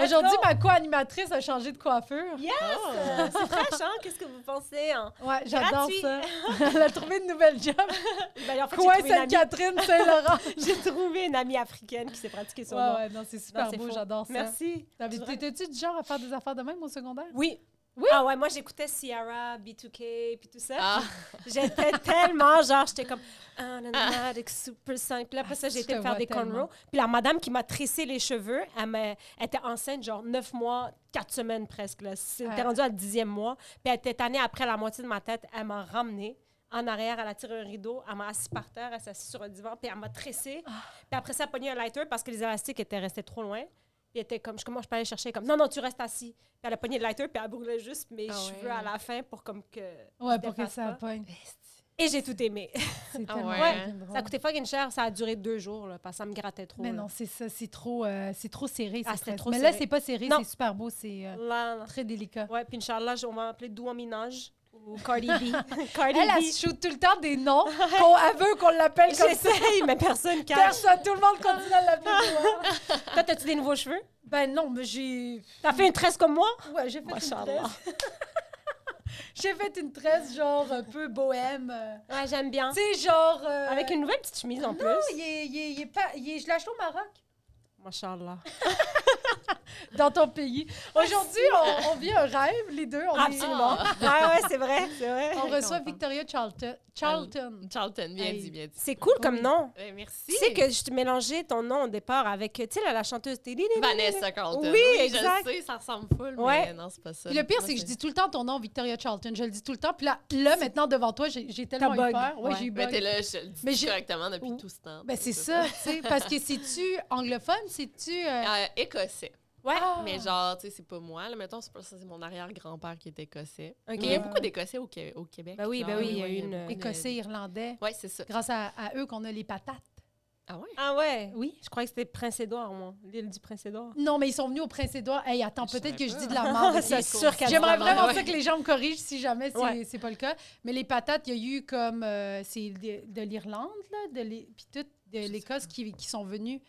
Aujourd'hui, ma co-animatrice a changé de coiffure. Yes! Euh, C'est fraîche, hein? Qu'est-ce que vous pensez? hein? Ouais, j'adore Gratuit. ça. Elle a trouvé une nouvelle job. Ben, en fait, j'ai Coin trouvé une amie- Sainte-Catherine, Saint-Laurent. j'ai trouvé une amie africaine qui s'est pratiquée sur Ouais, moi. ouais, non, c'est super c'est beau, faux. j'adore ça. Merci. T'avais- T'étais-tu du genre à faire des affaires de même au secondaire? Oui. Oui? Ah ouais, moi j'écoutais Ciara, B2K, puis tout ça. Ah, J'étais tellement genre, j'étais comme ah, nanana, avec super simple. Puis là, Après Ah, ça, j'ai je été te me faire vois des tellement. cornrows. Puis la madame qui m'a tressé les cheveux, elle, m'a- elle était enceinte genre 9 mois, 4 semaines presque. Là. C'était Ah. rendu à le dixième mois. Puis elle était tannée après la moitié de ma tête. Elle m'a ramenée en arrière, elle a tiré un rideau, elle m'a assise par terre, elle s'est assise sur un divan, puis elle m'a tressée. Puis après ça, elle a pogné un lighter parce que les élastiques étaient restés trop loin. Puis elle était comme, je- comment je peux aller chercher? Comme, non, non, tu restes assis. Puis elle a pogné le lighter, puis elle brûlait juste mes Ah cheveux ouais. à la fin pour comme que... Ouais, je pour que dépasse ça pas. appogne. Et j'ai tout aimé. C'est Ah tellement ouais. fucking drôle. Ça coûtait fucking cher, ça a duré deux jours, là, parce que ça me grattait trop. Mais là. non, c'est ça, c'est trop, euh, c'est trop serré. Ah, c'était c'est stress. trop Mais là, serré. c'est pas serré, Non. c'est super beau, c'est euh, Là, là. très délicat. Ouais, puis Inch'Allah, on m'a appelé Dua Minaj ou Cardi B. Cardi Elle, elle B. se shoot tout le temps des noms qu'on elle veut qu'on l'appelle comme ça. J'essaye, mais personne cache. Personne, tout le monde continue à l'appeler. Dora. Toi, t'as-tu des nouveaux cheveux? ben non, mais j'ai. T'as fait une tresse comme moi? Ouais, j'ai fait une Mashallah. tresse. j'ai fait une tresse, genre un peu bohème. euh, Ouais, j'aime bien. Tu sais, genre. euh, Avec une nouvelle petite chemise en plus. Non, il est, il est- il est pas, il est- je l'ai acheté au Maroc. Mashallah. Dans ton pays. Aujourd'hui, on, on vit un rêve, les deux. On, est- Absolument. ouais, ouais, c'est vrai, c'est vrai. on reçoit Victoria Charlton. Charlton. Charlton, bien Hey. dit, bien dit. C'est cool comme Oui. nom. Eh, merci. Tu sais que je te mélangeais ton nom au départ avec, tu sais, la, la chanteuse. Vanessa Carlton. Oui, exact. Je le sais, ça ressemble full, Ouais. mais non, c'est pas ça. Puis le pire, Moi, c'est que je dis tout le temps ton nom, Victoria Charlton. Je le dis tout le temps. Puis là, là maintenant, devant toi, j'ai j'ai tellement eu bug. peur. Ouais, Ouais. j'ai eu Mais bug. Ben, t'es là, je le dis Mais j'ai- correctement Ouh. depuis tout ce temps. Ben, c'est ça, tu sais. Parce que c'est-tu anglophone, c'est-tu. euh, Euh, écossais. Ouais. Ah. Mais genre, tu sais, c'est pas moi. Là, mettons, c'est pas ça, c'est mon arrière-grand-père qui est écossais. Ok. Mais il y Ouais. a beaucoup d'écossais au, Qué- au Québec. Ben oui, genre, ben oui, ouais, il y a ouais, une, euh, Écossais, irlandais. Ouais, c'est ça. Grâce à, à eux qu'on a les patates. Ah ouais? Ah ouais? Oui. Je croyais que c'était Prince-Édouard, moi. L'île du Prince-Édouard. Non, mais ils sont venus au Prince-Édouard. Hey, attends, Je peut-être savais que je pas. dis de la merde. C'est ok? sûr qu'elle J'aimerais Absolument, vraiment ouais. ça que les gens me corrigent si jamais c'est Ouais. c'est pas le cas. Mais les patates, il y a eu comme. euh, c'est de, de l'Irlande, là, de l'I- puis tout, de l'Écosse qui, qui sont venus.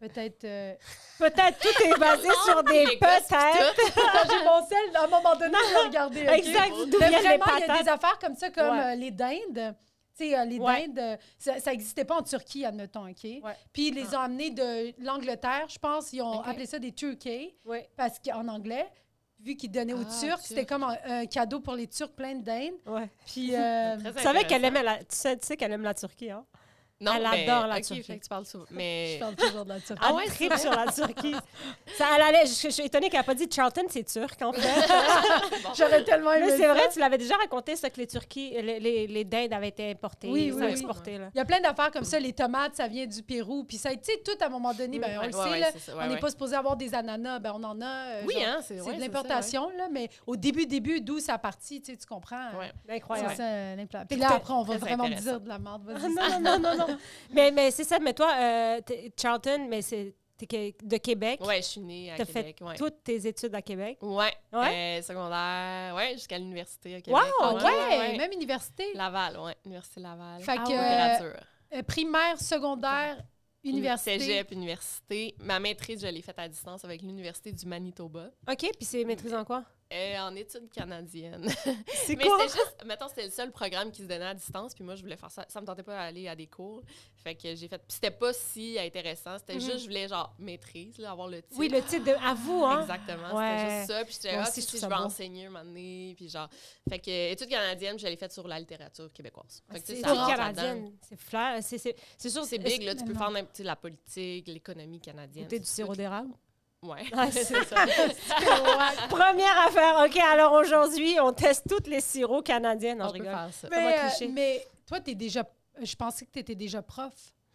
Peut-être. euh, Peut-être tout est basé Oh sur des L'Écosse, pis peut-être. tout. Quand j'ai mon sel, à un moment donné, je vais regarder. ok? Exact, d'où Mais viennent les vraiment, il y a patates. des affaires comme ça, comme Ouais. euh, les dindes. Tu sais, euh, les Ouais. dindes, euh, ça n'existait pas en Turquie, admettons, OK? Puis ils les ont amenés de l'Angleterre, je pense. Ils ont OK. appelé ça des Turkeys, Ouais. parce qu'en anglais, vu qu'ils donnaient aux Ah, Turcs, c'était Turc. comme un, un cadeau pour les Turcs plein de dindes. Ouais. Puis, euh, Très Tu savais qu'elle intéressant. aimait la... Tu sais, tu sais qu'elle aime la Turquie, hein? Non, elle ben, adore la ok, Turquie. fait que tu parles souvent. je Mais. parle toujours de la Turquie. Ah Elle ouais, c'est tripe vrai? sur la Turquie. Ça, elle allait... Je, je suis étonnée qu'elle n'a pas dit Charlton, c'est turc, en fait. Bon. J'aurais tellement aimé Mais c'est ça. vrai, tu l'avais déjà raconté, ça, que les Turquis, les, les, les dindes avaient été importées, Oui, ça, oui, oui. exportées, là. Il y a plein d'affaires comme ça. Les tomates, ça vient du Pérou. Puis ça, tu sais, tout à un moment donné, ben, on Ouais, le ouais, sait, ouais, là, c'est ça, on ouais, n'est ouais. pas supposé avoir des ananas. Ben, on en a. euh, Oui, genre, hein, c'est C'est ouais, de ça, l'importation, là, mais au début, début, d'où ça a parti, tu sais, tu comprends? ouais. Ouais. C'est Incroyable. ça, l'implant. Puis Écoutez, là, après, on va très vraiment me intéressant. dire de la merde. Vas-y. Ah, non, non, non, non, non. mais mais c'est ça, mais toi, euh, t'es- Charlton, mais c'est t'es que- de Québec. Ouais, je suis née à T'as fait Québec. ouais. Toutes tes études à Québec. Ouais. Ouais? Euh, secondaire, ouais, jusqu'à l'université à Québec. Wow, Ah ouais, ouais, même université. Laval, ouais, université Laval. Fait Ah que ouais. euh, Littérature. euh, primaire, secondaire, université. Cégep, université. Ma maîtrise, je l'ai faite à distance avec l'université du Manitoba OK, puis c'est maîtrise en quoi? euh, en études canadiennes. C'est Mais quoi? c'était juste, mettons, c'était le seul programme qui se donnait à distance, puis moi, je voulais faire ça. Ça me tentait pas d'aller à des cours. Fait que j'ai fait. Puis c'était pas si intéressant. C'était Mhm. juste, je voulais genre maîtrise, là, avoir le titre. Oui, le titre de... À vous, hein? Exactement, Ouais. c'était juste ça. Puis j'étais, Moi ah, aussi, je si, si, trouve je ça vais beau. enseigner un moment donné. Puis genre, fait que euh, études canadiennes, je l'ai faite sur la littérature québécoise. Fait que tu sais, C'est ça toute rentre là-dedans. canadienne. C'est flair. C'est, c'est, c'est sûr, C'est big, là, tu peux Tellement. faire n'importe- tu sais, la politique, l'économie canadienne. Goûter du tout sirop ça. d'érable. Ouais, Ah, c'est- c'est ça. Première affaire. OK, alors aujourd'hui, on teste tous les sirops canadiens. Non, On je peut rigole. faire ça. va Mais, euh, cliché. mais toi, t'es déjà. euh, Je pensais que t'étais déjà prof.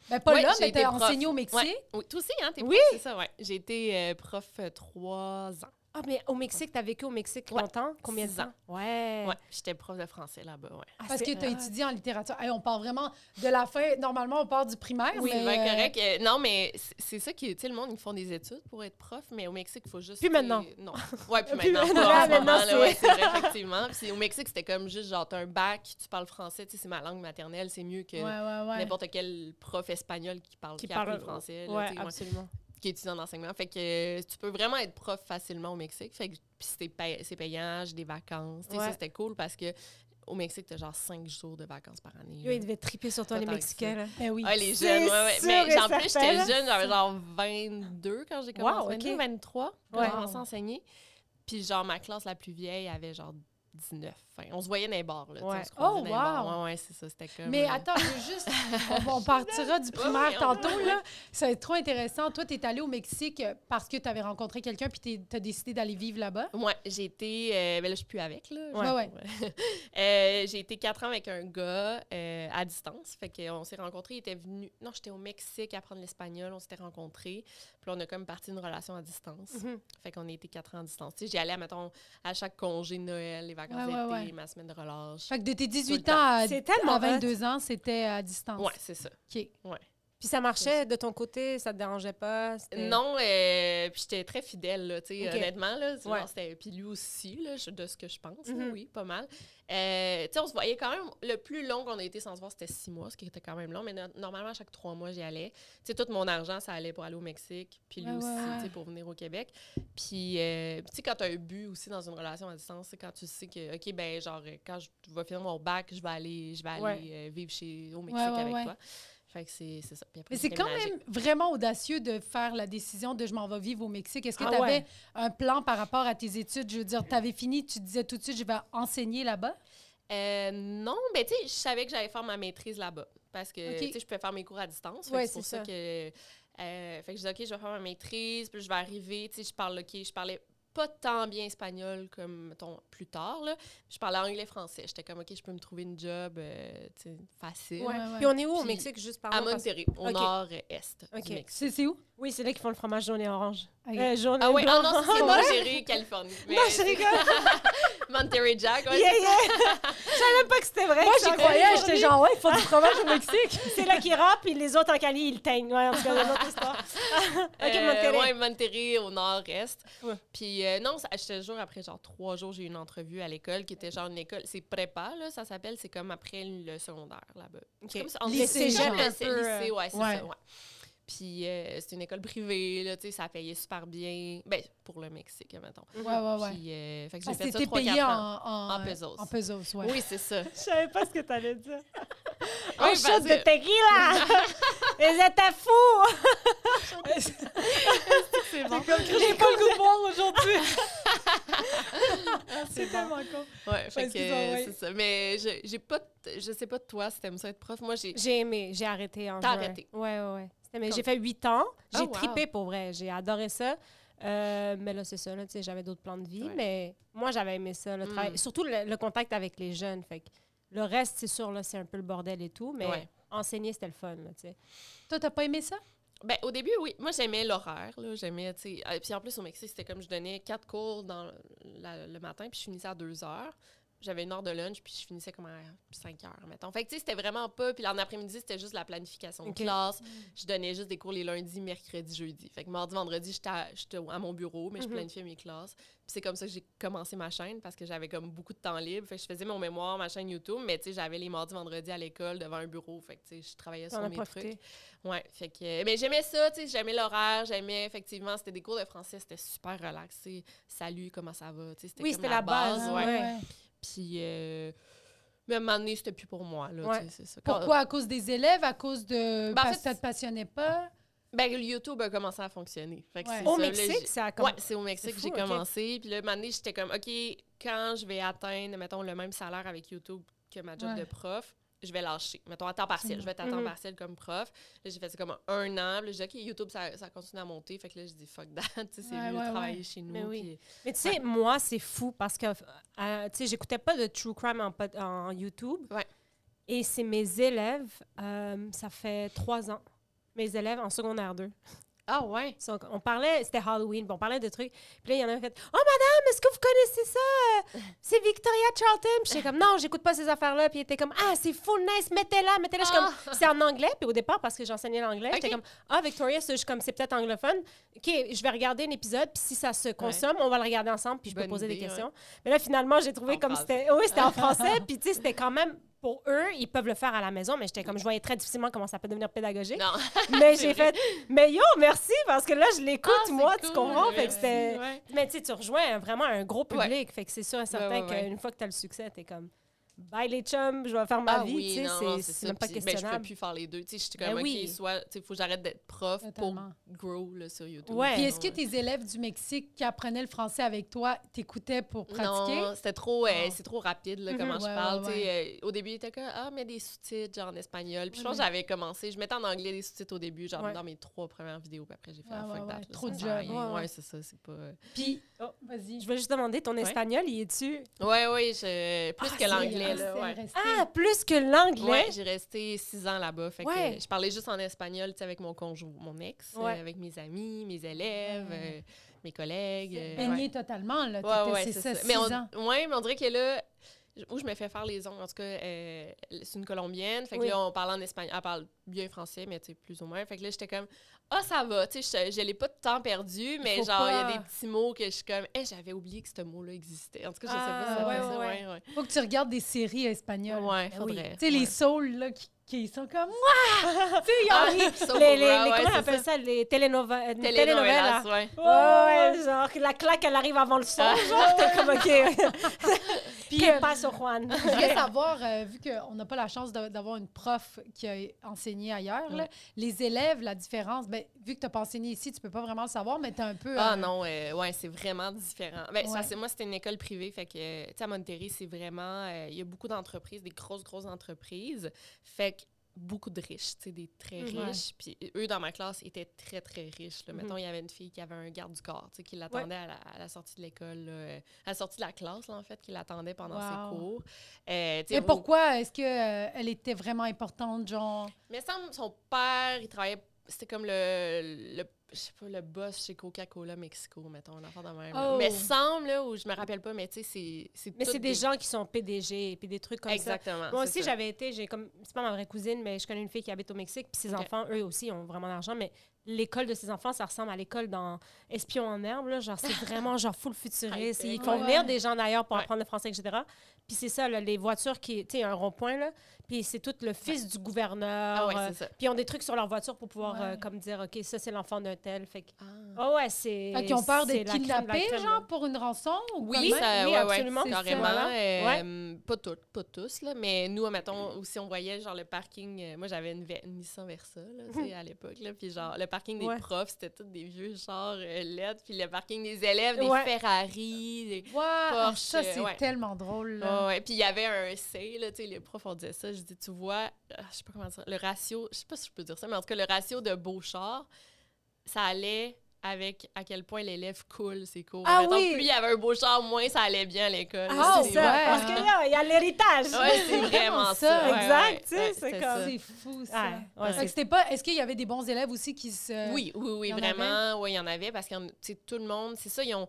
Ben, pas Ouais, là, j'ai mais été t'as prof. enseigné au Mexique. Ouais. Oui, toi aussi, hein, t'es Oui. prof, c'est ça, ouais. J'ai été euh, prof euh, trois ans. Ah, mais au Mexique, t'as vécu au Mexique Ouais. longtemps? Combien de Six temps? Ouais. Ouais, j'étais prof de français là-bas, ouais. Ah, Parce c'est- que t'as ah. étudié en littérature. Hey, on part vraiment de la fin. Normalement, on part du primaire. Oui, mais, c'est bien euh, correct. Euh, non, mais c- c'est ça qui, est- tu sais, le monde, ils font des études pour être prof, mais au Mexique, il faut juste. Puis maintenant. euh, Non. Ouais, puis Puis maintenant. maintenant, pas en ce maintenant, moment, là, c'est- ouais, c'est vrai, effectivement. Puis au Mexique, c'était comme juste genre, t'as un bac, tu parles français, tu sais, c'est ma langue maternelle, c'est mieux que Ouais, ouais, ouais. n'importe quel prof espagnol qui parle, Qui qui, apprend parle- le français. là, Ouais, tu sais, ouais. absolument. qui étudie en enseignement. Fait que euh, tu peux vraiment être prof facilement au Mexique. Fait que puis c'est pay- c'est payant, j'ai des vacances. Tu sais, Ouais. Ça, c'était cool parce que au Mexique, t'as genre cinq jours de vacances par année. Yo, ils devaient triper sur toi, Pas les tant que Mexicains. Là. Ben oui. Ah, les C'est jeunes, ouais, ouais. sûr Mais et en plus, certain, j'étais là. jeune, j'avais genre 22 quand j'ai Wow, commencé. ok. 22, 23, quand Ouais. j'ai commencé à enseigner. Puis genre, ma classe la plus vieille avait genre 19. Enfin, on se voyait dans les bars, là. tu sais, Ouais. On se croisait Oh, dans les bars. wow. Ouais, ouais, c'est ça, c'était comme... Mais euh, attends, je veux juste. On, on partira du primaire ouais, on- tantôt, là. Ça va être trop intéressant. Toi, t'es allé au Mexique euh, parce que t'avais rencontré quelqu'un puis t'es- t'as décidé d'aller vivre là-bas. Moi, j'ai été. euh, ben là, je suis plus avec, là. Ouais. Ouais, Euh, j'ai été quatre ans avec un gars euh, à distance. Fait qu'on s'est rencontrés. Il était venu. Non, j'étais au Mexique apprendre l'espagnol. On s'était rencontrés. Puis là, on a comme parti une relation à distance. Mhm. Fait qu'on a été quatre ans à distance. Tu sais, j'y allais, mettons, à chaque congé de Noël, les vacances Ouais, d'été, ouais, ouais. ma semaine de relâche. Fait que de tes 18 Tout le ans temps. à, C'est tellement à 22 ans, c'était à distance. Ouais, c'est ça. OK. Puis ça marchait de ton côté, ça te dérangeait pas? c'était- Non, euh, puis j'étais très fidèle, là, tu sais, Ok. honnêtement. Là, c'est Ouais. genre, c'était- puis lui aussi, là, je- de ce que je pense, là, Mhm. oui, pas mal. Euh, tu sais, on se voyait quand même, le plus long qu'on a été sans se voir, c'était six mois, ce qui était quand même long, mais no- normalement, à chaque trois mois, j'y allais. Tu sais, tout mon argent, ça allait pour aller au Mexique, puis lui Ouais, ouais, aussi, Ah ouais. tu sais, pour venir au Québec. Puis, euh, tu sais, quand tu as un but aussi dans une relation à distance, c'est quand tu sais que, OK, ben genre, euh, quand je vais finir mon bac, je vais aller, je vais aller Ouais. euh, vivre chez, au Mexique ouais, avec ouais. toi. Fait que c'est, c'est ça. Puis après, Mais j'ai c'est quand déménagé. même vraiment audacieux de faire la décision de je m'en vais vivre au Mexique. Est-ce que Ah tu avais ouais. un plan par rapport à tes études? Je veux dire, tu avais fini, tu te disais tout de suite, je vais enseigner là-bas. Euh, non, ben tu sais, je savais que j'allais faire ma maîtrise là-bas parce que Ok. tu sais, je pouvais faire mes cours à distance. Fait que Ouais, c'est pour c'est ça, ça. que euh, fait que je disais OK, je vais faire ma maîtrise, puis je vais arriver, tu sais, je parle OK, je parlais pas tant bien espagnol comme mettons plus tard là. Je parlais anglais français. J'étais comme OK, je peux me trouver une job euh, tu sais, facile. Ouais. Ouais, ouais. Puis on est où au Puis- Mexique, juste par À là, parce- Monterrey, au Ok. nord-est Ok. du Mexique. C'est c'est où? Oui, c'est là qu'ils font le fromage jaune et orange. Ok. Euh, jaune Ah ouais, et ah blanc. non, ça, c'est Monterrey, Californie. Mais Non, je rigole. Monterrey Jack, ouais, Yeah, yeah. Je savais même pas que c'était vrai. Moi, que j'y ça- croyais, j'étais genre, ouais, il faut du fromage au Mexique. C'est là qu'ils râpent, puis les autres en Cali, ils le teignent. Ouais, en tout cas, c'est une autre histoire. OK, Euh, Monterrey. ouais, Monterrey, au nord-est. Ouais. Puis euh, non, ça- je te jure, après genre trois jours, j'ai eu une entrevue à l'école qui était genre une école, c'est prépa, là, ça s'appelle, c'est comme après le secondaire là-bas. C'est comme ça, entre- Lycée, c'est genre. comme le Un peu, lycée, ouais, c'est ouais. ça, ouais. Puis euh, c'est une école privée, là, tu sais, ça payait super bien. Ben, pour le Mexique, mettons. Ouais, Ah ouais, ouais. Puis, euh, fait que j'ai Parce que fait ça t'étais trois, payé quatre en, ans. en, En pesos. En pesos, ouais. Oui, c'est ça. Je savais pas ce que t'allais dire. Ouais, Un parce shot de que- tequila! Ils étaient fous! c'est bon. J'ai pas le goût de boire aujourd'hui. Ah, C'est tellement con. Ouais, fait Parce que qu'ils ont- ouais. euh, c'est ça. Mais je, j'ai pas, t- je sais pas de toi si t'aimes ça être prof. Moi, j'ai J'ai aimé, j'ai arrêté en T'as juin. arrêté. Ouais, ouais, ouais. C'était- Mais Comme- j'ai fait huit ans. J'ai Ah, wow. tripé pour vrai. J'ai adoré ça. Euh, mais là, c'est ça, là, tu sais, j'avais d'autres plans de vie. Ouais. Mais moi, j'avais aimé ça, le Mm. travail. Surtout le, le contact avec les jeunes. Fait que le reste, c'est sûr, là, c'est un peu le bordel et tout. Mais Ouais. enseigner, c'était le fun, là, tu sais. Toi, t'as pas aimé ça? Ben, au début, oui. Moi, j'aimais l'horaire. là. J'aimais, tu sais. euh, Puis en plus, au Mexique, c'était comme je donnais quatre cours dans la- le matin, puis je finissais à deux heures. J'avais une heure de lunch, puis je finissais comme à 5 heures, mettons. Fait que, tu sais, c'était vraiment pas. Puis en après-midi, c'était juste la planification Ok. de classe. Je donnais juste des cours les lundis, mercredis, jeudi. Fait que mardi, vendredi, j'étais à, j'étais à mon bureau, mais je Mhm. planifiais mes classes. Puis c'est comme ça que j'ai commencé ma chaîne, parce que j'avais comme beaucoup de temps libre. Fait que je faisais mon mémoire, ma chaîne YouTube, mais tu sais, j'avais les mardis, vendredis à l'école devant un bureau. Fait que, tu sais, je travaillais T'en sur as mes profité. trucs. Ouais, fait que euh, mais j'aimais ça, tu sais, j'aimais l'horaire, j'aimais effectivement, c'était des cours de français, c'était super relaxé. Salut, comment ça va, tu sais, c'était Oui, comme c'était la base, Ah, ouais. ouais. Puis euh, mais à un moment donné, c'était plus pour moi là, Ouais. tu sais, c'est ça. Quand- Pourquoi? À cause des élèves? À cause de... Ben, en parce fait, que ça te passionnait pas? Ben le YouTube a commencé à fonctionner. Fait que Ouais. c'est Au ça, là, Mexique, j'ai- ça a comme... Ouais, c'est au Mexique que fou, j'ai ok. commencé. Puis là, un moment donné, j'étais comme, OK, quand je vais atteindre, mettons, le même salaire avec YouTube que ma job Ouais. de prof, je vais lâcher. Mettons, à temps partiel. Je vais être à temps Mhm. partiel comme prof. Là, j'ai fait ça comme un an. Puis là, j'ai dit, OK, YouTube, ça, ça continue à monter. Fait que là, je dis, fuck that. Tu sais, c'est Ouais, mieux ouais, de travailler chez Mais nous. oui. puis- Mais tu sais, moi, c'est fou parce que, euh, tu sais, j'écoutais pas de True Crime en, pod- en YouTube. Ouais. Et c'est mes élèves, euh, ça fait trois ans, mes élèves en secondaire 2. Ah ouais? Ils sont- on parlait, c'était Halloween, puis on parlait de trucs. Puis là, il y en a un qui fait « Oh, madame, est-ce que vous connaissez ça? Euh, C'est Victoria Charlton! » Puis j'étais comme « Non, j'écoute pas ces affaires-là. » Puis il était comme « Ah, c'est full nice, mettez-la, mettez-la. Je suis comme « C'est en anglais. » Puis au départ, parce que j'enseignais l'anglais, j'étais Ah. Ok. comme « Ah, Victoria, c'est- je suis comme c'est peut-être anglophone. OK, je vais regarder un épisode, puis si ça se consomme, on va le regarder ensemble, puis je peux Bonne poser des idée, questions. Mais là, finalement, j'ai trouvé En comme français. c'était... Oui, c'était en français. puis tu sais, c'était quand même pour eux, ils peuvent le faire à la maison, mais j'étais comme, je voyais très difficilement comment ça peut devenir pédagogique. Non. Mais c'est j'ai vrai. fait, mais yo, merci, parce que là, je l'écoute, Ah, moi, c'est tu cool, comprends? Fait que merci, c'était- ouais. Mais tu sais, tu rejoins un- vraiment un gros Ouais. public. Fait que c'est sûr et certain ouais, ouais. qu'une fois que tu as le succès, tu es comme, bye les chums, je vais faire ma Ah vie. oui, tu sais, non, c'est- non, c'est ça. même pas Puis, ben, je peux questionnable. plus faire les deux. Tu sais, je suis Ben comme, oui. OK, soit, tu sais, faut que j'arrête d'être prof Totalement. pour grow là, sur YouTube. Ouais. Puis est-ce que Sinon, tes élèves du Mexique qui apprenaient le français avec toi t'écoutaient pour pratiquer? Non, c'était trop, euh, Ah. c'est trop rapide là, Mhm. comment Ouais, je parle. ouais, tu sais, euh, au début, il était comme ah mais des sous-titres genre en espagnol. Puis je Ouais, pense que j'avais commencé, je mettais en anglais des sous-titres au début, genre Ouais. dans mes trois premières vidéos. Puis après j'ai fait Ouais, ah, ouais, fuck that. ouais, là, trop ça de sert à job. rien. Ouais, ouais. Ouais, c'est ça, c'est pas. euh, Puis, Oh, vas-y. Je vais juste demander, ton Ouais. espagnol, y es-tu? Ouais, ouais, je- plus Ah, que c'est- l'anglais Ah, là. c'est ouais. resté. Ah, plus que l'anglais? Ouais, j'ai resté six ans là-bas. Fait Ouais. que je parlais juste en espagnol, tu sais, avec mon conjoint, mon ex, euh, Ouais. avec mes amis, mes élèves, Ouais. euh, mes collègues. euh, Baigné ouais. totalement, là. Ouais, Ah, T'étais- ouais, c'est c'est ça, ça. six Mais on, ans. ouais, mais on dirait que là, j- où je me fais faire les ongles, en tout cas, euh, c'est une Colombienne. Fait que Oui. là, on parle en espagnol. Elle parle bien français, mais tu sais, plus ou moins. Fait que là, j'étais comme, ah, ça va. Tu sais, je n'ai pas de temps perdu, mais faut genre, il y pas. a des petits mots que je suis comme, eh, j'avais oublié que ce mot-là existait. En tout cas, je sais Ah, pas si ouais, ça. ouais, ouais, ouais. Faut que tu regardes des séries espagnoles. Ouais, Ben oui. faudrait. Tu sais, les ouais. souls, là, qui, qui sont comme Ouah! Tu sais, ils Ah, ont ri. Les, soap les, les- opera, ouais, comment on c'est appelle ça. ça? Les télénova- euh, Telenovelas, telenovelas. ouais. Ouais, ouais, genre, que la claque, elle arrive avant le son. Oh. Ah. euh, Genre, t'es comme, OK. Puis, Que passe au Juan. Je voulais savoir, euh, vu qu'on n'a pas la chance de- d'avoir une prof qui a enseigné ailleurs, là, Ouais. les élèves, la différence, ben, vu que tu n'as pas enseigné ici, tu peux pas vraiment le savoir, mais tu as un peu. Ah euh, non, euh, ouais, c'est vraiment différent. Ben, Ouais. ça, c'est moi, c'était une école privée, fait que, euh, tu sais, à Monterrey, c'est vraiment, euh, il y a beaucoup d'entreprises, des grosses, grosses entreprises, fait que beaucoup de riches, tu sais, des très Mhm. Ouais. riches. Puis eux, dans ma classe, étaient très, très riches. là. Mhm. Mettons, il y avait une fille qui avait un garde du corps, tu sais, qui l'attendait à, la, à la sortie de l'école, là, euh, à la sortie de la classe, là, en fait, qui l'attendait pendant Wow. ses cours. Euh, tu sais, Mais au- pourquoi est-ce qu'elle était vraiment importante, genre. mais ça, son père, il travaillait. C'était comme le, le je sais pas, le boss chez Coca-Cola Mexico, mettons, l'enfant de même. là. Oh. Mais semble, là, ou je me rappelle pas, mais tu sais, c'est. c'est Mais toutes c'est des gens qui sont PDG et puis des trucs comme ça. Exactement. Moi c'est aussi, ça. j'avais été, j'ai comme, c'est pas ma vraie cousine, mais je connais une fille qui habite au Mexique, puis ses Ok. enfants, eux aussi, ont vraiment d'argent, mais l'école de ses enfants, ça ressemble à l'école dans Espion en herbe, là, genre, c'est vraiment, genre, full futuriste. High-tech. Ils font Ouais. venir des gens d'ailleurs pour Ah, Ouais. apprendre le français, etc. Puis c'est ça, là, les voitures qui, tu sais, un rond-point, là, puis c'est tout le fils du gouverneur. Ah ouais, euh, c'est ça. puis ils ont des trucs sur leur voiture pour pouvoir, Ouais. euh, comme dire, OK, ça, c'est l'enfant d'un tel, fait que... Ah. Oh ouais, c'est... Fait qu'ils ont peur c'est d'être la crème de la kidnappés, crème, là. genre, pour une rançon? ou Oui, comment? ça, oui, ouais, ouais, absolument, c'est ça. carrément. Voilà. euh, Pas toutes, pas tous, là, mais nous, mettons, aussi, on voyait genre le parking. euh, moi, j'avais une, ve- une Nissan Versa, là, tu sais, à l'époque, là, puis genre le parking des Ouais. profs, c'était tous des vieux chars euh, LED, puis le parking des élèves, des Ouais. Ferrari, des Ouais, ah, Porsche, ça, c'est ouais. tellement drôle. là. Ouais, ouais. Puis il y avait un C, là, tu sais, les profs, on disait ça. Je dis, tu vois, ah, je sais pas comment dire, le ratio, je sais pas si je peux dire ça, mais en tout cas, le ratio de Beauchard, ça allait avec à quel point l'élève coule ses cours. Ah Mettons, oui! Plus il y avait un Beauchard, moins ça allait bien à l'école. Ah, Oh, c'est C'est- ça. ouais. Parce que là, il y a l'héritage. Ouais, c'est vraiment ça. Ça, Ouais, exact, ouais, tu sais, ouais, c'est c'était comme- ça. C'est fou, ça. Ouais, ouais, Fait que c'est- c'était pas... Est-ce qu'il y avait des bons élèves aussi qui euh, se... Oui, oui, oui, y en vraiment. Oui, il y en avait parce que tout le monde, c'est ça, ils ont.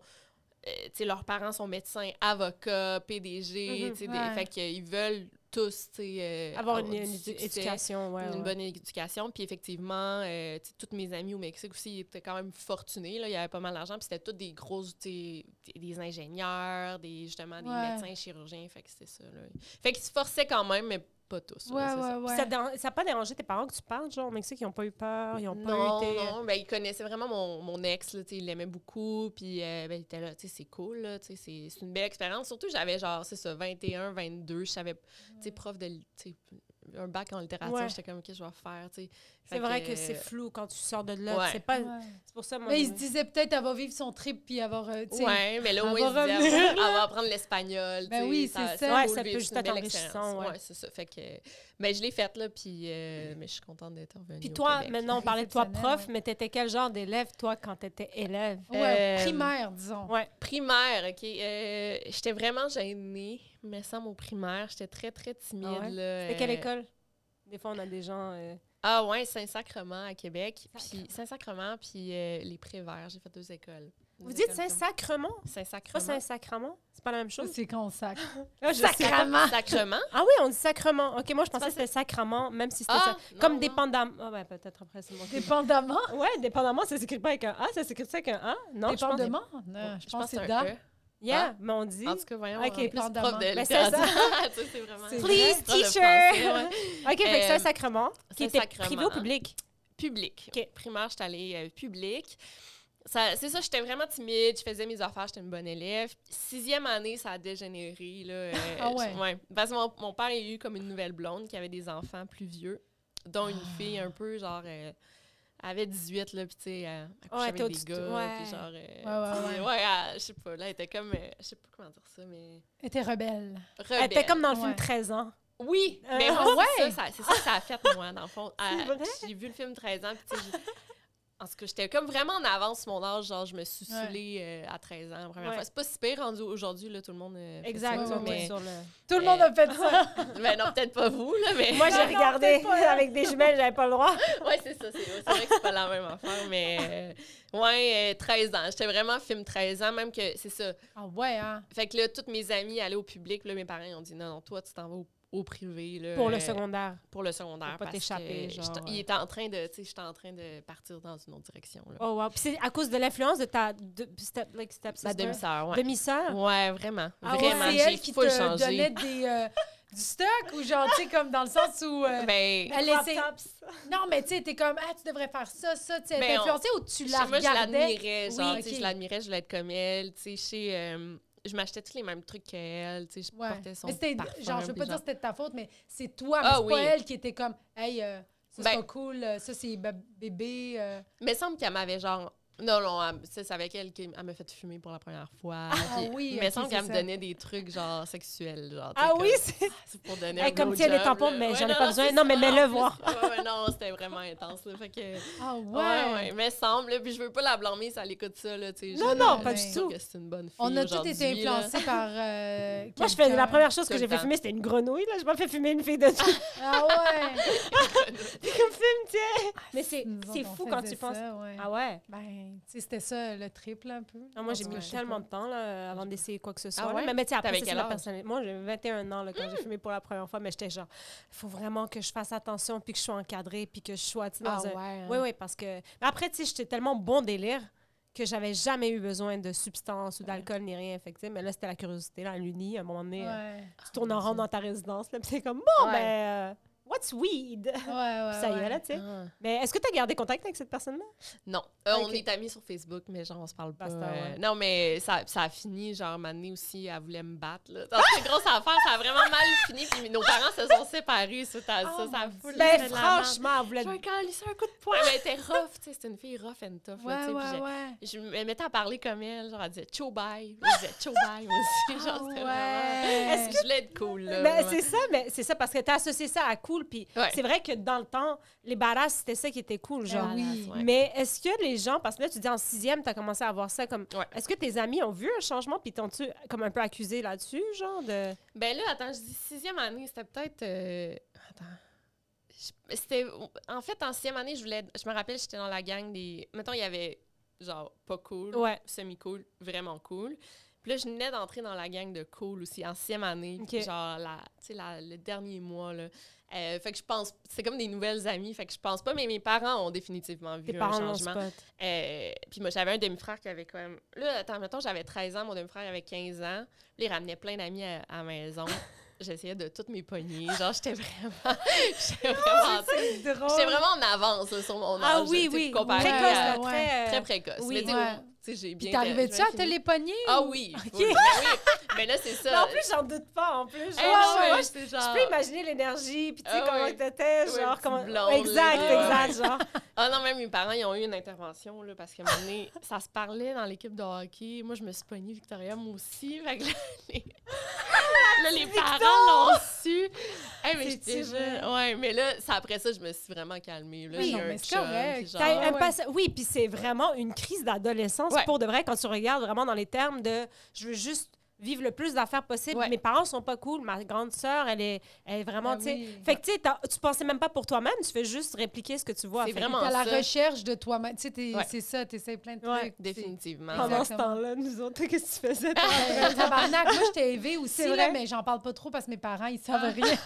euh, tu sais, leurs parents sont médecins, avocats, PDG, Mhm. tu sais, des- Ouais. fait qu'ils veulent tous, tu sais, euh, Avoir une, du une succès. éducation, ouais, une ouais. bonne éducation. Puis effectivement, euh, tu sais, toutes mes amies au Mexique aussi ils étaient quand même fortunés. Là. Il y avait pas mal d'argent. Puis c'était tous des grosses, tu sais, des des ingénieurs, des, justement, des Ouais. médecins, chirurgiens. Fait que c'était ça. Là. Fait qu'ils se forçaient quand même, mais pas tous. là, Ouais, c'est ouais, ça. ouais. Puis Ça n'a pas dérangé tes parents que tu parles, genre, au Mexique, ils n'ont pas eu peur, ils n'ont pas Non, eu été... euh, non, ben, il connaissait vraiment mon, mon ex, là, tu sais, il l'aimait beaucoup, puis euh, ben, il était là, tu sais, c'est cool, là, tu sais, c'est c'est une belle expérience. Surtout, j'avais genre, c'est ça, 21, 22, je savais, tu sais, prof de, li- tu sais, un bac en littérature, Ouais. j'étais comme, OK, je vais faire, tu sais. C'est Fait vrai que, euh, c'est flou quand tu sors de là. Ouais. C'est pas... Ouais. C'est pour ça, moi... Mais je- ils se disaient peut-être elle va vivre son trip puis avoir... euh, tu sais, Ouais, mais là, au elle moins, il va se disait, revenir, elle va apprendre l'espagnol. Ben tu sais, oui, c'est ça. va Ouais, ça peut relever, c'est juste une être belle enrichissant, expérience. ouais. Ouais, c'est ça. Fait que, mais je l'ai faite, là, puis euh, mais je suis contente d'être revenue. Puis au toi, Québec. maintenant, on parlait de toi Exceptionnel, prof, mais t'étais quel genre d'élève, toi, quand t'étais élève? Ouais, Euh, primaire, disons. Ouais. Primaire, OK. euh, j'étais vraiment gênée, mais ça, mon primaire, j'étais très, très timide. Ah ouais? là, C'était quelle euh, école? Des fois, on a des gens... euh, Ah ouais, Saint-Sacrement à Québec. Puis Sacrement. Saint-Sacrement, puis euh, les Préverts. J'ai fait deux écoles. Deux Vous dites écoles comme- Saint-Sacrement? Pas Saint-Sacrement. Saint-Sacrement? C'est pas la même chose? C'est qu'on sacre. Là, je sais pas. Sacrement. Ah oui, on dit sacrement. OK, moi, je pensais que penses- c'était sacrement, même si c'était... Ah, ça- non, Comme non. dépendamment... Ah ben, peut-être après, c'est mon Dépendamment. Ouais, dépendamment, ça s'écrit pas avec un A, ça s'écrit avec un A. Non, je pense- Ah, Dépendamment. Non, je pense que c'est da. E. Yeah, mais on dit. En tout cas, voyons. Ok, hein, plus prof de dépendamment. Ben, c'est ça. littérature. Tu sais, c'est vraiment. C'est- Please, Prof de teacher! français, ouais. OK, fait que c'est Euh, un sacrement c'est qui un était sacrement. hein. privé au public. Public. OK. Primaire, j'étais allée euh, public. Ça- C'est ça, j'étais vraiment timide, je faisais mes affaires, j'étais une bonne élève. Sixième année, ça a dégénéré. Là, euh, Ah ouais? je- Parce que mon, mon père a eu comme une nouvelle blonde qui avait des enfants plus vieux, dont une Ah. fille un peu genre. euh, elle avait 18, là, puis tu sais, elle elle couchait Ouais, avec t'es des au-dessus gars, de- puis ouais. genre... euh, Ouais, ouais, tu sais, ouais. elle- je sais pas, là, elle était comme... euh, je sais pas comment dire ça, mais... Elle était rebelle. Rebelle. Elle était comme dans le Ouais. film 13 ans. Oui, Euh, mais ah moi, c'est ouais? ça, ça- c'est ça que ça a fait, moi, dans le fond. C'est À- vrai? J'ai vu le film 13 ans, puis tu sais, j'ai- en tout cas, j'étais comme vraiment en avance sur mon âge, genre, je me suis Ouais. saoulée euh, à 13 ans, la première Ouais. fois. C'est pas si pire rendu aujourd'hui, là, tout le monde euh, fait ça, Exact. ouais, là, on est ouais. mais, sur le- Tout le monde a fait ça. mais non, peut-être pas vous, là, mais... Moi, j'ai Non, non, regardé t'es pas là. avec des jumelles, j'avais pas le droit. ouais, c'est ça, c'est c'est vrai que c'est pas la même affaire, mais... euh, ouais, euh, 13 ans, j'étais vraiment film 13 ans, même que, c'est ça, Ah ouais, hein? fait que là, toutes mes amies allaient au public, puis là, mes parents, ils ont dit, non, non, toi, tu t'en vas au, au privé, là. Pour le euh, secondaire. pour le secondaire. Faut pas parce t'échapper, que genre, j'étais- euh. Il ouais. était en train de, tu sais, j'étais en train de partir dans une autre direction. Là. Oh, wow. Puis c'est à cause de l'influence de ta de- step, like, step Ma sister. demi-sœur, ouais. Demi-sœur? Ouais, vraiment. Ah ouais? vraiment, C'est j'ai elle qui te full changé. donnait des, euh, du stock ou genre, tu sais, comme dans le sens où... euh, Ben, Elle Des crop essaie- tops. Non, mais tu sais, t'es comme, ah, tu devrais faire ça, ça, tu sais, Ben, t'es on- influencée ou tu je- la moi, je regardais? l'admirais. Oui, Genre, tu sais, ok. je l'admirais, je voulais être comme elle. Tu sais, chez, euh, je m'achetais tous les mêmes trucs qu'elle. Tu sais, je Ouais. portais son Mais c'était, parfum, genre, je veux puis pas dire que c'était de ta faute, mais c'est toi, mais Ah c'est pas oui. elle qui était comme, hey, euh, ça, c'est Ben- pas cool, euh, ça, c'est ba- bébé. euh. Mais il semble qu'elle m'avait genre... Non, non, elle- tu sais, c'est avec elle qu'elle m'a fait fumer pour la première fois. Ah puis- oui, mais il ok, semble c'est qu'elle me ça. donnait des trucs, genre, sexuels. Genre, tu sais, Ah oui, comme- c'est C'est pour donner Hey, un comme blowjob, tiens les là. tampons, mais j'en ai pas besoin. c'est Non, mais ça, mets-le en plus. voir. Ouais, ouais, non, c'était vraiment intense. Là, fait que, ouais. Ah ouais! ouais, mais semble. là, Puis je veux pas la blâmer si elle écoute ça. Là, tu sais, Non, je- non, pas je du trouve tout. que c'est une bonne fille. On a tous aujourd'hui, été là. influencés par. Moi, euh, je fais la quelqu'un. première chose que Tout j'ai le fait temps. fumer, c'était une grenouille. Là, j'ai pas fait fumer une fille de tout. Ah ouais! comme film, tiens. Mais c'est Nous autres, c'est on fou faisait quand tu penses. ça, ouais. Ah ouais. Ben, tu sais, c'était ça le triple un peu. Ah, Non, Ah, moi, j'ai Ouais. mis Je sais tellement pas. de temps là, avant d'essayer quoi que ce soit. là. ouais? Mais, mais tu sais, après, T'avais c'est quel la âge? Hmm. personnalité. Moi, j'ai 21 ans là, quand j'ai fumé pour la première fois, mais j'étais genre, faut vraiment que je fasse attention, puis que je sois encadrée, puis que je sois tu sais, dans Ah un... ouais. Oui, oui, parce que... Mais après, tu sais, j'étais tellement bon délire que j'avais jamais eu besoin de substances ou d'alcool ni rien. Fait que, tu sais, mais là, c'était la curiosité. Là, à l'Uni, à un moment donné, euh, Ouais, tu tournes en rond dans ta résidence, là, puis c'est comme, bon, Ouais. ben, euh, what's weed? ouais, ouais. Puis ça y ouais. est, là, tu sais. Ah. Mais est-ce que tu as gardé contact avec cette personne-là? Non, Euh, Ok. on est amis sur Facebook, mais genre, on se parle pas. Basta, euh, ouais. Non, mais ça, ça a fini, genre, m'amener aussi, elle voulait me battre. là. Dans cette grosse affaire, ça a vraiment mal fini. Puis nos parents se sont séparés suite à ça. Oh Ça a mon full Dieu. fait Ben, de la merde. franchement, elle voulait... J'ai un calice, un coup de poing. Mais elle était rough, tu sais. C'était une fille rough and tough. là, Ouais, tu sais, puis ouais, j'ai- ouais. Je me mettais à parler comme elle. Genre, elle disait Cho bye. Je disais Cho bye, moi aussi. Genre, Ah c'était vraiment. ouais. Est-ce que je voulais être cool, là? Ben, ouais. c'est ça, mais c'est ça parce que t'as associé ça à cool. Puis Ouais. c'est vrai que dans le temps, les barras, c'était ça qui était cool, genre. Ben oui. ouais. Mais est-ce que les gens, parce que là, tu dis en sixième, t'as commencé à avoir ça comme. Ouais. Est-ce que tes amis ont vu un changement, puis t'ont-tu comme un peu accusé là-dessus, genre de. Ben là, attends, je dis sixième année, c'était peut-être. euh, Attends. Je- C'était. En fait, en sixième année, je voulais. Je me rappelle, j'étais dans la gang des. Mettons, il y avait genre pas cool, Ouais. semi-cool, vraiment cool. Puis là, je venais d'entrer dans la gang de cool aussi, en sixième année. Ok. Genre, la, tu sais, la- le dernier mois, là. Euh, fait que je pense. C'est comme des nouvelles amies, fait que je pense pas, mais mes parents ont définitivement vu Tes un parents l'ont changement. spot? Euh, puis moi, j'avais un demi-frère qui avait quand même. Là, attends, mettons, j'avais 13 ans, mon demi-frère avait 15 ans. Là, il ramenait plein d'amis à, à la maison. J'essayais de toutes mes poignées. Genre, j'étais vraiment. J'étais vraiment, C'est drôle. j'étais vraiment en avance là, sur mon Ah âge, oui, tu sais, oui. comparé Précoce, Ouais, à- là, ouais. très. euh, Très précoce. oui. mais tu sais, Ouais. tu sais, j'ai bien. Puis t'arrivais-tu à j'ai te bien fini. les pogner? Ah ou- oui. Ok. oui, ben oui. Mais là, c'est Mais ça. en plus, j'en doute pas, en plus. Genre, Hey, non, ouais, mais moi, je- j'étais je genre- peux imaginer l'énergie, puis tu sais, Ah comment ouais. t'étais, Ouais, genre, petite comment. blonde, exact, là. exact, genre. Ah non, même mes parents, ils ont eu une intervention, là, parce qu'à un moment donné, ça se parlait dans l'équipe de hockey. Moi, je me suis pognée Victoria, moi aussi. Fait que là, les, là, les parents l'ont su. Hey, mais C'est-tu j'étais vrai? jeune. Ouais, mais là, ça, après ça, je me suis vraiment calmée. Là, Oui, J'ai non, eu un mais c'est chum, correct. puis genre- T'as Ah un ouais. passe- Oui, puis c'est vraiment une crise d'adolescence Ouais. pour de vrai quand tu regardes vraiment dans les termes de je veux juste vivre le plus d'affaires possible. Ouais. Mes parents sont pas cool, ma grande sœur, elle est, elle est vraiment, Ah tu sais. oui. Fait que tu sais, t'as- tu pensais même pas pour toi-même, tu fais juste répliquer ce que tu vois. C'est Fait que vraiment T'es à la ça. recherche de toi-même. Tu sais, t'es- Ouais. c'est ça, t'essayes plein de Ouais, trucs. Définitivement. Ah, Pendant ce Exactement. temps-là, nous autres, qu'est-ce que tu faisais? C'est- Euh, Tabarnak, moi, j'étais élevée aussi, C'est là, vrai? Ah. mais j'en parle pas trop parce que mes parents, ils savent rien.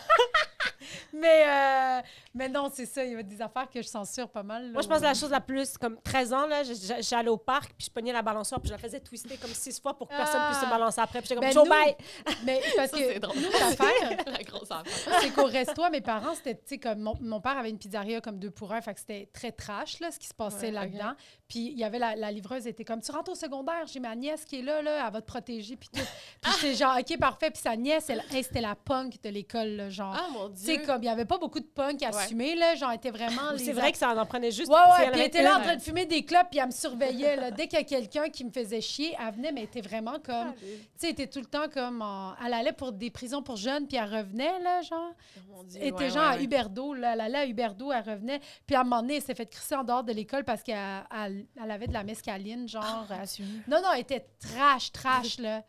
Mais, euh, mais non, c'est ça. Il y a des affaires que je censure pas mal. là, Moi, je pense que la où- chose la plus, comme 13 ans, là, j- j- j'allais au parc, puis je pognais la balançoire, puis je la faisais twister comme six fois pour que personne Ah. puisse se balancer après. Puis j'étais comme, Ben, Joe, nous- bye! Mais parce Ça, que c'est drôle. nous, l'affaire, la grosse affaire. c'est qu'au resto, à mes parents, c'était, tu sais, comme mon, mon père avait une pizzeria comme deux pour un, fait que c'était très trash, là, ce qui se passait Ouais, là-dedans. Puis il y avait la, la livreuse, était comme, tu rentres au secondaire, j'ai ma nièce qui est là, là, elle va te protéger, puis tout. Puis j'étais genre, OK, parfait. Puis sa nièce, elle, hey, c'était la punk de l'école, là, genre. Ah, mon tu Dieu. sais, comme, il n'y avait pas beaucoup de punk Ouais. assumé, là, genre, elle était vraiment. Ou les C'est vrai que ça en prenait juste. Ouais, si ouais, elle puis elle avait était là en une. train de fumer des clopes, puis elle me surveillait. Là. Dès qu'il y a quelqu'un qui me faisait chier, elle venait, mais elle était vraiment Ah, comme... Tu sais, elle était tout le temps comme... en- Elle allait pour des prisons pour jeunes, puis elle revenait, là, genre. Oh, mon Dieu, Elle était ouais, genre ouais, à ouais. Huberdo, là. Elle allait à Huberdo, elle revenait. Puis à un moment donné, elle s'est fait crisser en dehors de l'école parce qu'elle elle- elle avait de la mescaline, Ah, genre... elle- Non, non, elle était trash, trash, là.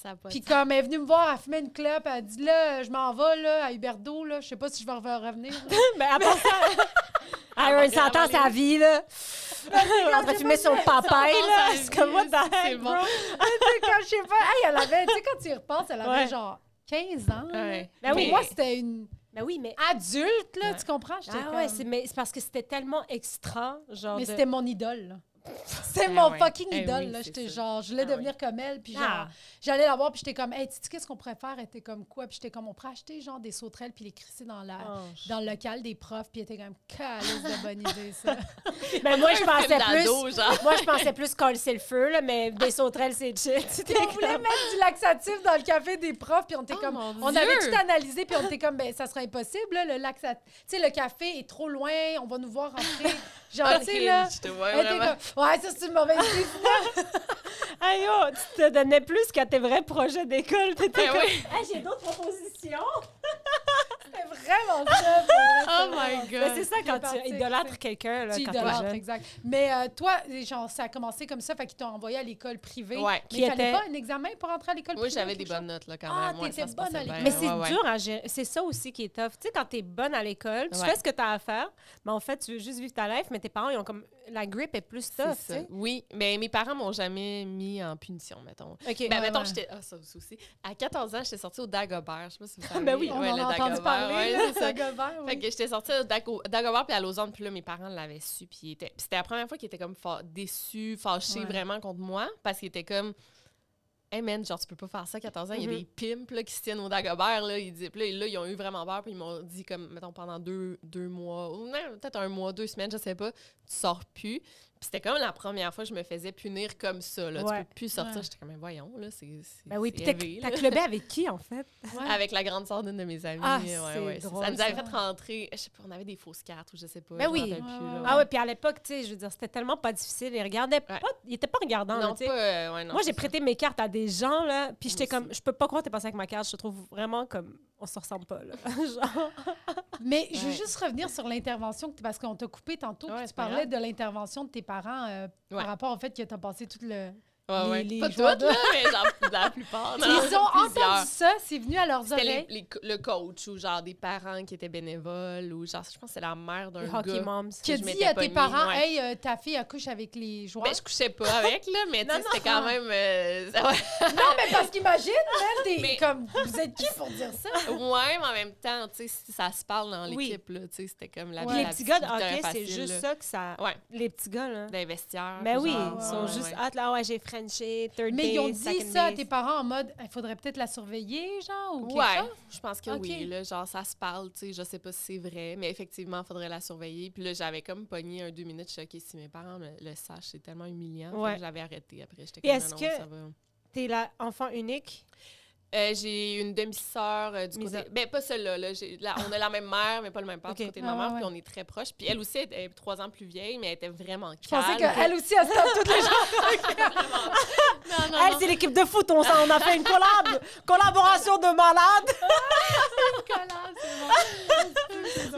Ça a pas Puis de- comme elle est venue me voir, elle fumait une clope, elle dit, là, je m'en vais, là, à Huberdo, là. Je sais pas si je vais re- revenir. là. Mais à part ça, elle a va un 100 ans, vraiment sa les- vie, là. Elle est en train de fumer son papaye, ans, là. sa C'est comme, vie, what the c'est heck, bon. bro? quand je sais pas, hey, elle avait, tu sais, quand tu y repenses, elle avait Ouais. genre 15 ans. Ouais. Ben Pour oui. moi, c'était une Mais oui, mais. adulte, là, Ouais. tu comprends? Ben J'étais Ah ouais, comme- c'est mais c'est parce que c'était tellement extra, genre. Mais de- c'était mon idole, là. C'est Ah mon ouais. fucking Eh oui, idole, là. c'est J'étais ça. genre, je voulais Ah devenir comme elle, puis genre, Ah. j'allais la voir, puis j'étais comme, hey, tu sais, qu'est-ce qu'on pourrait faire? Elle était comme quoi? Puis j'étais comme, on pourrait acheter, genre, des sauterelles, puis les crisser dans Oh, la. Ah. Dans le local des profs, puis elle était comme calice de bonne idée, ça. Mais Ben, moi, je Film pensais d'ado, plus. genre. Moi, je pensais plus coller c'est le feu, là, mais des sauterelles, c'est chill. Puis on voulait mettre du laxatif dans le café des profs, puis on était Oh, comme. mon On avait Dieu! tout analysé, puis on était comme, ben, ça sera impossible, là, le laxatif. Tu sais, le café est trop loin, on va nous voir rentrer. Genre, Ah, tu sais, là. Je te vois Elle était vraiment. comme, ouais, ça, c'est une mauvaise idée. Aïe, oh, tu te donnais plus qu'à tes vrais projets d'école. T'étais Eh Ben comme, oui. Ah, j'ai d'autres propositions. C'était vraiment ça. pour vrai, c'était Oh vraiment my ça. Mais c'est god. ça, quand Répartir, tu idolâtres quelqu'un, là, Tu quand idolâtres, t'es jeune. exact. Mais euh, toi, genre, ça a commencé comme ça, fait qu'ils t'ont envoyé à l'école privée. Ouais. Mais Qui il fallait était- pas un examen pour entrer à l'école Moi, privée? j'avais quelque des chose? bonnes notes, là, quand Ah, même. Ouais, t'étais ça se bonne à passait bien. l'école. Mais c'est Euh, Ouais, ouais. dur à gérer. C'est ça aussi qui est tough. Tu sais, quand t'es bonne à l'école, tu Ouais. fais ce que t'as à faire, mais en fait, tu veux juste vivre ta life, mais tes parents, ils ont comme. La grip est plus tough, tu C'est ça. sais. Oui, mais mes parents m'ont jamais mis en punition, mettons. OK. Ben, ouais, mettons, ouais. j'étais. Ah, ça aussi. À 14 ans, j'étais sortie au Dagobert. Je sais pas si vous savez. Ben oui, On Ouais, en le a entendu Dagobert, parler, ouais, là, c'est ça. Dagobert, Fait oui. que j'étais sortie au Dago- Dagobert puis à Lausanne, puis là, mes parents l'avaient su, puis ils étaient... puis c'était la première fois qu'ils étaient comme fa- déçus, fâchés Ouais. vraiment contre moi, parce qu'ils étaient comme... Hey man, genre, tu peux pas faire ça à 14 ans. Il y Mhm. a des pimps là, qui se tiennent au Dagobert. Là, ils, disent, puis là, là, ils ont eu vraiment peur. Puis ils m'ont dit, comme, mettons, pendant deux, deux mois, ou même peut-être un mois, deux semaines, je sais pas, tu sors plus. Puis c'était comme la première fois que je me faisais punir comme ça. Là. Ouais. Tu peux plus sortir. Ouais. J'étais comme, Mais voyons, là, c'est. c'est- Ben oui, c'est puis élevé, t'as- là. t'as clubé avec qui, en fait? Ouais. Avec la grande sœur d'une de mes amies. Ah, ouais, c'est ouais, c'est ça. drôle, Elle nous avait ça. fait rentrer, je sais pas, on avait des fausses cartes ou je sais pas. Ben je oui. me rappelle Ouais, plus, ouais, là. ouais. Ah ouais, puis à l'époque, tu sais, je veux dire, c'était tellement pas difficile. Ils regardaient pas, ils étaient pas regardants. là, Non, tu sais. pas, euh, ouais, non, Moi, j'ai c'est prêté mes cartes à des gens, là, puis Moi j'étais aussi. comme, je peux pas croire que t'es passé avec ma carte. Je te trouve vraiment comme, on se ressemble pas, là. Genre. Mais je veux Ouais. juste revenir sur l'intervention, que t- parce qu'on t'a coupé tantôt, puis Ouais, tu c'est pas parlais de l'intervention de tes parents euh, Ouais. par rapport au fait que t'as passé tout le... ça. Ouais, ouais. les- les pas joueurs toutes, de- là, mais genre, la plupart. non, Ils ont plusieurs. entendu ça, c'est venu à leurs C'était les- oreilles. les co- le coach ou genre des parents qui étaient bénévoles ou genre, je pense que c'est la mère d'un Les gars. hockey moms. Qui a je dit m'étais à pas tes mis, parents, ouais. hey, euh, ta fille accouche avec les joueurs. Ben, je couchais pas avec, là, mais tu Non, sais, c'était quand même. euh, ça- ouais. Non, mais parce qu'imagine, même des- Mais- comme, vous êtes qui pour dire ça? ouais, mais en même temps, tu sais, si ça se parle dans Oui. l'équipe, là, tu sais, c'était comme la Ouais. les la petits gars de petite hockey, victoire c'est facile, juste là. ça que ça. Ouais, Les petits gars, là. des vestiaires. Ben oui, genre, ils ouais, sont ouais, juste ouais. hâte, là, ah ouais, j'ai Frenché, third Mais ils ont base, dit second ça à base. tes parents en mode, il faudrait peut-être la surveiller, genre, ou quelque Ouais, chose. je pense que Ok. oui. Là, genre, ça se parle, tu sais, je sais pas si c'est vrai, mais effectivement, il faudrait la surveiller. Puis là, j'avais comme pogné un deux minutes, je suis OK, si mes parents me- le sachent, c'est tellement humiliant. Fait que Ouais. J'avais arrêté après. J'étais Puis comme, est-ce non, que- ça va. T'es là, enfant unique. Euh, j'ai une demi-sœur euh, du Mise côté. à- Ben, pas celle-là. là. J'ai- là, on a la même mère, mais pas le même père Ok. du côté de ma Ah, mère, ouais, puis on est très proches. Puis elle aussi, elle est trois ans plus vieille, mais elle était vraiment calme. Je pensais qu'elle aussi, elle se tape toutes les gens. Non, non, Elle, non. c'est l'équipe de foot, on, s'en- on a fait une collab! Collaboration de malades!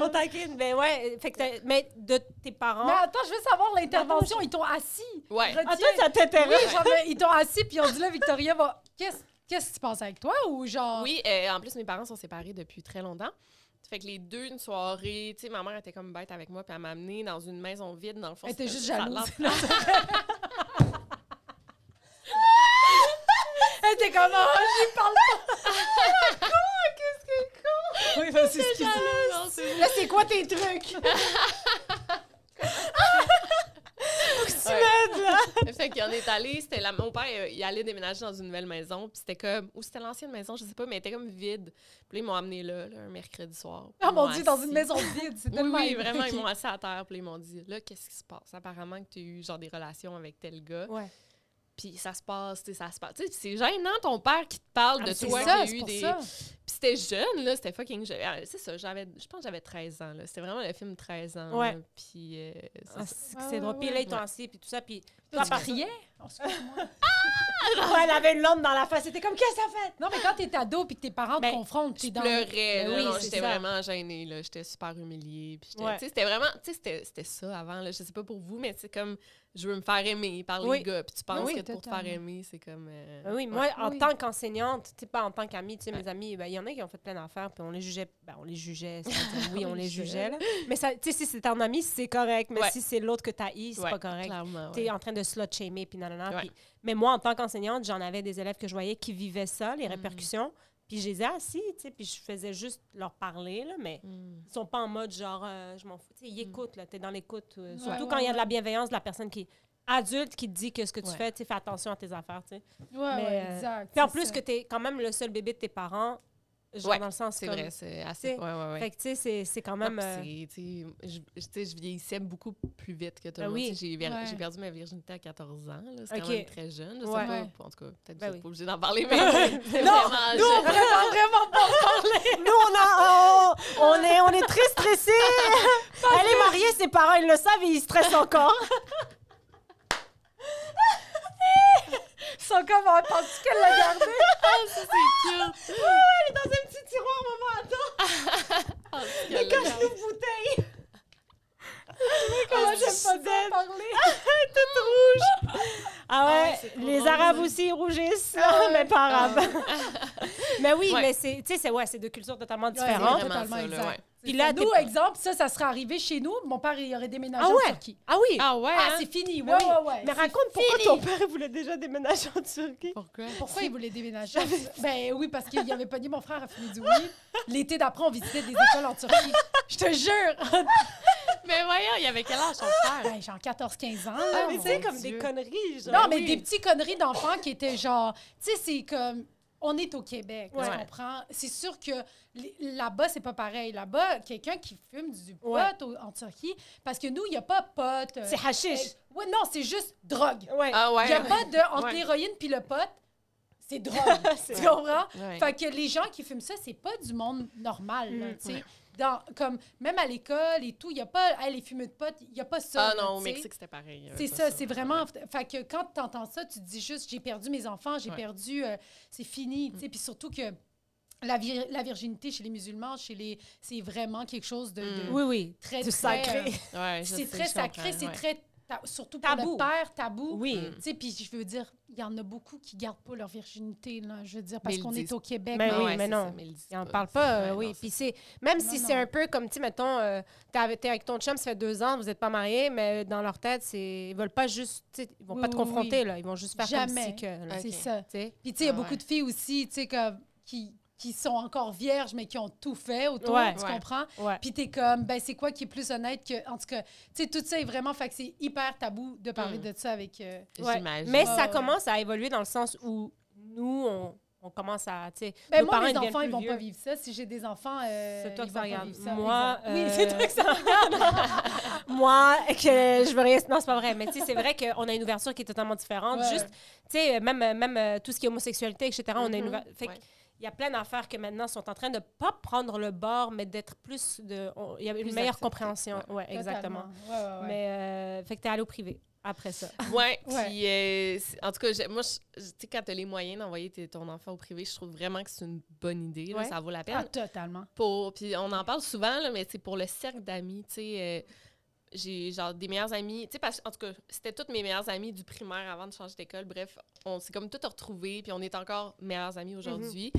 On taquine, ben ouais. Fait que t'as- mais de tes parents. Mais attends, je veux savoir l'intervention. Ils t'ont assis. Ouais. Retiens. Ah, toi, ça Oui, t'intéresse? genre, mais ils t'ont assis, puis ils ont dit, là, Victoria, va... qu'est-ce qu'est-ce qui se passe avec toi? Ou genre... Oui, euh, en plus, mes parents sont séparés depuis très longtemps. Fait que les deux, une soirée, tu sais, ma mère était comme bête avec moi, puis elle m'a amenée dans une maison vide, dans le fond. Elle était c'était- juste ça a jalouse. l'air- Elle était comme, oh, j'y parle pas. Oui, vas-y, excuse Non, c'est- Là, c'est quoi tes trucs? Ouais. fait qu'on est allé, c'était la... mon père, euh, il allait déménager dans une nouvelle maison, puis c'était comme, ou c'était l'ancienne maison, je sais pas, mais elle était comme vide. Puis là, ils m'ont amené là, là, un mercredi soir. Puis Ah ils mon m'ont Dieu, dans une assis. maison vide, c'est Oui, tellement... oui, vraiment, ils épique. m'ont assis à terre, puis ils m'ont dit, là, qu'est-ce qui se passe? Apparemment que tu as eu, genre, des relations avec tel gars, Ouais. puis ça se passe, tu sais, ça se passe. Tu sais, puis c'est gênant, ton père qui te parle Ah, de c'est toi, ça, qui a c'est eu pour des... ça. Puis c'était jeune, là, c'était fucking jeune. Ah, C'est ça, j'avais, je pense que j'avais 13 ans, là. C'était vraiment le film 13 ans, Ouais. là, Puis euh, c'est Ah, ça. c'est Ouais, c'est drôle. ouais, Puis là, ouais. ils t'ont assis, puis tout ça, puis... toi, Toi, tu par- criais? Ouais, elle avait une lampe dans la face. C'était comme, qu'est-ce que ça fait? Non, mais quand t'es ado puis que tes parents te Ben, confrontent, t'es Je dans... pleurais. Ben là, oui, non, c'est j'étais ça. vraiment gênée. Là. J'étais super humiliée. Puis j'étais- Ouais. tu sais, C'était vraiment... tu sais, C'était, c'était ça avant. Là. Je sais pas pour vous, mais c'est comme... Je veux me faire aimer par les Oui. gars. Puis tu penses Oui, que pour te faire totalement. aimer, c'est comme... euh, Ben oui, moi, en Oui. tant qu'enseignante, tu sais, pas en tant qu'amie, tu sais, mes amis, ben, il y en a qui ont fait plein d'affaires, puis on les jugeait. Ben, on les jugeait, c'est-à-dire, oui, On on les les jugeait. jugeait, là. Mais ça, tu sais, si c'est ton ami, c'est correct, mais Ouais. si c'est l'autre que t'as eu, c'est ouais, pas correct. Clairement, T'es ouais. en train de slut-shamer, puis nanana. Ouais. puis- Mais moi, en tant qu'enseignante, j'en avais des élèves que je voyais qui vivaient ça, les Mm. répercussions, puis je les ai assis, tu sais, puis je faisais juste leur parler, là, mais Mm. ils sont pas en mode genre euh, je m'en fous. Tu sais, ils écoutent, là, t'es dans l'écoute. euh, surtout ouais, quand il y a de ouais. la bienveillance de la personne qui est adulte qui te dit que ce que tu Ouais. fais, tu sais, fais attention à tes affaires. tu sais. Ouais, Ben, Mais, ouais, euh, exact. Puis en c'est plus ça. que t'es quand même le seul bébé de tes parents, genre Ouais, dans le sens C'est comme- vrai, c'est assez... t'sais, Ouais, ouais, ouais. Fait que tu sais, c'est- c'est quand Non, même. puis euh, c'est, tu sais, je, je- tu sais, je vieillissais beaucoup plus vite que tout Ben le monde. oui. Tu sais, J'ai, ver- Ouais. j'ai perdu ma virginité à 14 ans. Là. C'est quand Ok. même très jeune. Je sais Ouais. pas, Ouais. en tout cas, peut-être que Ben vous oui. êtes pas obligé d'en parler, mais Non, vraiment nous, on jeune. préfère vraiment pas en parler. Nous, on, a, on, on est, on est très stressés. Elle est mariée, ses parents, ils le savent et ils stressent encore. Ils sont comme, Ah, penses-tu qu'elle l'a gardé? C'est Elle cute. est dans un petit tiroir, maman, attends, Ah, c'est que là- une bouteille. Comment Ah, j'aime pas ça Suzette. parler? Ah ouais, ouais, c'est trop les drôle, Arabes ça. aussi ils rougissent, mais pas Arabes. mais oui, Ouais. mais c'est, tu sais, c'est, ouais, c'est deux cultures totalement Ouais, c'est différentes. vraiment totalement ça, là, exact. ouais. C'est Puis ça. là, t'es nous, pas- exemple, ça, ça serait arrivé chez nous. Mon père, il aurait déménagé Ah en ouais? Turquie. ah oui, Ah ouais? Ah, hein? c'est fini, ouais, Ben oui. ouais, ouais. mais raconte pourquoi ton père voulait déjà déménager en Turquie. Pourquoi? Pourquoi il voulait déménager? Ben oui, parce qu'il y avait pogné mon frère à fini du oui. L'été d'après, on visitait des écoles en Turquie. Je te jure! Mais voyons, il avait quel âge son frère? Ben, genre 14-15 ans. Ah, là, mais on- tu sais, mon comme Dieu. des conneries. Genre. Non, mais oui. des petites conneries d'enfants qui étaient genre. Tu sais, c'est comme. On est au Québec, Ouais. tu comprends? C'est sûr que l- là-bas, c'est pas pareil. Là-bas, quelqu'un qui fume du pot Ouais. au- en Turquie, parce que nous, il n'y a pas pot. euh, c'est hachiche. euh, ouais, non, c'est juste drogue. Ouais. Ah Il ouais? n'y a pas de. Entre Ouais. l'héroïne puis le pot, c'est drogue. tu C'est- comprends? Ouais. Fait que les gens qui fument ça, c'est pas du monde normal, là, Mm. tu sais. Dans- Comme, même à l'école et tout, il n'y a pas. Hey, les fumeux de pot, il n'y a pas ça. ah là, non, au tu sais. Mexique, c'était pareil. il y avait C'est pas ça, c'est vraiment. Ouais. Fait que quand tu entends ça, tu te dis juste j'ai perdu mes enfants, j'ai Ouais. Mm. perdu, euh, c'est fini. tu sais. Puis surtout que la, vir- la virginité chez les musulmans, chez les, c'est vraiment quelque chose de, de Mm. Oui, oui. très, Du très, sacré. euh, Ouais, je sais, c'est très je comprends, sacré, c'est ouais. très. ta- surtout pour Tabou. le père, tabou. Oui. Mm. Tu sais, puis je veux dire, il y en a beaucoup qui gardent pas leur virginité, là, je veux dire, Mais parce ils qu'on le est disent. au Québec. Ben là. Ah oui, ouais, mais c'est non. ça, mais ils le disent Il en pas, parle c'est- pas, euh, ouais, oui. non, c'est- Puis c'est. Même Non, si non. c'est un peu comme, tu sais, mettons, euh, t'es avec, t'es avec ton chum, ça fait deux ans, vous n'êtes pas mariés, mais dans leur tête, c'est. Ils veulent pas juste. tu sais, Ils vont Oui, pas te oui, confronter, là. Ils vont juste faire Jamais. comme si que. là, Ouais. C'est Ok. ça. tu sais. Puis, tu sais, il y a Ah beaucoup ouais. de filles aussi, tu sais, comme- qui, qui sont encore vierges, mais qui ont tout fait autour, Ouais. tu Ouais. comprends? Ouais. Puis t'es comme, ben c'est quoi qui est plus honnête que. En tout cas, tu sais, tout ça est vraiment. Fait que c'est hyper tabou de parler Mm. de ça avec. euh, Ouais. J'imagine. Mais Ouais, ça ouais. commence à évoluer dans le sens où nous, on, on commence à. Tu sais, Ben nos moi, parents, mes deviennent enfants, ils plus vont pas vieux. vivre ça. Si j'ai des enfants. euh, C'est toi ils qui vont ça pas regarde. vivre ça, Moi, exemple. Oui, c'est toi qui ça regarde. Moi, que je veux rien. Non, c'est pas vrai. Mais tu sais, c'est vrai qu'on a une ouverture qui est totalement différente. Ouais. Juste, tu sais, même, euh, même euh, tout ce qui est homosexualité, etc., on a une Mhm. ouverture. Fait que Ouais. il y a plein d'affaires que maintenant sont en train de pas prendre le bord, mais d'être plus de. on- Il y a une Plus meilleure accepté, compréhension. Ouais, exactement. Totalement. Ouais, ouais, ouais. Mais euh, fait que t'es allé au privé après ça. Ouais, Ouais. puis euh, c'est- en tout cas, j'ai- moi, je- tu sais, quand t'as les moyens d'envoyer tes- ton enfant au privé, je trouve vraiment que c'est une bonne idée. là, Ouais. Ça vaut la peine. Ah, totalement. pour puis on en parle souvent là, mais c'est pour le cercle d'amis tu sais euh, j'ai genre des meilleurs amis tu sais parce en tout cas c'était toutes mes meilleures amies du primaire avant de changer d'école bref on s'est comme toutes retrouvées puis on est encore meilleures amies aujourd'hui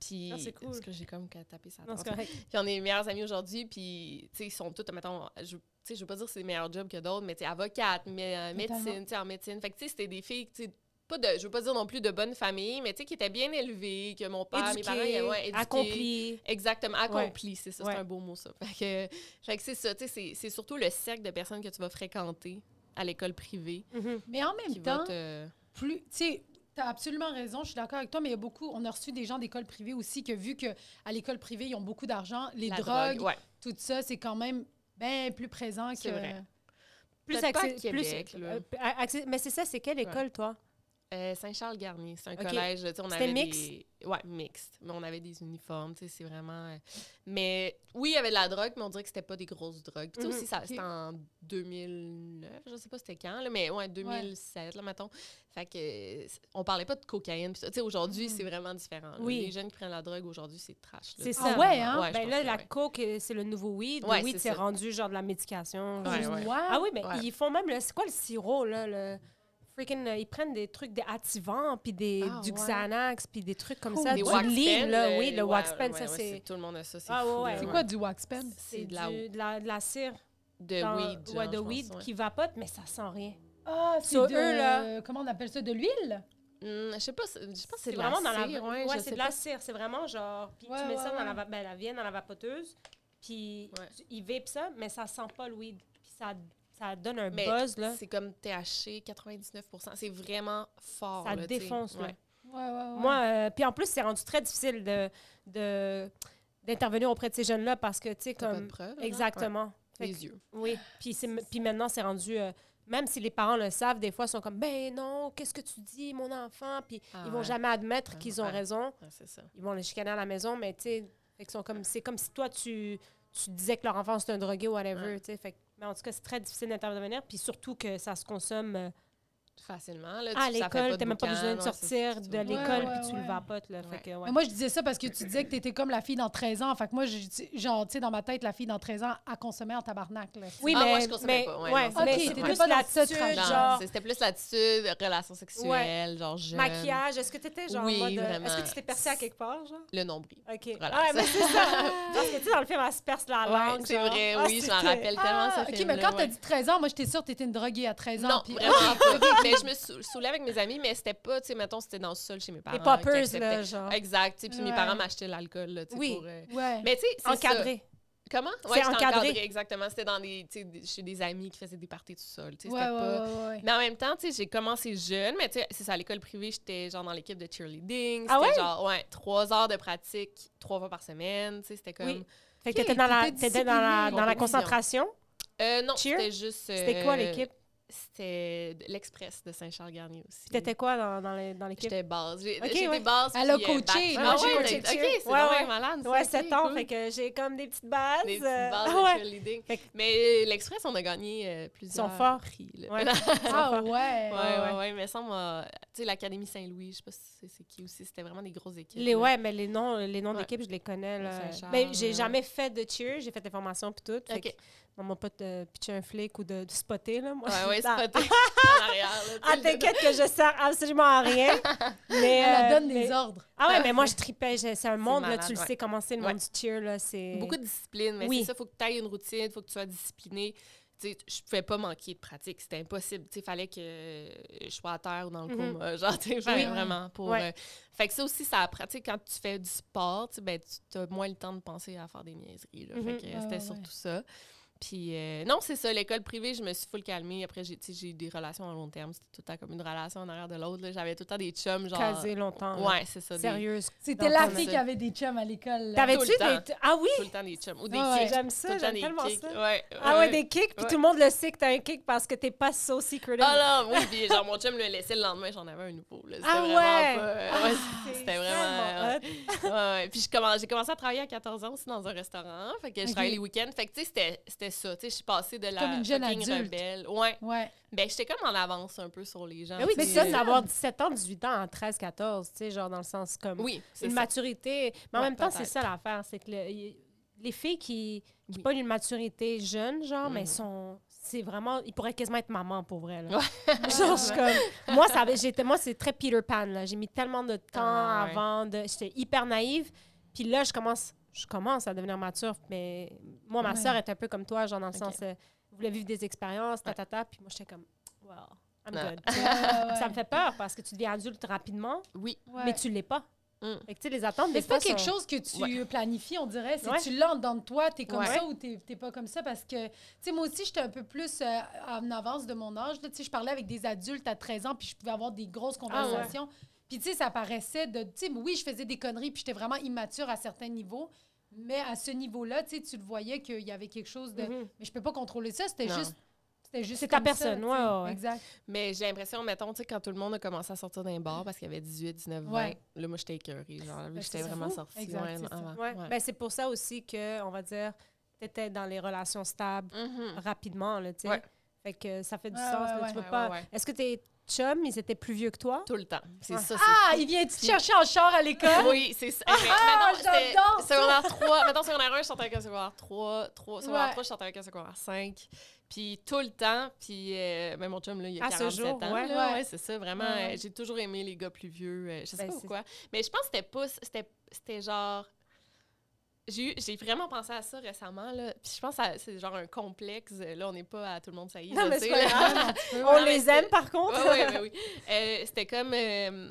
puis Mhm. Ah, c'est cool. parce que j'ai comme qu'à taper ça Non, c'est correct. puis on est meilleures amies aujourd'hui, puis tu sais, ils sont toutes, mettons, je, tu sais, je veux pas dire que c'est des meilleurs jobs que d'autres, mais tu sais, avocates, mé- euh, Totalement. médecine, tu sais, en médecine. Fait que tu sais, c'était des filles, tu sais, pas de, je veux pas dire non plus de bonne famille, mais tu sais, qui était bien élevé, que mon père, mes parents, ils- ouais, éduqués. accompli. Exactement, accompli, c'est ça, Ouais. c'est un beau mot, ça. Fait que, fait que c'est ça, tu sais, c'est- c'est surtout le cercle de personnes que tu vas fréquenter à l'école privée Mhm. Mais en qui même va temps, te... plus. Tu sais, tu as absolument raison, je suis d'accord avec toi, mais il y a beaucoup. On a reçu des gens d'école privée aussi que, vu qu'à l'école privée, ils ont beaucoup d'argent, les la drogues, ouais. tout ça, c'est quand même bien plus présent que. C'est vrai. Plus Peut-être pas à accès- Québec, plus, là. euh, à- accès- mais c'est ça, c'est quelle école, toi? Euh, Saint-Charles-Garnier, c'est un Ok. collège. tu sais, on C'était avait mixte? Des... Ouais, mixte. Mais on avait des uniformes, tu sais, c'est vraiment. euh, Mais oui, il y avait de la drogue, mais on dirait que c'était pas des grosses drogues. Puis tu sais Mhm. aussi, ça- c'était en 2009, je sais pas c'était quand, là, mais ouais, 2007, là, mettons. Fait que euh, c- on parlait pas de cocaïne. puis ça. Tu sais, aujourd'hui, c'est vraiment différent. là. Mhm. Oui. Les jeunes qui prennent la drogue aujourd'hui, c'est trash. là. C'est Ah ça. ouais, hein? ben je pense là, que la ouais. coke, euh, c'est le nouveau weed. Ouais, le weed, c'est c'est ça. rendu genre de la médication. Ouais, juste- ouais. Wow! Ah oui, mais Ouais. ils font même, le- c'est quoi le sirop, là? Le... Freaking, euh, ils prennent des trucs, des activants, puis des, Ah, du ouais. Xanax, puis des trucs comme Cool. ça. Des du wax pen, lean, là, le- oui, le euh, ouais, wax ouais, pen, ouais, ça, ouais, c'est... Tout le monde a ça, c'est Ah, ouais, fou, ouais. là, C'est ouais. quoi du wax pen? C'est C'est de la, du- de la, de la cire. de dans- weed. ouais, genre, de je pense, weed ouais. qui vapote, mais ça sent rien. Ah, c'est de- Comment on appelle ça? De l'huile? Hum, je sais pas, c'est- je pense que C'est c'est de la vraiment dans la cire, ouais, ouais, je c'est sais de pas la cire, c'est vraiment genre puis Ouais, tu mets ouais, ça dans la ouais. va- ben, la vienne dans la vapoteuse, puis Ouais. tu- il vape ça mais ça sent pas le weed, puis ça ça donne un Mais buzz là. C'est comme THC 99 C'est vraiment fort. Ça là, tu sais. défonce, là. Ouais. Ouais, ouais, ouais. Moi euh, puis en plus c'est rendu très difficile de de d'intervenir auprès de ces jeunes là parce que tu sais T'as pas de comme preuve. genre? exactement. Ouais. Fait que- Les yeux. Oui, puis c'est puis maintenant c'est rendu euh, même si les parents le savent, des fois ils sont comme ben non, qu'est-ce que tu dis mon enfant puis Ah ils vont ouais. jamais admettre Ah qu'ils ont ouais. raison. Ouais, c'est ça. ils vont les chicaner à la maison, mais tu sais, fait qu'ils sont comme- c'est comme si toi, tu, tu disais que leur enfant, c'est un drogué ou whatever, Ouais. tu sais. Fait que- mais en tout cas, c'est très difficile d'intervenir, puis surtout que ça se consomme euh, Facilement. Là, à tu- ça fait pas l'école, de t'as même pas boucan, besoin de ouais, sortir c'est- c'est- de ouais, l'école, ouais, puis tu le ouais. vapote, là. Fait Ouais. que, ouais. Mais moi, je disais ça parce que tu disais que tu étais comme la fille dans 13 ans. Fait que moi, je- genre, tu sais, dans ma tête, la fille dans 13 ans a consommé en tabarnak. Là. oui, Ah, mais, moi, je consommais mais- pas, ouais, ouais, non, c'est mais pas c'est ça. plus J'étais pas dans l'attitude, cette tranche. genre, Non, c'est- C'était plus l'attitude, relations sexuelles, genre jeune. maquillage. Est-ce que t'étais genre en Oui, mode, euh, vraiment. Est-ce que tu t'es percé à quelque part, genre? Le nombril. OK. Relax. Ouais, mais c'est ça. Parce que, tu sais, dans le film, elle se perce la langue, Ouais, c'est genre. vrai, Ah, oui, je m'en c'était- rappelle tellement Ah, ça OK, mais quand t'as dit 13 ans, moi, j'étais sûre que t'étais une droguée à 13 ans. Non, puis- vraiment pas. Mais je me sou- saoulais avec mes amis, mais c'était pas, tu sais, mettons, c'était dans le sol chez mes parents. Les qui poppers, acceptaient. là, genre. Exact, tu sais, puis mes Ouais. parents m'achetaient l'alcool, là, tu sais, Ah. Oui. pour... euh, Ouais. Mais tu sais, c'est ça. Encadré. Comment? C'est Ouais, j'étais encadré. encadrée, exactement. C'était dans des, tu sais, des- chez des amis qui faisaient des parties tout seul. tu sais, ouais, c'était ouais, pas- ouais, ouais. Mais en même temps, tu sais, j'ai commencé jeune, mais tu sais, c'est ça, à l'école privée, j'étais genre dans l'équipe de cheerleading. Ah C'était ouais? genre, ouais, trois heures de pratique, trois fois par semaine, tu sais, c'était comme... Oui. Fait que Ok, t'étais dans la, t'étais t'étais dans la, disciplinée. dans la Compétition. concentration. Euh, non, Cheer? c'était juste... C'était euh, quoi l'équipe? C'était de- l'Express de Saint-Charles-Garnier aussi. Puis t'étais quoi dans, dans les- dans l'équipe? J'étais base. J'ai Ok, j'étais ouais. base. Elle a puis, euh, coaché, back- là, Ah j'ai ouais, coaché OK, cheer. c'est Ouais, vraiment ouais. malade. ça, Ouais, ok, 7 ans, cool. fait que j'ai comme des petites bases. Des petites euh, bases ah de ouais. cheerleading. Fait que- Mais l'Express, on a gagné euh, plusieurs forts. prix. là. Ouais. Ah, ouais. Ouais, Ouais, ouais, ouais. ouais, mais ça, moi, tu sais, l'Académie Saint-Louis, je sais pas si c'est- c'est qui aussi, c'était vraiment des grosses équipes. Les, là. ouais, mais les noms, euh, les noms Ouais. d'équipe, je les connais. Là. Saint-Charles, Mais j'ai ouais. jamais fait de cheer, j'ai fait des formations puis tout. Fait Ok. que on m'a pas de euh, pitcher un flic ou de, de spotter, là, moi. Ouais, ouais, Dans- c'est pas en arrière. là, tu Ah, sais, t'inquiète que je sers absolument à rien. mais, Elle euh, donne mais- des ordres. Ah ouais, mais moi, je tripais. j'ai- C'est un monde, là, malade, tu le ouais. sais comment c'est, le Ouais. monde du cheer, là, c'est... le- Beaucoup de discipline, mais Oui. c'est ça, faut que tu ailles une routine, faut que tu sois discipliné. Tu sais, je pouvais pas manquer de pratique, c'était impossible. Tu sais, fallait que euh, je sois à terre ou dans le Mhm. coma, genre, tu sais, Oui. vraiment pour... Ouais. euh, Fait que ça aussi, ça apprend. Tu sais, quand tu fais du sport, tu sais, ben, tu as moins le temps de penser à faire des niaiseries, là. Mhm. Fait que Ouais, c'était ouais, ouais. surtout ça. Puis euh, non, c'est ça, l'école privée, je me suis full calmée. Après, j'ai tu sais, j'ai eu des relations à long terme. C'était tout le temps comme une relation en arrière de l'autre. là. J'avais tout le temps des chums, genre... Casé longtemps. là. Ouais, c'est ça. des- Sérieuse. C'était Dans la ton- fille qui avait des chums à l'école. là. Tout T'avais-tu le temps. des... Ah oui? Tout le temps des chums. Ou des Ah ouais. kicks. J'aime Tout ça, le temps j'aime des tellement kicks. ça. Ouais, Ah ouais, ouais. des kicks, puis Ouais. tout le monde le sait que t'as un kick parce que t'es pas so secretive. Ah non, oui, puis genre mon chum le laissait le lendemain, j'en avais un nouveau. Là. C'était Ah vraiment ouais! pas, euh, ouais, Ah, c'était vraiment. tellement ouais, hot. ouais. Puis je commen- j'ai commencé à travailler à 14 ans aussi dans un restaurant. Fait que je Ok. travaillais les week-ends. Fait que tu sais, c'était- c'était ça. Tu sais, je suis passée de la Comme une jeune fucking adulte. rebelle. Ouais. Ouais. Ben j'étais comme en avance un peu sur les gens. Ben Mais oui, tu mais sais. ça, d'avoir 17 ans, 18 ans, en 13, 14, tu sais, genre dans le sens comme Oui, c'est une ça. maturité. Mais en Ouais, même temps, c'est peut-être. ça l'affaire, c'est que le- y- les filles qui, qui Oui. pognent une maturité jeune, genre, mais Mhm. sont. C'est vraiment. Ils pourraient quasiment être maman pour vrai. Là. Ouais. Genre, je suis comme. Moi, ça, avait- j'étais, moi, c'est très Peter Pan, là. J'ai mis tellement de temps Ah, ouais. avant. De, j'étais hyper naïve. Puis là, je commence, je commence à devenir mature. Mais moi, ma Ouais. soeur est un peu comme toi, genre, dans le Ok. sens. euh, vous voulez vivre des expériences, ta, ta, ta. Puis moi, j'étais comme. Wow. I'm Non. good. Ouais, ouais, ouais. Ça me fait peur parce que tu deviens adulte rapidement, Oui. Ouais. mais tu l'es pas. Mm. Fait que, tu sais, les attentes, des Mais c'est pas fois, quelque sont- chose que tu planifies, on dirait. C'est Ouais. tu l'as en dedans de toi, t'es comme Ouais. ça ou t'es t'es pas comme ça. Parce que, tu sais, moi aussi, j'étais un peu plus euh, en avance de mon âge. là. Tu sais, je parlais avec des adultes à 13 ans, puis je pouvais avoir des grosses Ah conversations. Puis, tu sais, ça paraissait de. Tu sais, oui, je faisais des conneries, puis j'étais vraiment immature à certains niveaux. Mais à ce niveau-là, tu sais, tu le voyais qu'il y avait quelque chose de. Mhm. Mais je peux pas contrôler ça, c'était Non. juste. C'était juste. C'est ta comme ça, personne, tu sais. ouais, ouais, ouais. Exact. Mais j'ai l'impression, mettons, tu sais, quand tout le monde a commencé à sortir d'un bar parce qu'il y avait 18, 19, 20, Ouais. là, moi, j'étais écœurée. Genre, là, Ben, j'étais c'est vraiment fou. sortie. Exact, ouais, c'est ça. avant. Ouais. Ouais. Ben, c'est pour ça aussi que, on va dire, tu étais dans les relations stables Mhm. rapidement, là, tu sais. Ouais. Fait que ça fait du Ouais, sens. ouais, là, tu ouais. peux Ouais, pas... ouais, ouais. Est-ce que tes chums, ils étaient plus vieux que toi? Tout le temps. C'est Ouais. ça, c'est Ah, il vient-tu te chercher en char à l'école? Oui, c'est ça. Ah, Mais mettons, c'était j'adore ça. secondaire 3. Mettons, secondaire 1, je sortais avec un secondaire 3. 3 secondaire Ouais. 3, je sortais avec un secondaire 5. Puis tout le temps, puis euh, même mon chum, là, il a À ce 47 jour, ans. ouais. là, Ouais. ouais, c'est ça, vraiment. Ouais, ouais. euh, J'ai toujours aimé les gars plus vieux. euh, je sais Ben, pas c'est- pourquoi. Mais je pense que c'était pas... C'était c'était genre... J'ai eu- j'ai vraiment pensé à ça récemment, là. Puis je pense que ça- c'est genre un complexe. euh, Là, on n'est pas à tout le monde, ça y est. Non, là, mais tu c'est pas sais, là. Ah, non, tu peux, On Ouais, mais les c'est- aime, par contre? Ouais, ouais, ben oui. Euh, c'était comme. euh,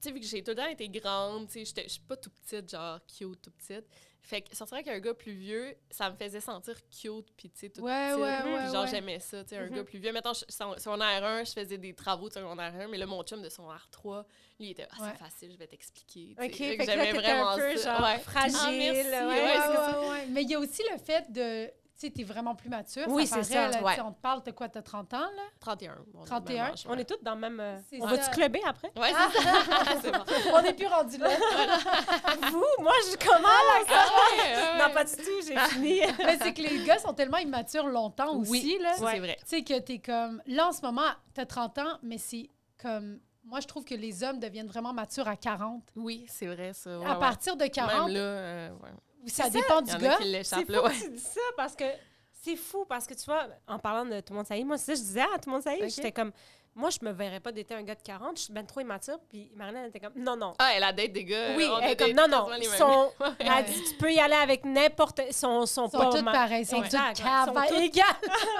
tu sais, vu que j'ai tout le temps été grande, tu sais, j'étais- je suis pas tout petite, genre cute, tout petite. Fait que sortir avec un gars plus vieux, ça me faisait sentir cute, puis tu sais, tout Ouais, petite. ouais, puis ouais, genre, ouais. j'aimais ça, tu sais, un Mhm. gars plus vieux. Mettons, je- son- secondaire 1, je faisais des travaux de secondaire 1, mais là, mon chum de secondaire 3, lui, il était, ah, Ouais. c'est facile, je vais t'expliquer. tu sais. OK, fait que que là, t'étais un peu genre Ouais. fragile. Ah, merci, ouais, ouais, Ouais, c'est ouais, ça. ouais, ouais. Mais il y a aussi le fait de. Tu sais, t'es vraiment plus mature. Oui, ça c'est paraît, ça, là, ouais. tu sais, On te parle de quoi, t'as 30 ans, là? 31. bon, 31. même âge, On ouais. est toutes dans le même... euh, C'est On ça. va-tu clubber après? Ouais, c'est ça. c'est bon. On n'est plus rendu là. Vous? Moi, je commence! Ouais, ouais. Non, pas du tout, j'ai fini. Mais c'est que les gars sont tellement immatures longtemps aussi, Oui, là. ça, Ouais. c'est vrai. Tu sais, que t'es comme. Là, en ce moment, t'as 30 ans, mais c'est comme. Moi, je trouve que les hommes deviennent vraiment matures à 40. Oui, c'est vrai, ça. ouais, à ouais. partir de 40, Même là, euh, ouais. ça, C'est ça, dépend Il y du en a gars. qui C'est l'échappent, fou là, ouais. que tu dis ça parce que c'est fou parce que tu vois, en parlant de tout le monde ça y est, moi c'est ça, je disais à tout le monde ça y est, Ok. j'étais comme moi je me verrais pas d'être un gars de 40, je suis ben trop immature puis Marlène était comme non non. Ah, elle a date des Euh, gars. oui, on a elle est comme date non non, quasiment les ils mêmes. sont Ouais. elle a dit tu peux y aller avec n'importe sont sont Ils sont pas toutes ma- pareilles, ils sont toutes Exact, ouais. caves, Sont toutes- égales.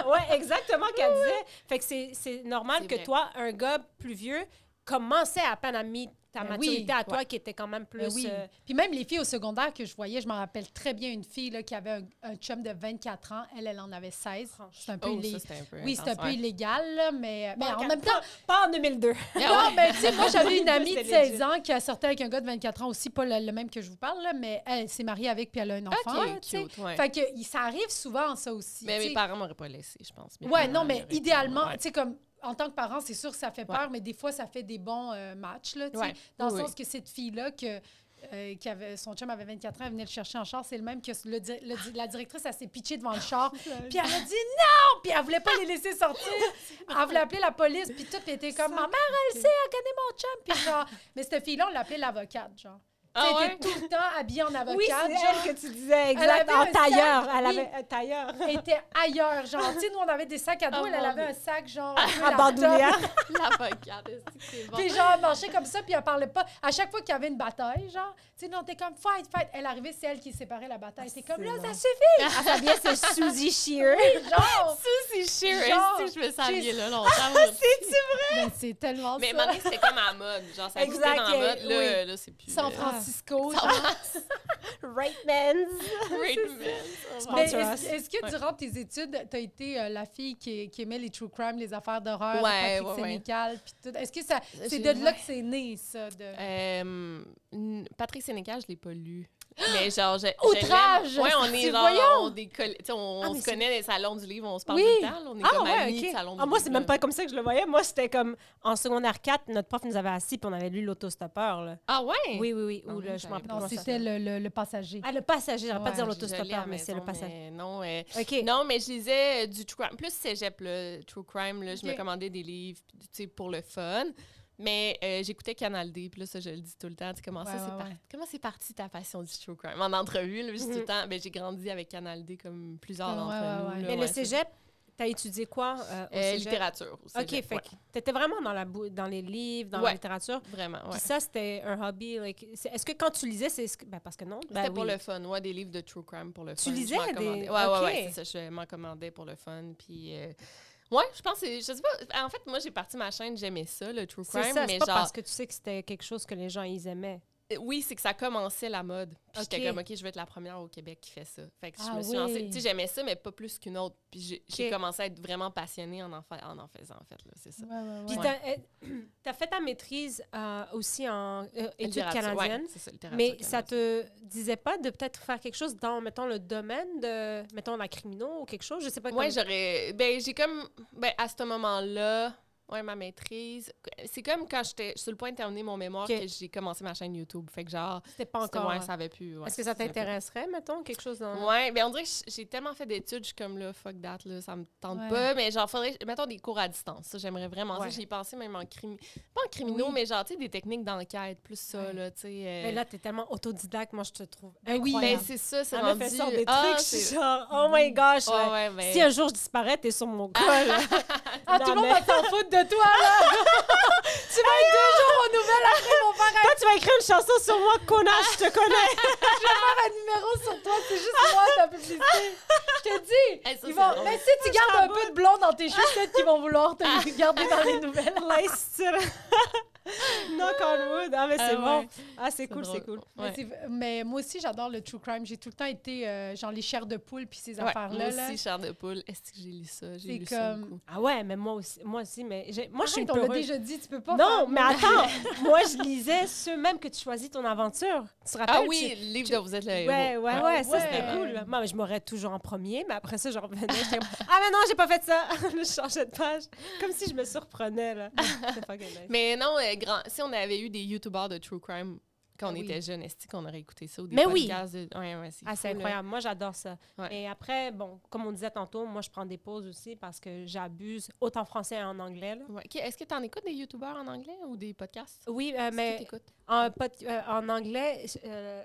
ouais, exactement ce qu'elle disait. Fait que c'est- c'est normal C'est que vrai. toi un gars plus vieux commençait à peine à mettre ta Ben oui, maturité à toi qui était quand même plus Ben oui. euh, Puis même les filles au secondaire que je voyais, je m'en rappelle très bien une fille là, qui avait un, un chum de 24 ans. Elle, elle en avait 16. Franche. C'est un peu Oh, illé- ça, c'était un peu Oui, c'est un intense, peu ouais. illégal, là, mais, mais Ben, en même temps... pas en 2002. Non, mais tu sais, moi, j'avais une amie de C'était 16 ans qui a sorti avec un gars de 24 ans aussi, pas le, le même que je vous parle, là, mais elle s'est mariée avec puis elle a un enfant. là, Ok, tu sais. cute, ouais. Fait que il- ça arrive souvent, ça aussi. Mais tu mes sais. parents m'auraient pas laissé, je pense. Mes Ouais, parents non, mais m'auraient dit, idéalement, ouais. tu sais, comme en tant que parent, c'est sûr que ça fait Ouais. peur, mais des fois, ça fait des bons euh, matchs, là, tu sais. Ouais. Dans Oui, le sens oui. que cette fille-là, que, euh, qui avait, son chum avait 24 ans, elle venait le chercher en char, c'est le même que le di- le di- la directrice, elle s'est pitchée devant le char, puis elle a dit non! Puis elle voulait pas les laisser sortir. elle voulait appeler la police, puis tout était comme ma mère, elle sait, elle connaît mon chum. Puis genre, mais cette fille-là, on l'appelait l'avocate, genre. Tu sais, Ah elle était tout le temps habillée en avocate. Oui, c'est genre elle que tu disais, exact. avait En un sac, tailleur. Elle oui. avait un tailleur. était ailleurs, genre. Tu sais, nous, on avait des sacs à dos, Oh elle, elle mon avait Dieu. Ah, un sac, genre. un peu À laptop. bandoulière. L'avocate, est-ce que c'est bon? Puis genre, elle marchait comme ça, puis elle parlait pas. À chaque fois qu'il y avait une bataille, genre, tu sais, non, t'es comme fight, fight. Elle arrivait, c'est elle qui séparait la Ah, bataille. C'est comme là, Excellent. ça suffit, Ah, ça vient, c'est Suzy Shear. genre. Ça, c'est chier. Genre, Si je me saviais j'ai- là longtemps. Mais c'est tellement Mais ça. maintenant, c'était comme à la mode. Genre, ça Exact, existait dans la mode. oui. Là, là c'est plus... San euh, Ah. Francisco, genre. Right Men's. great men. Mais Sponsor us. est-ce est-ce que Ouais. durant tes études, t'as été euh, la fille qui, qui aimait les true crime, les affaires d'horreur, Ouais, Patrick ouais, ouais. Sénécal, puis tout? Est-ce que ça, c'est J'ai- de là ouais. que c'est né, ça? De... Euh, n- Patrick Sénécal, je l'ai pas lu. Mais genre, j'ai. Outrage! Ouais, on est C'est genre. voyant! On, décolle- tu sais, on, Ah, on mais se c'est- connaît dans les salons du livre, on se parle Oui! tout le temps. là, on est comme amis de salon du Ah, moi, c'est livre, même là. pas comme ça que je le voyais. Moi, c'était comme en secondaire 4, notre prof nous avait assis puis on avait lu l'autostoppeur. là. Ah ouais? Oui, oui, oui. Ah Ou oui, le, je j'avais m'en pas rappelle Non, comment ça c'était s'appelle. le, le- le passager. Ah, le passager. Je vais pas Ouais, dire je- Je l'ai à la l'autostoppeur, mais c'est le maison, passager. mais Non, euh, OK. non, mais je lisais euh, du true crime. Plus cégep, là, true crime. Là, Je Ok. me commandais des livres puis, tu sais, pour le fun. Mais euh, j'écoutais Canal D, puis là, ça, je le dis tout le temps. Tu sais, comment ça, Ouais, c'est ouais, par- ouais. comment c'est parti ta passion du true crime? En entrevue, là, je dis Mhm. tout le temps, ben, j'ai grandi avec Canal D comme plusieurs Ah, Ouais, d'entre ouais, nous. ouais. là, Mais ouais, le c'est- cégep, t'as étudié quoi euh, au Euh, cégep? littérature aussi. OK, fait que t'étais vraiment dans, la bou- dans les livres, dans la Ouais. littérature. Vraiment, ouais. Puis ça, c'était un hobby. like, c'est- Est-ce que quand tu lisais, c'est... ce que- Ben, parce que non. C'était ben pour oui. le fun, ouais, des livres de true crime pour le Tu fun. Je lisais m'en des- commandais. Ouais, ouais, ok. ouais, c'est ça, je m'en commandais pour le fun, puis euh, Ouais, je pense que c'est- je sais pas en fait moi j'ai parti ma chaîne, j'aimais ça le true crime C'est ça, mais c'est pas genre parce que tu sais que c'était quelque chose que les gens, ils aimaient. Euh, Oui, c'est que ça commençait la mode. Puis Ok. j'étais comme, OK, je vais être la première au Québec qui fait ça. Fait que je Ah me suis oui. lancée. Tu sais, j'aimais ça, mais pas plus qu'une autre. Puis j'ai j'ai Ok. commencé à être vraiment passionnée en en, fa- en, en faisant, en fait. là, C'est ça. Ouais, ouais, Puis ouais. t'as- euh, t'as fait ta maîtrise euh, aussi en euh, études Littérature, canadiennes. ouais, c'est ça, littérature Mais ça canadienne. te disait pas de peut-être faire quelque chose dans, mettons, le domaine de, mettons, la criminaux ou quelque chose? Je sais pas. Ouais, comme- j'aurais. Ben, j'ai comme. Ben, à ce moment-là, ouais, ma maîtrise. C'est comme quand j'étais sur le point de terminer mon mémoire Ok. que j'ai commencé ma chaîne YouTube. Fait que genre. C'était pas c'était- encore. euh, Ouais, ça avait pu. ouais, Est-ce que ça c'était un peu- t'intéresserait, mettons, quelque chose dans... Ouais, mais on dirait que j- j'ai tellement fait d'études, je suis comme là, fuck that, là, ça me tente Ouais. pas. Mais genre, faudrait, mettons des cours à distance, ça, j'aimerais vraiment Ouais. ça. J'y ai pensé même en criminaux, pas en criminaux, Oui. mais genre, tu sais, des techniques d'enquête, plus ça, Ouais. là, tu sais. euh, Mais là, t'es tellement autodidacte, moi, je te trouve Ben oui. ben, incroyable. c'est ça, c'est Elle rendu... me fait sortir des Ah, trucs, je c'est- suis genre, oh my gosh, Ouais, là. ouais, ben, si un jour je disparais, t'es sur mon col. Ah, Non, tout le monde mais- va s'en foutre de toi, là! tu vas être deux jours aux nouvelles après mon père Toi, tu vas écrire une chanson sur moi, connard, je te connais. a un numéro sur toi, c'est juste moi, ta publicité. Je te dis! Hey, ça, ils c'est vont... drôle. Mais si tu gardes un peu de blond dans tes cheveux, peut-être qu'ils vont vouloir te le garder dans les nouvelles. Laisse Knock on wood. Ah, mais c'est Ah, bon. ouais. Ah, c'est cool, drôle. c'est cool. Mais, Ouais. c'est- mais moi aussi, j'adore le true crime. J'ai tout le temps été, euh, genre, les chairs de poule puis ces Ouais, affaires-là. moi là. aussi, chair de poule, est-ce que j'ai lu ça? C'est J'ai lu ça comme- beaucoup. Ah ouais, mais moi aussi, moi aussi mais j'ai- moi, je suis une Arrête, on l'a peureuse. déjà dit, tu peux pas Non, faire- mais attends, moi, je lisais ceux même que tu choisis ton aventure. Tu te rappelles? Ah tu- oui, le livre dont vous êtes le héros. Ouais, ouais, ouais, Ah ça c'était ouais. cool. Moi, je m'aurais toujours en premier, mais après ça, je revenais. j'étais comme, ah, mais non, j'ai pas fait ça. je changeais de page. Comme si je me surprenais, là. C'était fucking nice. Mais non, euh, grand- si on avait eu des youtubeurs de true crime quand Ah on oui. était jeunes, est-ce qu'on aurait écouté ça ou des Mais oui. podcasts? Oui. De... Ouais, ouais, c'est Ah, c'est fou, là. incroyable. Moi, j'adore ça. hein. Ouais. Et après, bon, comme on disait tantôt, moi, je prends des pauses aussi parce que j'abuse autant en français qu'en anglais. là. Ouais. Ok, Est-ce que tu en écoutes des youtubeurs en anglais ou des podcasts? Oui, euh, mais Est-ce que t'écoutes? en, pot- euh, en anglais, euh,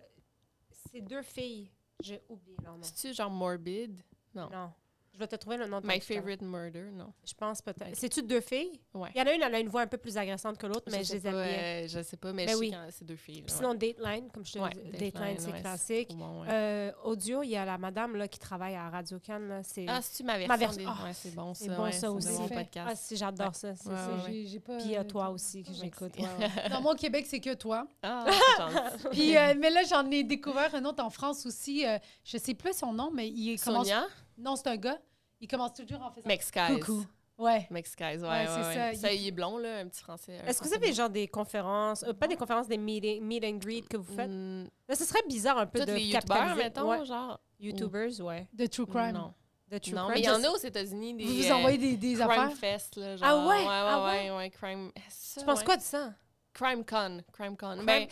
c'est deux filles. J'ai oublié leur nom. C'est-tu genre Morbid? Non. Non. Je vais te trouver le nom de ton My podcast. Favorite Murder? Non. Je pense peut-être. C'est-tu deux filles? Ouais. Il y en a une, elle a une voix un peu plus agressante que l'autre, mais je, sais les aime pas, bien. euh, je sais pas, mais, Mais je oui. sais quand c'est deux filles. là, Puis Sinon, Dateline, comme je te Ouais, dis, Dateline, Dateline, c'est ouais, ouais. classique. Trop bon, ouais. Euh, audio, il y a la madame là, qui travaille à Radio Cannes. là, C'est ah, c'est-tu ma version? ma version- des- Ah, ouais, c'est bon ça. c'est bon ouais, ça c'est aussi. mon Fait- podcast. Ah, si, j'adore ça. c'est- Ouais, c'est- ouais, ouais. J'ai- j'ai pas- Puis à toi aussi que Merci. j'écoute. ouais, ouais. Dans mon Québec, c'est que toi. Ah, c'est gentil. Puis, euh, mais là, j'en ai découvert un autre en France aussi. euh, je sais plus son nom, mais il commence. Sonia? Non, c'est un gars. Il commence toujours en faisant. Mex Guys. Coucou. Ouais. Mex Guys, ouais, Ouais, ouais, c'est ça, ouais. Ça, il- il est blond, là, un petit français. un Est-ce que vous français avez blond. genre des conférences, euh, pas des conférences, des meeting- meet and greet que vous faites? Hmm, Là, Ben, ce serait bizarre un peu Tous de les youtubeurs, capitaliser- mettons, ouais. genre. YouTubers, ouais. De True Crime. Non. De true Non, crime. mais il y en Ça, a aux États-Unis des. Vous vous euh, envoyez des, des Crime affaires. Fest, là, genre. Ah ouais? ouais, Ah ouais, ouais, crime. eh, c'est- Tu penses quoi de ça? Crime Con, Crime Con. Crime- Ben,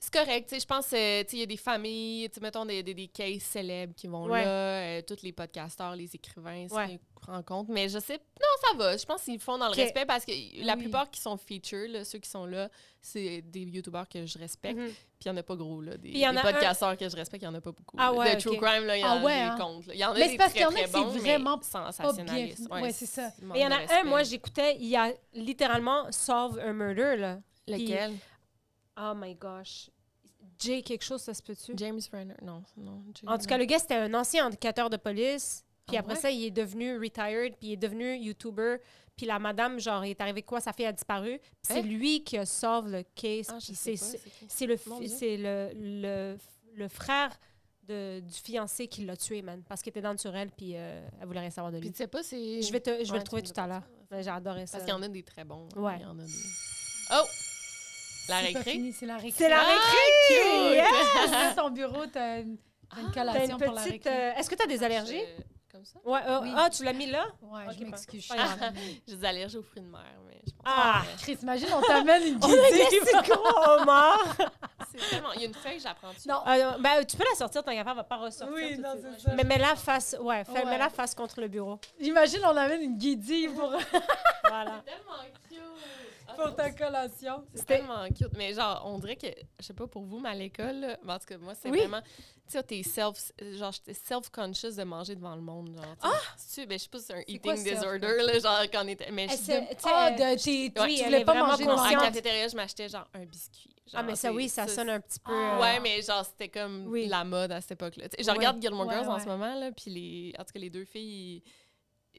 c'est correct, tu sais, je pense, euh, tu sais, il y a des familles, tu sais, mettons, des, des, des cases célèbres qui vont Ouais. là, euh, tous les podcasteurs, les écrivains, se Ouais. rencontrent, mais je sais, non, ça va, je pense qu'ils le font dans le Ok. respect, parce que la Oui. plupart qui sont featured, là, ceux qui sont là, c'est des youtubeurs que je respecte, Mhm. puis il n'y en a pas gros, là, des, Puis il y en des a un- podcasteurs que je respecte, il n'y en a pas beaucoup. Ah là. ouais, de True ok. Crime, là, il y en Ah a ouais, des hein. comptes, là. il y en a Mais c'est des parce très, qu'il y en a très que c'est bons, mais vraiment sensationnalistes. bien- ouais, c'est ça. manque Mais il y en de a un, respect. moi, j'écoutais, il y a littéralement Solve a Murder, là. Lequel? Oh my gosh. Jay quelque chose, ça se peut-tu? James Renner, non, non. James En tout cas, le gars, c'était un ancien indicateur de police. Puis Ah après ouais? ça, il est devenu retired, puis il est devenu YouTuber. Puis la madame, genre, il est arrivé quoi? Sa fille a disparu. Puis c'est Hein? lui qui a sauve le case. Ah, je puis sais c'est pas, c'est- c'est qui? c'est le, Mon fi- Dieu. c'est le, le, le frère de, du fiancé qui l'a tué, man. Parce qu'il était dans le turel, puis euh, elle voulait rien savoir de Puis lui. tu sais pas, c'est. Je vais, te, je vais Ouais, le trouver tu nous tout à as pas l'heure. dit ça. Mais J'ai adoré ça. Parce qu'il y en a des très bons. hein. Ouais. Il y en a des- Oh! La C'est pas récré? fini, C'est la récré. C'est la Ah, récré! cute! Yeah! Dans ton bureau, t'as une, t'as une T'as collation une pour la petite... récré. euh, Est-ce que t'as des allergies? Je- Comme ça? Ouais, euh, Oui. Ah, tu l'as mis là? Ouais, ok, je pas- m'excuse. pas je suis grave. désolée. J'ai des allergies aux fruits de mer, mais je pense Ah! que- Chris, imagine, on t'amène une Oh my God, guédille. c'est gros, Omar! C'est tellement. Il y a une feuille, j'apprends tu Non. Ah, non, ben, tu peux la sortir, ton affaire va pas ressortir. Oui, tout de non, suite. c'est ça. Mais mets-la face, ouais, fais- Ouais. mets-la face contre le bureau. Imagine, on amène une guédille pour, Voilà. C'est tellement cute! Ah, pour non, ta collation. C'est tellement cute. Mais genre, on dirait que, je sais pas pour vous, mais à l'école, là, ben, en tout cas, moi, c'est Oui. vraiment. Tu sais, t'es self, genre, j'étais self-conscious de manger devant le monde. Genre, ah! Tu, ben, je sais pas si c'est un eating quoi, disorder, là, genre, quand on était. Mais je Elle se- tu suis sais, euh, Ah, elle- de, t'es- ouais, tu elle voulais est pas vraiment manger en consciente. conscient. cafétéria, je m'achetais genre un biscuit. Ah, genre, mais ça, c'est- oui, ça sonne un petit peu. Ah, euh, Ouais, mais genre, c'était comme Oui. la mode à cette époque-là. Tu sais, Je Ouais. regarde Gilmore Ouais, Girls en ouais. ce moment, là, puis les... en tout cas, les deux filles,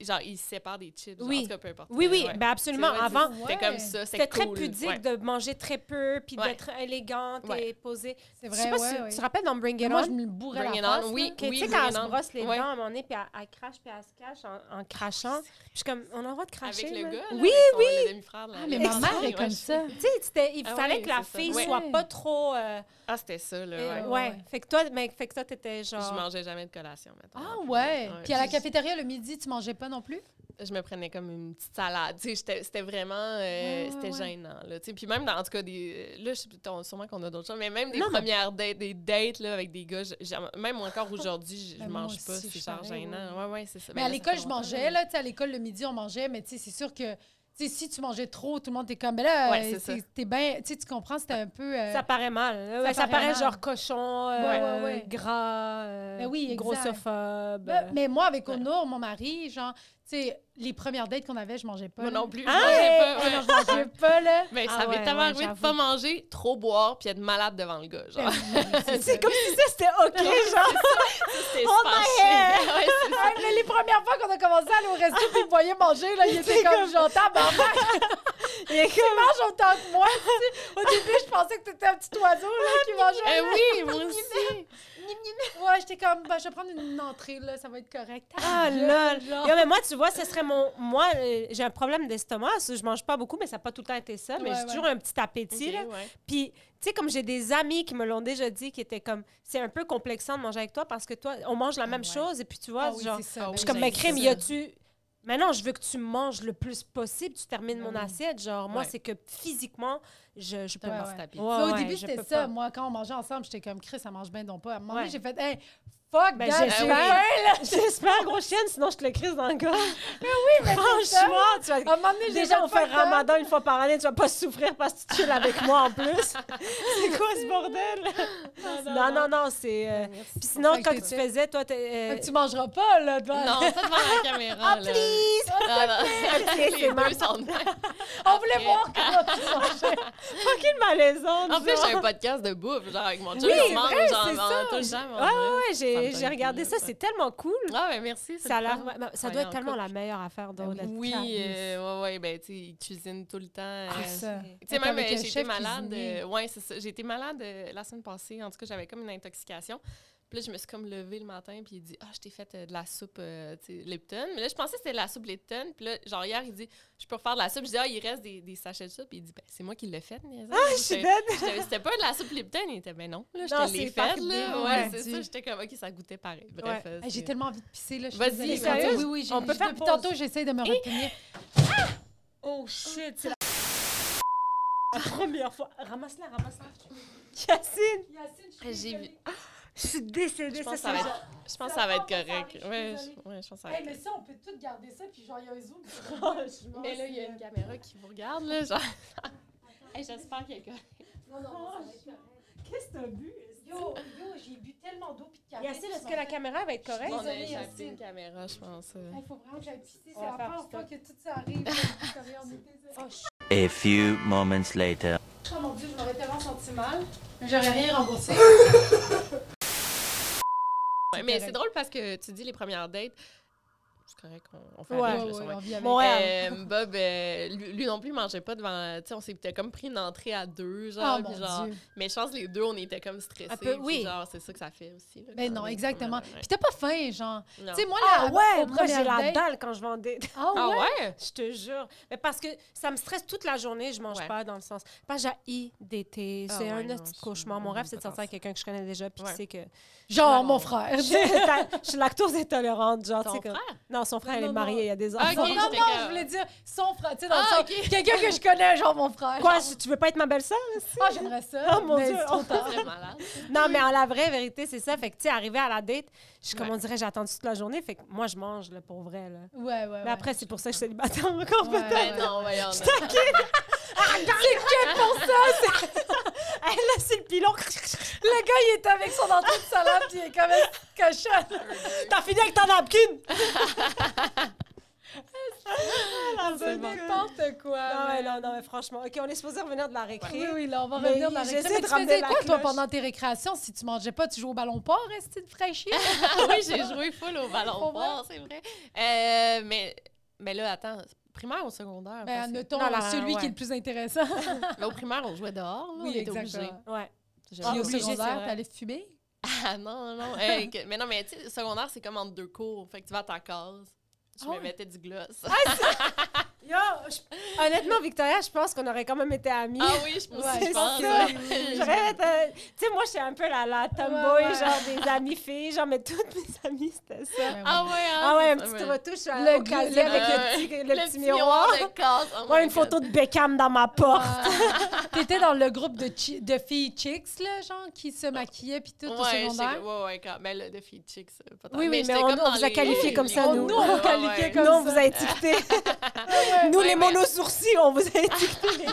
ils- genre, ils séparent des chips. Oui. Genre, en tout cas, peu importe. Oui, oui, Ouais. ben absolument. C'est vrai, Avant, C'était Ouais. comme ça. c'était très cool. pudique Ouais. de manger très peu, puis Ouais. d'être élégante Ouais. et posée. C'est je sais vrai, pas ouais, si ouais. tu te rappelles dans Bring It Moi, On? je me bourrais la Bring it on, face. oui. Que, tu sais, quand elle se vraiment. brosse les dents Ouais. Ah, à un moment donné, puis elle, elle crache, puis elle se cache en, en crachant. Puis je suis comme, on a le droit de cracher. Avec le là. gars. là, Oui, avec son- Le demi-frère. là, Ah, mais le ma mère petit, est comme ouais. ça. tu sais, c'était- il Ah fallait oui, que la c'est ça. fille Ouais. soit pas trop. euh, Ah, c'était ça, là. euh, ouais. ouais. ouais. Fait que toi, mais, fait que toi, t'étais Je genre. mangeais jamais de collation, maintenant. Ah ouais. Puis à la café cafétéria le midi, tu mangeais pas non plus je me prenais comme une petite salade. Tu sais, j'étais- c'était vraiment euh, Ouais, ouais, c'était ouais. gênant. Là, tu sais. puis même dans, en tout cas, des, euh, là, je, sais plus, ton- sûrement qu'on a d'autres choses, mais même des Non, non. premières dates, des dates là, avec des gars, je- j'aime- même encore aujourd'hui, je, Ben, je moi mange aussi, pas, je c'est suis genre pareil, gênant. Ouais, ouais, c'est ça. Mais Ben à là, ça l'école, fait je longtemps, mangeais mais- là, tu sais, à l'école le midi on mangeait, mais tu sais, c'est sûr que tu sais, si tu mangeais trop, tout le monde était comme, ben là, Ouais, euh, c'est ça. t'es- t'es bien, tu sais, tu comprends, c'était un peu. euh, Ça paraît mal. là. Ouais, Ça, paraît paraît mal. genre cochon, euh, Ouais, ouais, ouais. gras, euh, Ben oui, exact. grossophobe. ben, euh. mais moi, avec Ono, mon mari, genre, tu sais, les premières dates qu'on avait, je mangeais pas. Moi là. non plus, je Ah, mangeais ouais, pas. Ah ouais. non, je mangeais pas, là. Ben, Ah ça ouais, m'est tellement ouais, arrivé de j'avoue. pas manger, trop boire, puis être malade devant le gars. Ben Genre, oui, C'est comme si ça, c'était OK, genre. c'était On super m'arrête! chiant. Ouais, c'est ça. Ah, mais les premières fois qu'on a commencé à aller au resto puis il me voyait manger, là, il était comme genre tabarnak, Il y a tu manges autant que moi. tu sais. Au début, je pensais que t'étais un petit oiseau là, qui mangeait. Eh oui, moi aussi. Ouais, j'étais comme bah, je vais prendre une entrée là, ça va être correct. Ah, gueule, lol. genre. Yo, mais moi, tu vois, ce serait mon. Moi, euh, j'ai un problème d'estomac. ça, Je mange pas beaucoup, mais ça n'a pas tout le temps été ça. Mais Ouais, j'ai ouais. toujours un petit appétit. Ok, là. ouais. Puis, tu sais, comme j'ai des amis qui me l'ont déjà dit, qui étaient comme. C'est un peu complexant de manger avec toi parce que toi, on mange la Ah, même ouais. chose. Et puis, tu vois, Ah oui, genre. c'est ça. Ah ben oui, Je suis oui. comme, mais j'aime crime, ça. y a-tu. Maintenant, je veux que tu manges le plus possible, tu termines Ben mon oui. assiette. Genre, moi, Ouais. c'est que physiquement, je, je peux Mm-hmm. Ouais, pas. ouais. Tapis. Ouais, Ça, au ouais, début, je c'était peux ça. pas. Moi, quand on mangeait ensemble, j'étais comme Chris, ça mange bien donc pas. À un moment donné, Ouais. j'ai fait, hey, fuck, Ben, that, j'ai j'ai faim. faim, là. J'espère, gros chienne, sinon je te le crise dans le corps. mais c'est ça. Franchement, tu vas À un moment donné, j'ai Déjà, fait, on fait fuck that. ramadan une fois par année, tu vas pas souffrir parce que tu chilles avec moi en plus. c'est quoi ce bordel? Non, non, non, c'est. euh, Puis sinon, Fait que quand tu t'étais- faisais, toi, t'es. euh, Fait que tu mangeras pas, là, devant. Non, pas devant la caméra. là. Ah, please! Non, non. Ok, Les c'est ma- deux sont de même. On voulait Après. voir comment tu mangeais. Fucking malaisante! En plus, genre. j'ai un podcast de bouffe, genre avec mon chum, Oui, on c'est mange, vrai, genre, c'est on ça. tout le J'ai- temps, on ouais, ouais, mange. Ça me j'ai donne j'ai regardé goût, ça, là, c'est tellement cool. Ah, ben merci. c'est Ça, a le l'air- fun. ouais, ça Ouais, doit en être tellement couple. la meilleure affaire de la Oui, calice. euh, ouais, ouais, ben, tu sais, il cuisine tout le temps. Ah, euh, c'est ça. Tu sais, Être même, avec un euh, j'ai été chef malade. cuisinier. euh, ouais, c'est ça. J'ai été malade euh, la semaine passée. En tout cas, j'avais comme une intoxication. Puis là, je me suis comme levée le matin, puis il dit Ah, je t'ai fait euh, de la soupe euh, tu sais, Lipton. Mais là, je pensais que c'était de la soupe Lipton. Puis là, genre, hier, il dit Je peux refaire de la soupe. Je dis Ah, il reste des, des sachets de soupe. Puis il dit Ben, c'est moi qui l'ai faite. niaiseuse. Ah, je suis J'étais- dead! J'étais- C'était pas de la soupe Lipton, il était ben non, là, Non, je te l'ai c'est faite, farci, là. ouais. Ouais, c'est ça, j'étais comme ok, ça goûtait pareil. Bref, Hey, euh, J'ai c'est- tellement envie de pisser, là. je suis Vas-y, désolée. sérieuse? Oui, oui, j'ai- On peut j'ai- faire depuis pause. tantôt, j'essaie de me retenir. Oh shit, c'est la. la première fois. Ramasse-la, ramasse-la. Yacine! J'ai vu- Je suis décédée, je pense que ça, ça va c'est être, je pense que Ça ça va va, être ça va, correct. je suis Ouais, désolée. je, ouais, je pense que ça va être correct. ça, on peut tout garder ça, puis genre, il y a un zoom. Franchement, Mais là, il y a une caméra qui vous regarde, là, genre. Hey, j'espère qu'il y a quelqu'un. Non, non, non, ça va être Qu'est-ce que t'as bu? Yo, yo, j'ai bu tellement d'eau puis de café. Yacine, est-ce que la caméra va être correcte? On a désolée, j'ai Yacine. appelé une caméra, je pense. euh. Il faut vraiment que j'aille pisser. On C'est va la faire première stop. fois que tout ça arrive. Comme, on est désolé. Oh, shit. A few moments later. Oh mon dieu, je m'aurais tellement senti mal. mais J'aurais rien remboursé. Ouais, mais correct. c'est drôle parce que tu dis les premières dates. C'est correct, on, on fait Ouais, avec, là, ouais, sûrement. ouais, on vit avec. Bon, Euh, Bob, euh, lui, lui non plus, il mangeait pas devant. Tu sais, on s'est peut-être comme pris une entrée à deux, genre. Oh puis mon genre dieu. Mais je pense que les deux, on était comme stressés. Un peu, puis oui. Genre, c'est ça que ça fait aussi. là, Ben quand non, même. exactement. Ouais, ouais, ouais. Puis t'as pas faim, genre. Non. Tu sais, moi, Ah là, ouais, moi aux j'ai premières la dates- dalle quand je vendais. Ah Ah ouais? ouais? Je te jure. Mais parce que ça me stresse toute la journée, je mange Ouais. pas dans le sens. Pas j'ai d'été, Ah c'est ouais, un non, petit je- cauchemar. Mon non, rêve c'est de pas sortir avec ça. quelqu'un que je connais déjà puis Ouais. qui sait que Genre, Non. mon frère. je je suis lactose intolérante, genre tu Ton sais comme frère? non, son frère Non, il est non, marié, non. il y a des Ah, enfants. Non, Ok, non, j'étais non, je comme- voulais dire son frère. Tu sais, dans le Ah, sens, ok. quelqu'un que je connais, genre mon frère. Quoi, je- tu veux pas être ma belle-sœur Ah, j'aimerais ça. Oh, mon mais Dieu, c'est trop tard. C'est malade. Non, mais en la vraie vérité, c'est ça. Fait que, tu sais, arrivé à la date, je suis comme Ouais. on dirait, j'ai attendu toute la journée. Fait que moi, je mange, là, pour vrai, là. Ouais, ouais, ouais. mais après, c'est pour ça que je suis célibataire encore, Ouais. peut-être. Ben non, voyons. non. Hey, là, c'est le pilon. le gars, il est avec son entrée de salade, puis il est quand même cochon. T'as fini avec ta napkin! C'est n'importe quoi. Non, mais mais- non, non, mais franchement. OK, on est supposé revenir de la récré. Oui, oui, là, on va Mais revenir dans la j'essaie récré. de Mais tu ramener faisais la quoi, toi, cloche. pendant tes récréations? Si tu mangeais pas, tu jouais au ballon port, est-ce de fraîchir? Ah oui, j'ai joué full au ballon Pour vrai? bord, c'est vrai. Euh, mais, mais là, attends, primaire ou secondaire? Ben, Parce que- notons Non, la- celui ouais. qui est le plus intéressant. Mais au primaire, on jouait dehors, là, on Ah était Ah, obligés. Ouais. J'ai- Puis Ah, au obligé, c'est secondaire, vrai. t'allais fumer? Ah non, non, euh, que- mais non, mais tu sais, secondaire, c'est comme entre deux cours. Fait que tu vas à ta case. Je Ah me ouais. mettais du gloss. Yo, je- honnêtement, Victoria, je pense qu'on aurait quand même été amies. Ah oui, je, aussi, je c'est pense. ça. ouais. J'aurais été- Tu sais, moi, je suis un peu la, la tomboy, Ouais, ouais. genre des amies filles, genre, mais toutes mes amies, c'était ça. Ben oui. Ah ouais, hein, Ah ouais, c'est un ça, petit mais- retouche à Le le gl- avec Ouais, le petit, le petit miroir. de case. Oh Ouais, my une God. photo de Beckham dans ma porte. Ah. T'étais dans le groupe de, chi- de filles chicks, là, genre, qui se maquillaient puis tout au Ouais, je sais que- secondaire? ouais, ouais, quand... ben, mais le défi de chicks, euh, peut-être. Oui, oui, mais j'étais on- comme on dans vous a les- qualifiés comme les ça, groupes, nous. ouais, On ouais, qualifiait ouais. comme non, on ça. vous a étiqueté. Nous, Ouais, les mais- monosourcils, on vous a étiqueté.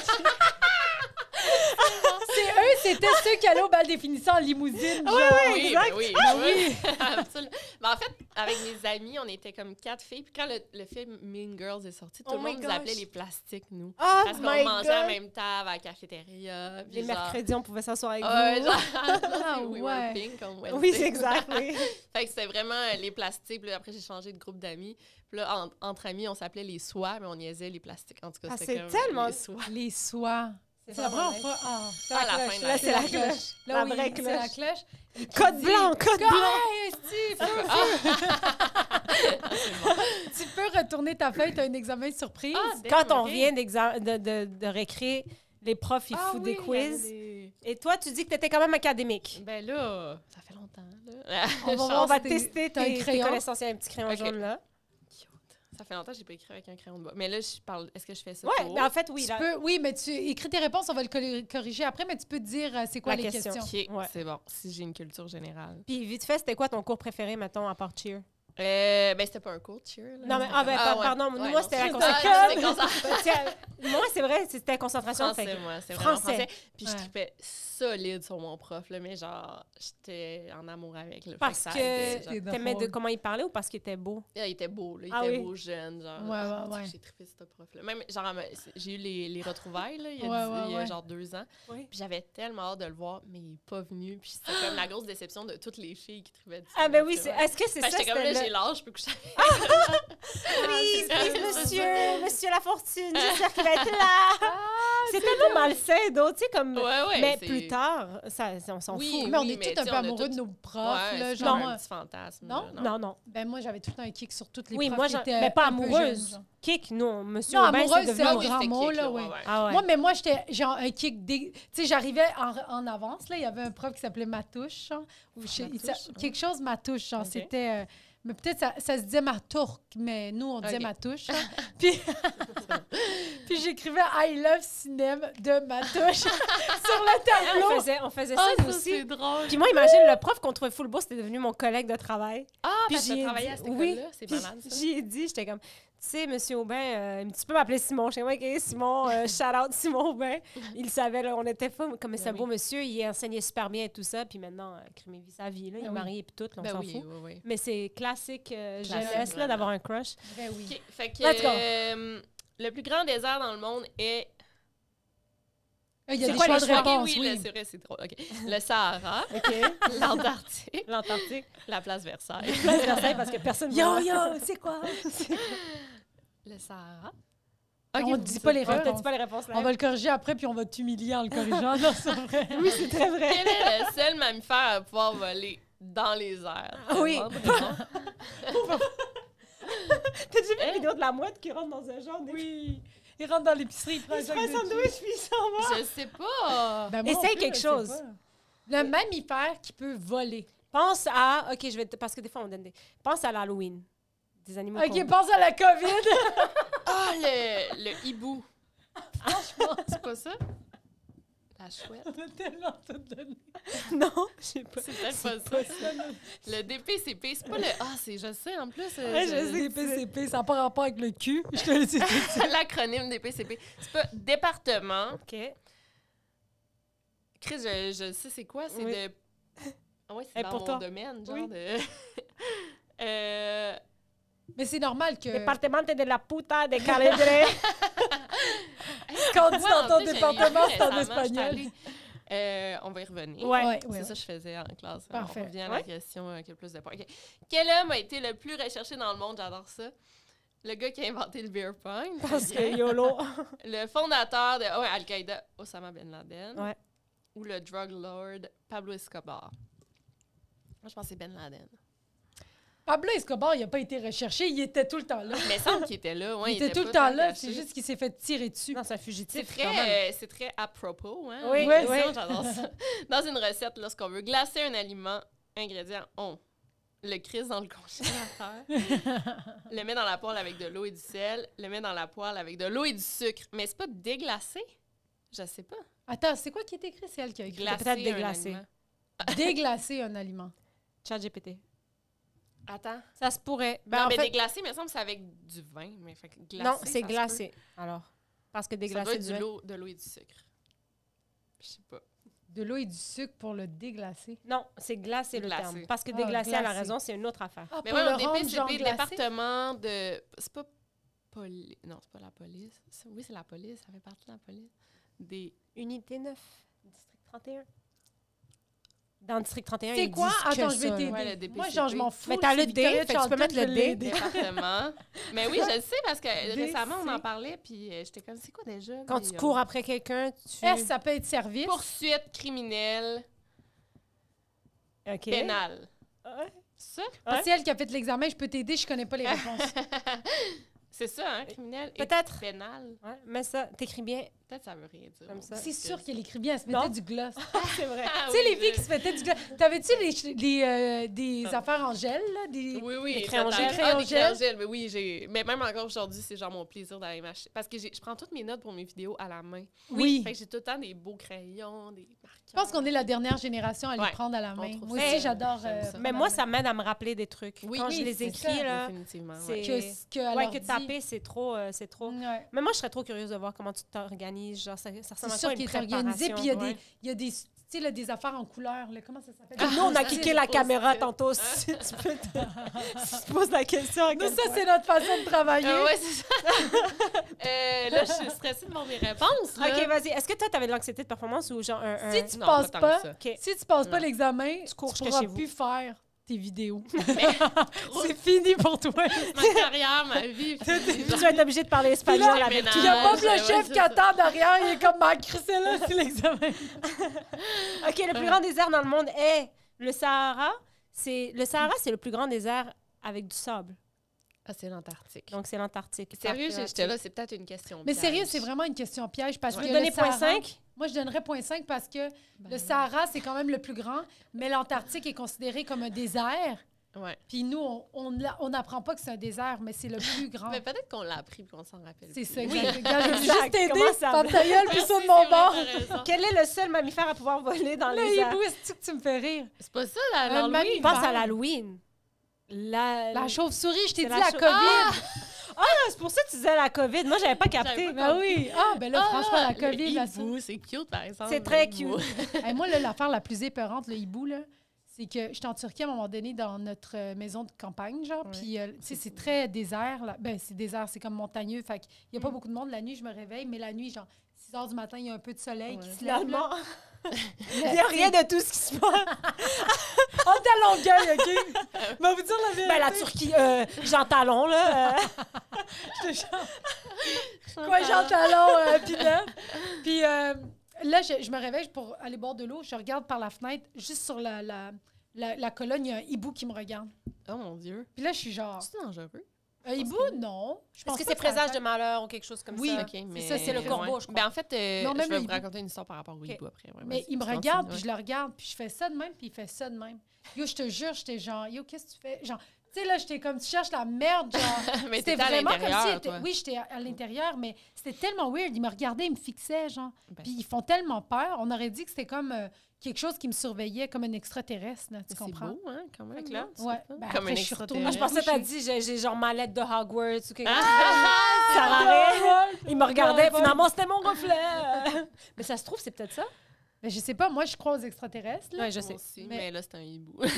C'est eux, c'était ceux qui allaient au bal définissant en limousine. genre. Oui, Ah Ouais, ben exact. Ah oui, ben oui. Absolument. Mais en fait, avec mes amis, on était comme quatre filles. Puis quand le, le film Mean Girls est sorti, tout Oh le my monde nous appelait gosh. les plastiques, nous. Oh Parce qu'on my mangeait God. en même table à la cafétéria. puis Les genre- mercredis, on pouvait s'asseoir avec Ouais, vous. Ah genre, we were ouais. pink on Wednesday. Oui, c'est exact, oui. Fait que c'était vraiment euh, les plastiques. Puis là, après, j'ai changé de groupe d'amis. Puis là, en- entre amis, on s'appelait les soies, mais on niaisait les plastiques. En tout cas, Ah, c'était c'est comme tellement- les soies. Les soies. C'est la première fois. Ah, C'est Ah, la la fin cloche. de la Là, cloche. c'est la C'est la cloche. là, La oui, vraie c'est la cloche. cloche. Et qui Code dit- blanc, code Hey, blanc. esti, feu, feu. Tu peux retourner ta feuille, t'as un examen surprise. Ah, ben Quand on vient d'exam- de, de, de récré, les profs, ils Ah il foutent des quiz. Et toi, tu dis que tu étais quand même académique. Ben là, ça fait longtemps. Là. On va On voir va si t'es- tester t'as un tes, tes crayon. connaissances. Il y a un petit crayon Ok. jaune là. Ça fait longtemps que j'ai pas écrit avec un crayon de bois. Mais là, je parle. Est-ce que je fais ça? Ouais, pour- mais en fait, oui. Tu Là, peux- oui, mais tu écris tes réponses, on va le col- corriger après, mais tu peux dire euh, c'est quoi La les question. questions. Ok, Ouais. c'est bon, si j'ai une culture générale. Puis vite fait, c'était quoi ton cours préféré, mettons, à part cheer? Euh, ben, c'était pas un cours, cheer. là. Non, mais- ah, ben, Ah, pa- ouais. pardon, Ouais, moi, non, c'était la c'était- concentration. c'était concentration. Bah, moi, c'est vrai, c'était concentration. fait Français, que- moi, Ah, c'est vraiment Français. français. Puis je Ouais. tripais solide sur mon prof, là, mais genre, j'étais en amour avec. le Parce que- C'est drôle. T'aimais de comment il parlait ou parce qu'il était beau? il était beau, là, il Ah était oui. beau, jeune, genre. Ah, Ouais, ouais, ouais. J'ai trippé sur ce prof-là. Même, genre, me- c'est- j'ai eu les, les retrouvailles, là, il y a, Ouais, dix- ouais, il y a ouais. genre deux ans. Oui. Puis j'avais tellement hâte de le voir, mais il n'est pas venu. Puis c'était comme la grosse déception de toutes les filles qui trouvaient du Ah ben oui, c'est- c'est est-ce que c'est ça? J'étais comme c'était là, le- j'ai l'âge, je peux coucher avec Please, please, C'est ça. monsieur, monsieur la fortune, j'espère qu'il va être là. c'est tellement malsain, d'autres, tu sais, comme... Ouais, ouais. mais c'est- plus tard, ça, on s'en Oui, fout. Mais on oui, est mais tous un peu tu sais, on a amoureux tous- de nos profs. Ouais, là, c'est genre, comme un euh, petit fantasme. Non? là, Non, non. ben moi, j'avais tout le temps un kick sur toutes les Oui, profs moi, qui j'en- étaient mais pas un peu amoureuse. jeunes, genre. Kick, non, monsieur Non, Aubin, amoureuse, c'est c'est devenu... un oui, grand c'est mot, kick, là, là, oui. ouais, ouais. Ah ouais. Moi, mais moi, j'étais genre un kick. dé- Tu sais, j'arrivais en, en avance, là. Il y avait un prof qui s'appelait Matouche, genre, ou je sais- il Matouche, s'a- hein. quelque chose Matouche, genre, Ok. c'était. euh, mais peut-être ça, ça se disait Matourque, mais nous, on disait Ok. Matouche. hein. Puis, puis j'écrivais I love cinéma de Matouche sur on le tableau. faisait, on faisait Ah, ça, nous ça, aussi. c'est drôle. Puis moi, imagine, le prof qu'on trouvait full beau, c'était devenu mon collègue de travail. Ah, Puis parce que j'ai t'as travaillé à dit- cette école-là, oui. c'est Puis malade, ça. j'y ai dit, j'étais comme, tu sais, monsieur Aubin, euh, tu peux m'appeler Simon. J'étais comme, OK, Simon, euh, shout out Simon Aubin. Il savait, là, on était fous, mais comme c'est un Ben beau monsieur, il enseignait super bien et tout ça. Puis maintenant, euh, crime et vie sa vie, là, il est Ben oui. marié et puis tout, là, on Ben s'en oui, fout. oui, oui. Mais c'est classique euh, Classique, jeunesse, là, vraiment. d'avoir un crush. Ben oui. OK, fait que Let's go. euh, le plus grand désert dans le monde est... Euh, Il y a C'est des quoi choix les de choix? Ok, réponse, oui, oui. là, c'est vrai, c'est drôle. OK. Le Sahara, OK? l'Antarctique, L'Antarctique. la place Versailles. Place Versailles, parce que personne ne Yo, voit. yo, c'est quoi? Le Sahara. Ok, on vous dit dites pas les On Ouais, a peut-être on- pas les réponses là. On va le corriger après, puis on va t'humilier en le corrigeant. Non, c'est vrai. Oui, c'est très vrai. Quel est le seul mammifère à pouvoir voler dans les airs? Ah oui. Bonne réponse. T'as déjà vu la vidéo de la mouette qui rentre dans un genre de... Oui. Il rentre dans l'épicerie, il prend un Il se sac prend un de sandwich, puis il s'en va. Je sais pas. Ben, moi non Essaye plus, quelque je sais chose. pas. Le mammifère qui peut voler. Pense à. OK, je vais. te- Parce que des fois, on donne des. Pense à l'Halloween. Des animaux. qu'on- ben OK, pense à la COVID. Ah, le, le hibou. Franchement, c'est pas ça? La chouette. On a tellement tout donné. Non, je sais pas. C'est peut-être pas ça. Le DPCP, c'est pas le. Ah, c'est je sais en plus. euh, Ouais, je- je sais. DPCP, ça n'a pas rapport avec le cul. Je te le dis. L'acronyme DPCP. C'est pas département. OK. Chris, je, je sais c'est quoi. C'est Oui. de. Ah ouais, c'est Eh, dans pourtant. mon domaine, genre Oui. de. Euh, Mais c'est normal que. Département de la puta de Caledre. Quand tu dis Ouais, dans en ton plus, j'ai département, vu c'est en récemment, j'étais espagnol. allée- Euh, on va y revenir. Ouais. C'est ça que je faisais en classe. hein. Parfait. On revient à la Ouais. question euh, qui a le plus de points. Ok. Quel homme a été le plus recherché dans le monde? J'adore ça. Le gars qui a inventé le beer pong. Parce que YOLO. Le fondateur de oh, ouais, Al-Qaïda, Osama Bin Laden. Ouais. Ou le drug lord Pablo Escobar. Moi, je pense que c'est Bin Laden. Pablo Escobar, il n'a pas été recherché, il était tout le temps là. Mais il me semble qu'il était là. ouais, il, était tout le pas temps là, caché. c'est juste qu'il s'est fait tirer dessus. Non, c'est un C'est fugitif. quand même. très, euh, c'est très à propos. Hein, Oui, les oui. questions, j'adore ça. Dans une recette, lorsqu'on veut glacer un aliment, ingrédient on le crise dans le congélateur, le met dans la poêle avec de l'eau et du sel, le met dans la poêle avec de l'eau et du sucre. Mais c'est pas déglacer? Je sais pas. Attends, c'est quoi qui est écrit? C'est elle qui a écrit. Glacer peut-être un déglacer. aliment. Déglacer un aliment. Chat GPT. Attends. Ça se pourrait. Ben, non, en mais fait- déglacer, il me semble que c'est avec du vin. Mais fait que glacer, non, ça se c'est peut. glacé. Alors. Parce que Ça doit déglacé être du du vin. l'eau- de l'eau et du sucre. Je sais pas. De l'eau et du sucre pour le déglacer. Non, c'est glacé le Glacé. terme. Parce que Ah, déglacé, elle a glacé. raison, c'est une autre affaire. Ah, Mais pour ouais, le on rendre genre DPCP, le glacé? département de. C'est pas. Poli... Non, c'est pas la police. Ça- Oui, c'est la police. Ça fait partie de la police. Des. Unité 9, district 31. Dans le district 31, C'est ils quoi? disent que Attends, je vais ça, t'aider. là. Ouais, le Moi, DPCP. genre, je m'en fous. Mais t'as le c'est D, Victoria fait que tu peux Charlton, mettre le je D. l'ai aidé. Département. Mais oui, je le sais parce que Des- récemment, on c'est- en parlait, puis euh, j'étais comme, c'est quoi déjà? Quand Puis, tu euh, cours après quelqu'un, tu... S, ça peut être service. Poursuite criminelle, Ok. pénale. Ah, Ouais. Ça? Hein? Parce que c'est elle qui a fait l'examen, je peux t'aider, je connais pas les réponses. c'est ça, hein? Criminelle et Peut-être. pénale. Ouais, mais ça, t'écris bien. Peut-être ça veut rien dire. Comme ça. c'est sûr qu'elle écrit bien, elle se mettait Non. du gloss. c'est vrai. Ah tu sais, oui, les filles je- qui se mettaient du gloss. T'avais-tu les- les, euh, des Ah. affaires en gel, là? Des... Oui, oui, Des crayons total. gel. Ah, Crayons des gel. crayons gel, Mais oui, j'ai. Mais même encore aujourd'hui, c'est genre mon plaisir d'aller m'acheter. Parce que j'ai- je prends toutes mes notes pour mes vidéos à la main. Oui. Fait que j'ai tout le temps des beaux crayons, des marqueurs. Je pense qu'on est la dernière génération à les Ouais. prendre à la main. trouve Moi ça- aussi, j'adore. j'aime euh, ça. prendre à Mais la moi, main. ça m'aide à me rappeler des trucs. Oui, Quand oui, je les c'est écris, ça. là, Définitivement. c'est- ouais. Que, ce- que, à ouais, que l'ordi. taper, c'est trop, euh, c'est trop. Ouais. Mais moi, je serais trop curieuse de voir comment tu t'organises. Genre, ça, ça ressemble C'est à quoi sûr une qu'il est organisé. Puis il y a préparation, des, il y a des, tu sais, là, des affaires en couleur. là, Comment Ah, ça s'appelle? ouais. Nous, on a kické la Pose- caméra que- tantôt. Si tu peux te... si tu poses la question à Nous, ça, quelqu'un. c'est notre façon de travailler. Ah ouais, c'est ça. Euh, là, je suis stressée de mon mes réponses. là. Ok, vas-y. Est-ce que toi, t'avais de l'anxiété de performance ou genre un. un- Si tu Non, passes pas tant pas, que ça. Ok. si tu passes pas Non. l'examen, tu, cours jusqu'à pourras chez vous. plus faire tes vidéos. Trop- c'est fini pour toi. ma carrière, ma vie. puis Tu genre, vas être obligé de parler espagnol Puis là, avec mais Il y a Ah, Bob ouais, le chef c'est qui ça. attend derrière, il est comme ma c'est là, c'est l'examen. OK, le plus grand désert dans le monde est le Sahara. C'est le Sahara, c'est le plus grand désert avec du sable. Ah, c'est l'Antarctique. Donc c'est l'Antarctique. Sérieux, Parfait, j'étais là, c'est peut-être une question. Mais piège. sérieux, c'est vraiment une question piège parce Tu que veux le donner point Sahara- 5 Moi, je donnerais point 5 parce que Ben, le Sahara, c'est quand même le plus grand, mais l'Antarctique est considéré comme un désert. Ouais. Puis nous, on- on n'apprend pas que c'est un désert, mais c'est le plus grand. Mais peut-être qu'on l'a appris et qu'on s'en rappelle. C'est plus. ça, Oui. exact. Regarde, je veux Exact, juste t'aider, comment ça- ferme ta gueule, puis Merci, ça de c'est mon vrai, bord. t'as raison. Quel est le seul mammifère à pouvoir voler dans les Le airs hibou, est-ce que tu me fais rire? C'est pas ça, la Un l'Halloween. mammifère. Pense à l'Halloween. La, La chauve-souris, je t'ai C'est dit la la Ah! chau- COVID. Ah, c'est pour ça que tu disais la COVID. Moi, j'avais pas capté. J'avais pas Ben oui. Ah, ben là, franchement, la COVID, le là, ça- hibou, c'est cute, par exemple. C'est le très hibou. Hey, moi, là, l'affaire la plus épeurante, le hibou, là, c'est que j'étais en Turquie à un moment donné dans notre euh, maison de campagne, genre, Ouais. puis, euh, tu sais, c'est très désert. là. Ben, c'est désert, c'est comme montagneux, fait qu'il n'y a pas beaucoup de monde. La nuit, je me réveille, mais la nuit, genre, 6 heures du matin, il y a un peu de soleil qui Ouais. se lève. là. Finalement, il n'y a rien de tout ce qui se passe. En talon gueule, OK? Mais vous dire la vérité. Ben, la Turquie, euh, Jean Talon, là. euh, Quoi, Jean Talon, euh, Pinot. Puis euh, là, je, je me réveille pour aller boire de l'eau. Je regarde par la fenêtre, juste sur la, la, la, la colonne, il y a un hibou qui me regarde. Oh mon Dieu. Puis là, je suis genre, C'est dangereux. un hibou, non. Je pense Est-ce que c'est pas ça présage de attaque. malheur ou quelque chose comme Oui. ça? Ok, Ok, mais... ça, c'est le corbeau, je crois. Ben, en fait, euh, Non, même je vais le vous hibou. raconter une histoire par rapport au Ok. hibou après. ouais, Mais vas-y, il me tu continues, regarde, puis ouais. je le regarde, puis je fais ça de même, puis il fait ça de même. Yo, je te jure, j'étais genre, yo, qu'est-ce que tu fais? Genre, tu sais, là, j'étais comme, tu cherches la merde, genre. Mais C'était t'étais à vraiment comme si. l'intérieur, était- toi. Oui, j'étais à, à l'intérieur, mais c'était tellement weird. Il me regardait, il me fixait, genre. Ben. Puis ils font tellement peur. On aurait dit que c'était comme euh, quelque chose qui me surveillait, comme un extraterrestre, là, tu Mais comprends? C'est beau, hein, quand même. Fait que là, hein, c'est ouais, pas- ben Comme après, un je suis retournée. Moi, extraterrestre. je pensais que t'as Couché. dit, j'ai j'ai genre ma lettre de Hogwarts ou quelque chose. Ah! Ça rare. Il me regardait, Hogwarts. finalement, c'était mon reflet. Mais ça se trouve, c'est peut-être ça. Mais Mais je sais pas, moi, je crois aux extraterrestres. là. Ouais, je Moi sais. aussi, Mais- mais... là, c'est un hibou. Ouais.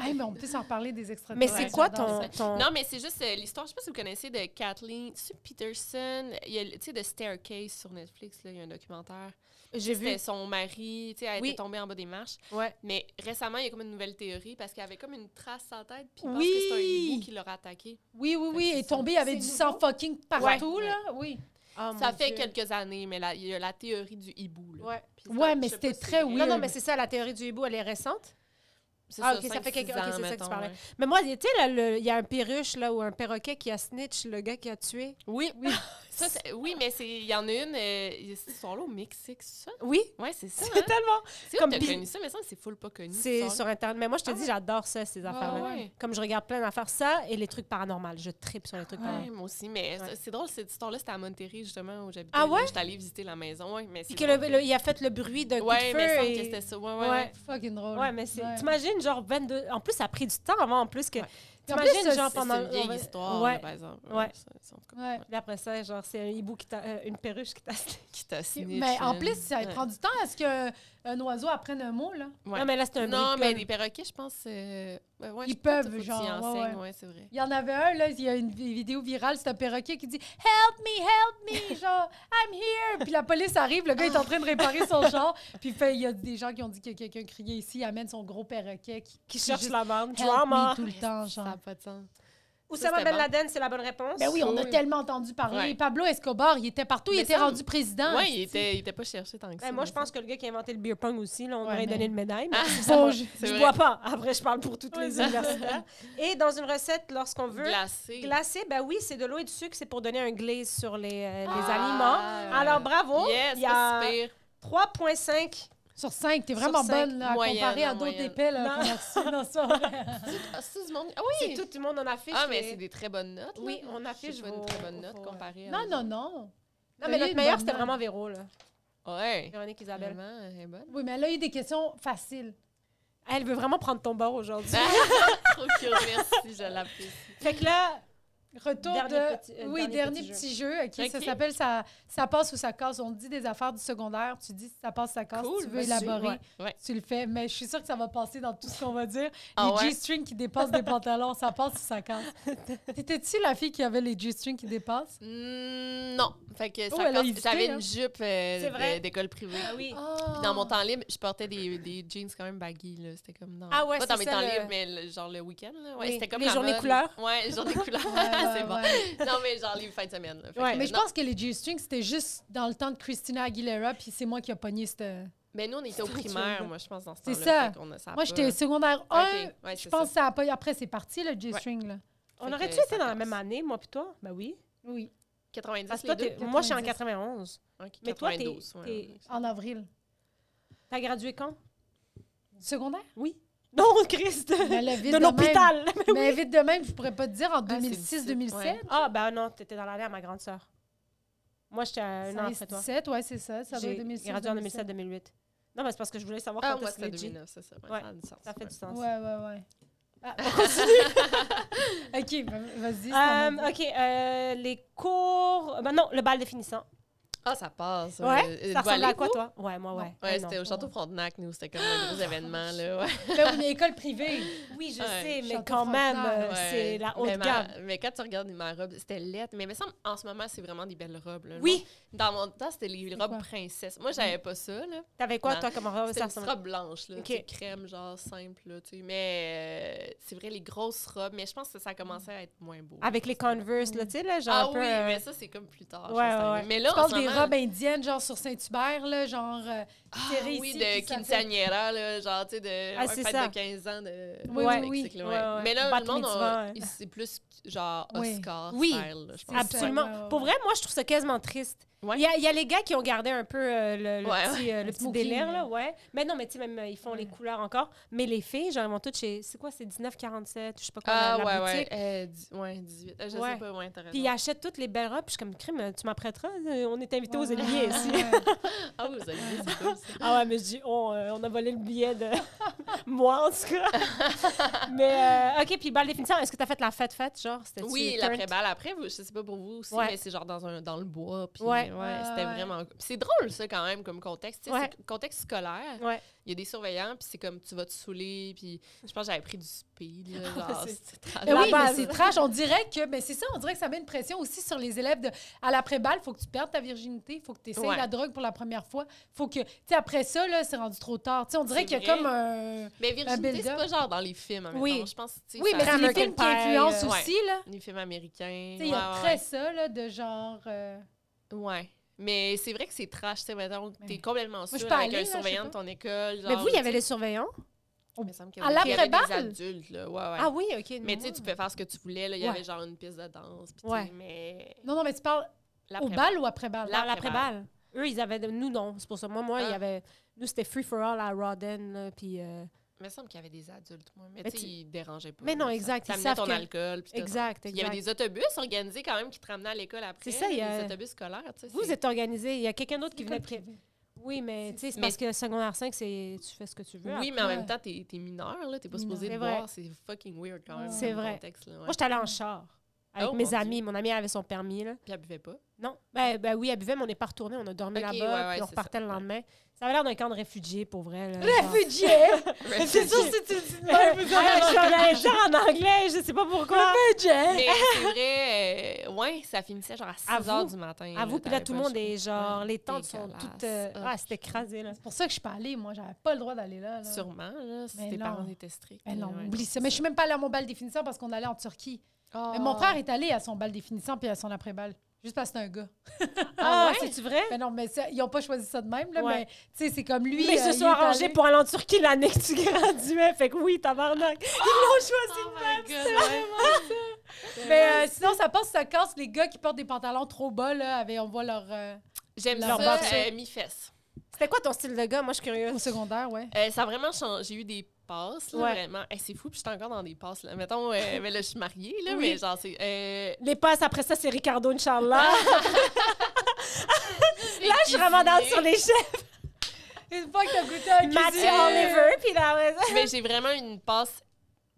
Hey, mais on peut s'en reparler des Mais extraterrestres. c'est quoi j'adore ton. ton- Non, mais c'est juste euh, l'histoire, je sais pas si vous connaissez, de Kathleen c'est Peterson. Il y a, tu sais, de Staircase sur Netflix, là, il y a un documentaire. J'ai vu. C'était son mari, tu sais, elle Oui. était tombée en bas des marches. Ouais. Mais récemment, il y a comme une nouvelle théorie parce qu'elle avait comme une trace sur la tête, puis Oui! oui. que c'est un hibou qui l'aurait attaqué. Oui, oui, oui. Fait que Et c'est ça. tombé, il y avait C'est du nouveau? sang fucking partout, Ouais. là. Oui. Oh ça fait quelques années, mais la- il y a la théorie du hibou. Là. Ouais. Puis ça, Ouais, mais je sais c'était pas si très c'est vrai. Non, non, Weird. mais c'est ça, la théorie du hibou, elle est récente. C'est Ah, ça, ok, ça cinq, fait quelques- six ok, c'est ans, ça que tu mettons, parlais. ouais. Mais moi, tu sais, là, le- il y a un perruche là, ou un perroquet qui a snitch, le gars qui a tué. Oui, oui. Ça, c'est- oui, mais c'est- il y en a une, euh, ils sont là au Mexique, c'est ça? Oui, Ouais, c'est ça. c'est tellement. C'est comme comme Bi- connu ça, mais ça, c'est full pas connu. C'est ça. sur Internet. Mais moi, je te Ah dis, ouais. j'adore ça, ces affaires-là. ouais. Comme je regarde plein d'affaires, ça et les trucs paranormaux. Je tripe sur les trucs Ouais. Ouais, paranormaux. moi aussi, mais Ouais. c'est- c'est drôle, cette histoire-là, c'était à Monterrey, justement, où j'habitais. Ah là. ouais? J'étais allée visiter la maison, ouais, mais Puis que c'est le- drôle. le- il a fait le bruit d'un coup de Ouais, feu. mais il me semble et- que c'était ça, ouais, ouais, Ouais. ouais. Fucking drôle. Ouais, mais c'est. Ouais. T'imagines, genre 22. En plus, ça a pris du temps avant, en plus que. Ouais. Puis en T'imagines, plus, genre c'est- C'est pendant. une vieille on va- histoire, Ouais. là, par exemple. Ouais. ça- ça, en tout cas. Ouais. Puis après ça, genre, c'est un hibou qui t'a. euh, une perruche qui t'a. Qui t'a snitch, Mais en hein. plus, ça Ouais. prend du temps à ce qu'un oiseau apprenne un mot, là. Ouais. Non, mais là, c'est un Non, bruit de mais gueule. les perroquets, je pense. euh, ouais, ouais, Ils je pense que peuvent, faut que tu y genre, ouais, enseignes, ouais. ouais, c'est vrai. Il y en avait un, là, il y a une vi- vidéo virale, c'est un perroquet qui dit « Help me, help me! » Genre « I'm here! » Puis la police arrive, le gars est en train de réparer son char. Puis il fait- il y a des gens qui ont dit que quelqu'un criait ici, il amène son gros perroquet qui, Qui cherche juste la bande. help Drama. me tout le temps, Ça genre. n'a pas de sens. Oussama c'était Ben bon. Laden, c'est la bonne réponse. Ben oui, on a Oui. tellement entendu parler. Ouais. Pablo Escobar, il était partout, il Mais était ça- rendu président. Ouais, il était, il était pas cherché tant que ça. Ben, moi, je pense que le gars qui a inventé le beer pong aussi, là, on Ouais, aurait mais- donné une médaille. mais Bon, ça m'a- je- Ah, C'est je vrai. bois pas. Après, je parle pour toutes les Ouais. universitaires. Et dans une recette, lorsqu'on veut Glacé. glacer, ben oui, c'est de l'eau et du sucre. C'est pour donner un glaze sur les, euh, les Ah. aliments. Alors, bravo. Yes, Il y pas a si pire. 3,5. Sur cinq, t'es Sur vraiment cinq, bonne, là, à moyenne, comparer à en d'autres moyenne. épais, là, Non. qu'on a reçus dans ce soir. Ah, c'est du monde. Ah C'est oui! tout, tout le monde en affiche. Ah, mais les- c'est des très bonnes notes. là. Oui, on C'est affiche pas vos- une très bonne vos- note ouais. comparée à. Non, non, non. Non, T'as mais eu notre une meilleur, bonne c'était note. vraiment Véro, là. Ouais. Véronique Isabelle. Vraiment, elle est bonne. Oui, mais là, il y a eu des questions faciles. Elle veut vraiment prendre ton bord aujourd'hui. Trop cute, merci, je l'apprécie. fait que là, Retour Dernier de. petit- euh, oui, dernier dernier petit petit jeu. OK, Ça Ok. s'appelle ça, ça passe ou ça casse. On dit des affaires du secondaire. Tu dis si ça passe, ça casse. Cool, tu veux vas-y, élaborer. ouais, ouais. Tu le fais. Mais je suis sûre que ça va passer dans tout ce qu'on va dire. Ah les ouais? G-strings qui dépassent des pantalons, ça passe ou ça casse. T'étais-tu la fille qui avait les G-strings qui dépassent? Mm, non. Fait que ça Oh, elle a casse- hésité, J'avais hein. une jupe euh, C'est vrai. de- d'école privée. ah oui. Puis dans mon temps libre, je portais des, des jeans quand même baggy. là. C'était comme dans. Ah ouais, Pas dans c'est mes ça, temps le- libres, mais le- genre le week-end. là. Ouais, Oui, c'était comme les la journées mode. couleurs. Ouais, les journées couleurs. Ah, Ouais, c'est bon. ouais. Non, mais genre les fins de semaine. là. Fait Ouais. que Mais je non. pense que les G-strings, c'était juste dans le temps de Christina Aguilera, puis c'est moi qui a pogné cette. Mais nous, on était au primaire, moi, je pense, dans ce C'est temps-là. ça. Fait qu'on a- ça a Moi, pas- j'étais secondaire 1. Ok, ouais, je c'est pense ça. que ça a pas. Après, c'est parti, le G-string, là. On Fait que aurait-tu ça été dans la casse. même année, moi puis toi? Ben oui. Oui. 90, Parce que toi, les deux. t'es- moi, je suis en 90. 91. Ok, Mais toi, t'es- 92, ouais. t'es- En avril. T'as gradué quand? Mm. Secondaire? Oui. Non, Christ! Mais là, vite De même. l'hôpital! Mais vite de même, je pourrais pas te dire en c'est 2006, 2007. 17, ouais. Ah, ben non, t'étais dans l'année à ma grande sœur. Moi, j'étais à un an après toi. 2007, ouais, c'est ça. Ça doit J'ai être 2006. gradué en 2007-2008. Non, mais c'est parce que je voulais savoir Ah, quand moi, est-ce que c'était les G- 2009, c'est ça. Ouais, Ouais, ça a du sens. Ça fait ouais. du sens. Ouais, ouais, ouais. Ah, on continue. OK, ben, vas-y. ça Euh, m'a dit. OK, euh, les cours... Ben non, le bal de finissant. Ah, ça passe. Ouais? Euh, Ça vous ressemble à allez, quoi, vous? toi? Ouais, moi, ouais. Ouais, Ah, non. c'était au Château Frontenac, nous. C'était comme un gros événement, là. ouais. Ben oui, mais école privée. Oui, je Ouais. sais, mais Château quand même, Frontenac. euh, c'est Ouais. la haute mais ma- gamme. mais quand tu regardes ma robe, c'était laide. Mais il me semble, en ce moment, c'est vraiment des belles robes. là. Oui! Dans mon temps, c'était les quoi? robes princesses. Moi, j'avais pas ça, là. T'avais quoi, Non. toi, comme robe? C'était Ah, Ça ressemble- une petite robe blanche, là, Ok. tu sais, crème, genre simple, là, tu sais. Mais euh, c'est vrai, les grosses robes, mais je pense que ça commençait à être moins beau. Avec les Converse, là, tu sais, là, Ah, genre ah un peu... oui, euh, mais ça, c'est comme plus tard. je Ouais, pense, ça ouais, arrive. ouais. Mais là, Je en pense ce des moment- robes indiennes, genre sur Saint-Hubert, là, genre. euh, Ah serrées oui, ici, de puis ça fait- quinceañera, là, genre, tu sais, de Ah, un c'est fête ça. de 15 ans de Oui, de oui, Mexique, oui. là, Ouais, ouais. Mais là, Bat le monde, mitzvah, on- ouais. c'est plus, genre, Oui. Oscar Oui, style, là, je pense. ça, Absolument. ouais, ouais, Pour ouais. vrai, moi, je trouve ça quasiment triste. Il Ouais. y, a, il y a les gars qui ont gardé un peu euh, le, le Ouais, petit, euh, le Le petit smoking, délire, là. là, ouais. Mais non, mais tu sais, même, euh, ils font les couleurs encore. Mais les filles, genre, elles vont toutes chez... C'est quoi, c'est 1947, je sais pas quoi, Ah, la, la ouais, ouais. boutique. Euh, dix- ouais, 18. Euh, Je Ouais. sais pas, ouais, t'as raison. Puis ils achètent toutes les belles robes. Puis je suis comme, crime, tu m'apprêteras? Euh, On est invité aux Ouais, ouais, Oliviers ouais, ici. ouais. Ah Ah, vous avez vu, c'est cool, ça. Ah ouais, mais je dis, on, euh, on a volé le billet de moi, en tout cas. mais, euh, OK, puis balle définition, est-ce que t'as fait la fête-fête, genre? c'était-tu Oui, turnt? l'après-balle. Après, vous- je sais pas pour vous aussi, Ouais. mais c'est genre dans, un, dans le bois. Puis, Ouais. ouais, Ouais, c'était ouais. vraiment. puis c'est drôle, ça, quand même, comme contexte. Tu sais, Ouais. c'est contexte scolaire. Ouais. Il y a des surveillants, puis c'est comme tu vas te saouler. Puis je pense que j'avais pris du speed. Là, genre, Ah, c'est- c'était trash. Ben La oui, mais base. c'est trash. On dirait que, mais c'est ça, on dirait que ça met une pression aussi sur les élèves. De, à l'après-balle, faut que tu perdes ta virginité, faut que tu essaies Ouais. la drogue pour la première fois. Faut que, tu sais, après ça, là, c'est rendu trop tard. Tu sais, on dirait C'est qu'il y a vrai. comme un. mais virginité, c'est build-up. pas genre dans les films. admettons. Oui. Je pense, tu sais, Oui, ça- mais c'est les American films qui Pie, influencent euh, ouais. aussi, là. les films américains. Tu sais, il y a Ouais, ouais, très ça, là, de genre. euh, ouais. Ouais. Mais c'est vrai que c'est trash, tu sais, mettons, Mais t'es complètement je sûr peux avec aller, là, un je sais surveillant de pas. ton école. Mais genre, vous, il y avait tu les surveillants? sais, il me semble que À oui, il y avait des l'après-balle? adultes, là. Ouais, ouais. Ah oui, OK. Mais tu sais, tu peux faire ce que tu voulais. Là. Il y Ouais. avait genre une piste de danse. Puis tu Ouais. sais, mais. Non, non, mais tu parles au l'après-balle, bal ou après-balle? La- Dans l'après-balle. Eux, ils avaient... de- Nous, non, c'est pour ça. Moi, moi, il y Ah. avait... Nous, c'était free for all à Rodden, là, puis... euh, Il me semble qu'il y avait des adultes, moi. Mais, Mais tu sais, tu- ils dérangeaient pas. Mais non, là. Ça- exact, ils T'amenais savent ton que- alcool. puis tout. Exact, Puis Il y avait exact. des autobus organisés quand même qui te ramenaient à l'école C'est après. ça, il y là, Des a- autobus scolaires, tu sais. Vous c'est- êtes organisé. Il y a quelqu'un d'autre C'est qui venait... comme pré- Oui, mais tu sais, c'est Mais- parce que secondaire 5, c'est... Tu fais ce que tu veux. Oui, mais en après. même temps, t'es t'es mineur, là. T'es pas Mineur. supposé C'est de vrai. boire. C'est fucking weird quand même. C'est comme vrai. Contexte, là, ouais. Moi, j'étais allée en char avec Oh, mon mes Dieu. amis. Mon ami elle avait son permis, là. Puis elle buvait pas. Non. Ben, ben oui, elle buvait, mais on est pas retourné. On a dormi Ok, là-bas, ouais, ouais, puis on c'est repartait ça, le ouais. lendemain. Ça avait l'air d'un camp de réfugiés, pour vrai. Là, Ah, Réfugié! c'est sûr, si tu le dis de même, vous aurez- genre en anglais, je sais pas pourquoi. Mais c'est vrai, euh, ouais, ça finissait genre à 6 À h vous. du matin. À vous, puis là, t'avais tout le pas le monde choix. est genre, Ouais, les tentes sont dégueulasse. toutes. euh, Ah, ah, c'est écrasé, là. C'est pour ça que je suis pas allée, moi. J'avais pas le droit d'aller là. là. Sûrement, là, si Mais tes non. parents étaient stricts. Ben non, ouais, oublie c'est ça. Mais je suis même pas allée à mon bal définissant parce qu'on allait en Turquie. Oh Ah. Mais mon frère est allé à son bal définissant puis à son après-balle. Juste parce que c'est un gars. Ah, c'est-tu vrai? Mais non, mais ça- ils ont pas choisi ça de même, là, Ouais. mais tu sais, c'est comme lui. mais ils euh, se il sont est arrangés allé- pour aller en Turquie l'année que tu graduais. Fait que oui, tabarnak. Ils l'ont choisi. Oh my God, ouais. Mais euh, sinon, ça passe, ça casse. Les gars qui portent des pantalons trop bas, là, avec, on voit leur. euh, J'aime Leur ça, boxer. euh, mi-fesse. C'était quoi ton style de gars? Moi, je suis au curieuse. secondaire, ouais. Euh, ça a vraiment changé. J'ai eu des passes, là, Ouais. vraiment. Hey, c'est fou, puis j'étais encore dans des passes, là. Mettons, euh, mais là, je suis mariée, là, Oui. mais genre, c'est... euh, Les passes, après ça, c'est Ricardo Inch'Allah. Là, je suis cuisiner. revendique sur les chefs. Une fois que t'as goûté un Mathieu cuisinier- Oliver, puis là, ouais. Mais j'ai vraiment une passe...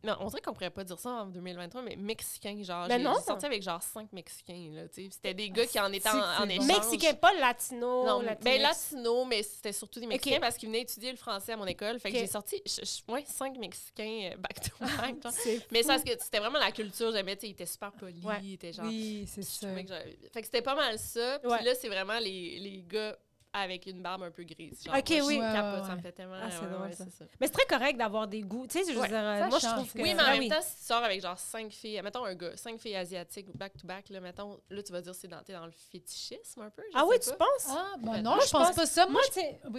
Non, on dirait qu'on pourrait pas dire ça en 2023, mais mexicain, genre. Mais j'ai- Ben non. J'ai sorti avec genre cinq mexicains, là, tu sais. C'était des gars qui en étaient c'est- en, en c'est échange. Mexicain, pas latino. Non, Latinx. ben latino, mais c'était surtout des Mexicains Ok. parce qu'ils venaient étudier le français à mon école. Fait que Ok. j'ai sorti, je- je- ouais, cinq Mexicains euh, back to back. genre. C'est mais ça, c'est que c'était vraiment la culture, j'aimais, tu sais, ils étaient super polis, Ouais. ils étaient genre. Oui, c'est je ça. trouvais que j'avais- Fait que c'était pas mal ça. Puis Ouais. là, c'est vraiment les, les gars avec une barbe un peu grise. Genre, Ok, moi, je oui. Ouais, capote, ouais, ça me ouais. fait tellement. Ah, c'est ouais, drôle, ouais, ça. c'est ça. Mais c'est très correct d'avoir des goûts. Tu sais, je veux Ouais. dire, euh, Ça moi, je change. trouve que. Oui, mais en Ah même temps, si tu sors avec genre cinq filles, mettons un gars, cinq filles asiatiques back-to-back, là, mettons, là, tu vas dire c'est dans, t'es dans le fétichisme un peu. je Ah sais oui, pas. tu penses? Ah, ben Ben, non, moi, je je pense pense- pas ça. Moi, moi, je. Vas-y, Ouais, non,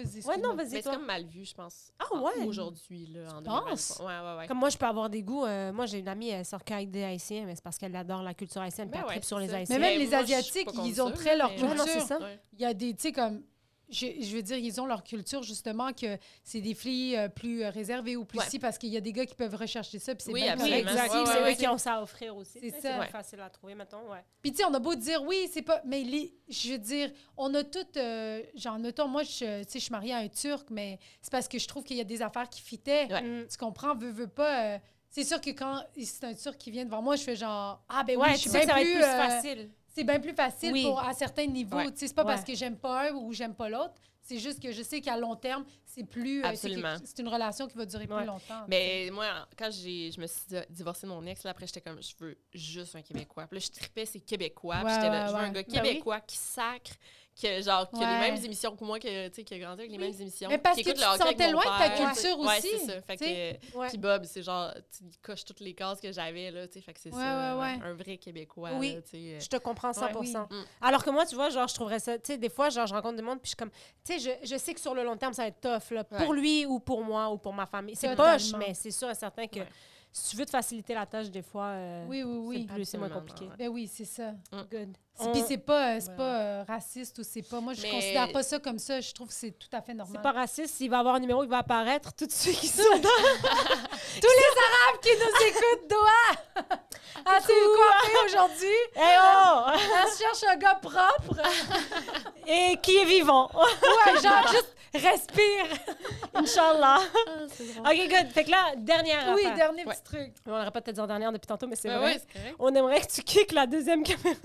vas-y, excuse-moi. Mais c'est toi. comme mal vu, je pense. Ah ouais? Aujourd'hui, là, en Tu penses? 2023. Ouais, ouais, ouais. Comme moi, je peux avoir des goûts. euh, moi, j'ai une amie, elle sort qu'avec des Haïtiens, mais c'est parce qu'elle adore la culture haïtienne, puis Ben elle ouais, tripe sur c'est les ça. Mais Haïtiens. même Mais les moi, je suis Asiatiques, pas ils contre ont ça, très leur mais- Ouais, non, culture. c'est ça. Ouais. Il y a des, tu sais, comme, je, je veux dire, ils ont leur culture, justement, que c'est des filles euh, plus euh, réservées ou plus Ouais. si, parce qu'il y a des gars qui peuvent rechercher ça, puis c'est Oui, bien Oui, correct absolument. exact. aussi, Ouais, mais c'est ouais. eux qui ont ça à offrir aussi. C'est Tu sais, ça. C'est Ouais. facile à trouver, mettons. Ouais. Puis, tu sais, on a beau dire oui, c'est pas. Mais les, je veux dire, on a toutes. euh, genre, mettons, moi, je, tu sais, je suis mariée à un Turc, mais c'est parce que je trouve qu'il y a des affaires qui fitaient. Ouais. Mm. Tu comprends, veux, veux pas. euh, c'est sûr que quand c'est un Turc qui vient devant moi, je fais genre, ah, ben oui, Ouais, je suis tu sais bien que ça va être plus. plus euh, facile. c'est bien plus facile Oui. pour à certains niveaux. Ouais. Tu sais, C'est pas Ouais. parce que j'aime pas un ou j'aime pas l'autre. C'est juste que je sais qu'à long terme, c'est plus. euh, c'est Absolument. quelque- C'est une relation qui va durer Ouais. plus longtemps. Mais moi, quand j'ai, je me suis di- divorcée de mon ex, là, après, j'étais comme, je veux juste un Québécois. Puis là, je tripais, c'est Québécois. Puis Ouais, j'étais là, ouais, je veux ouais. un gars Ben oui. Québécois qui sacre, qui, genre, qui a Ouais. les mêmes émissions que moi, que, tu sais, qui a grandi avec les Oui. mêmes émissions. Mais parce qui que écoute tu le te hockey avec sentais mon loin de ta père. culture Ouais, aussi, c'est ça. Fait tu sais. que, Ouais. puis Bob, c'est genre, tu il coche toutes les cases que j'avais, là, tu sais. Fait que c'est Ouais, ça, ouais, ouais, ouais. un vrai Québécois, Oui. là, tu sais. Je te comprends 100 oui. Mm. Alors que moi, tu vois, genre, je trouverais ça. Tu sais, des fois, genre, je rencontre des monde, puis je suis comme. Tu sais, je, je sais que sur le long terme, ça va être tough, là, Ouais. pour lui ou pour moi ou pour ma famille. C'est Totalement. poche, mais c'est sûr et certain que. Ouais. si tu veux te faciliter la tâche, des fois, euh, Oui, oui, oui. c'est plus, c'est moins Absolument, compliqué. ouais. Ben oui, c'est ça. Good. C'est- On- Puis c'est pas, euh, c'est Ouais. pas euh, raciste ou c'est pas. Moi, je Mais- considère pas ça comme ça. Je trouve que c'est tout à fait normal. C'est pas raciste. Il va avoir un numéro qui va apparaître. Tous ceux qui sont dans Tous les Arabes qui nous écoutent, Doha! Ah, t'es coiffé aujourd'hui? Hey, oh! On se cherche un gars propre. et qui est vivant. Ouais, genre, juste respire. Inch'Allah. c'est drôle. OK, good. Fait que là, dernière Oui, affaire. dernier Ouais. petit truc. On aurait pas peut-être dit en dernière depuis tantôt, mais c'est Ben vrai. ouais, c'est correct. On aimerait que tu kicks la deuxième caméra.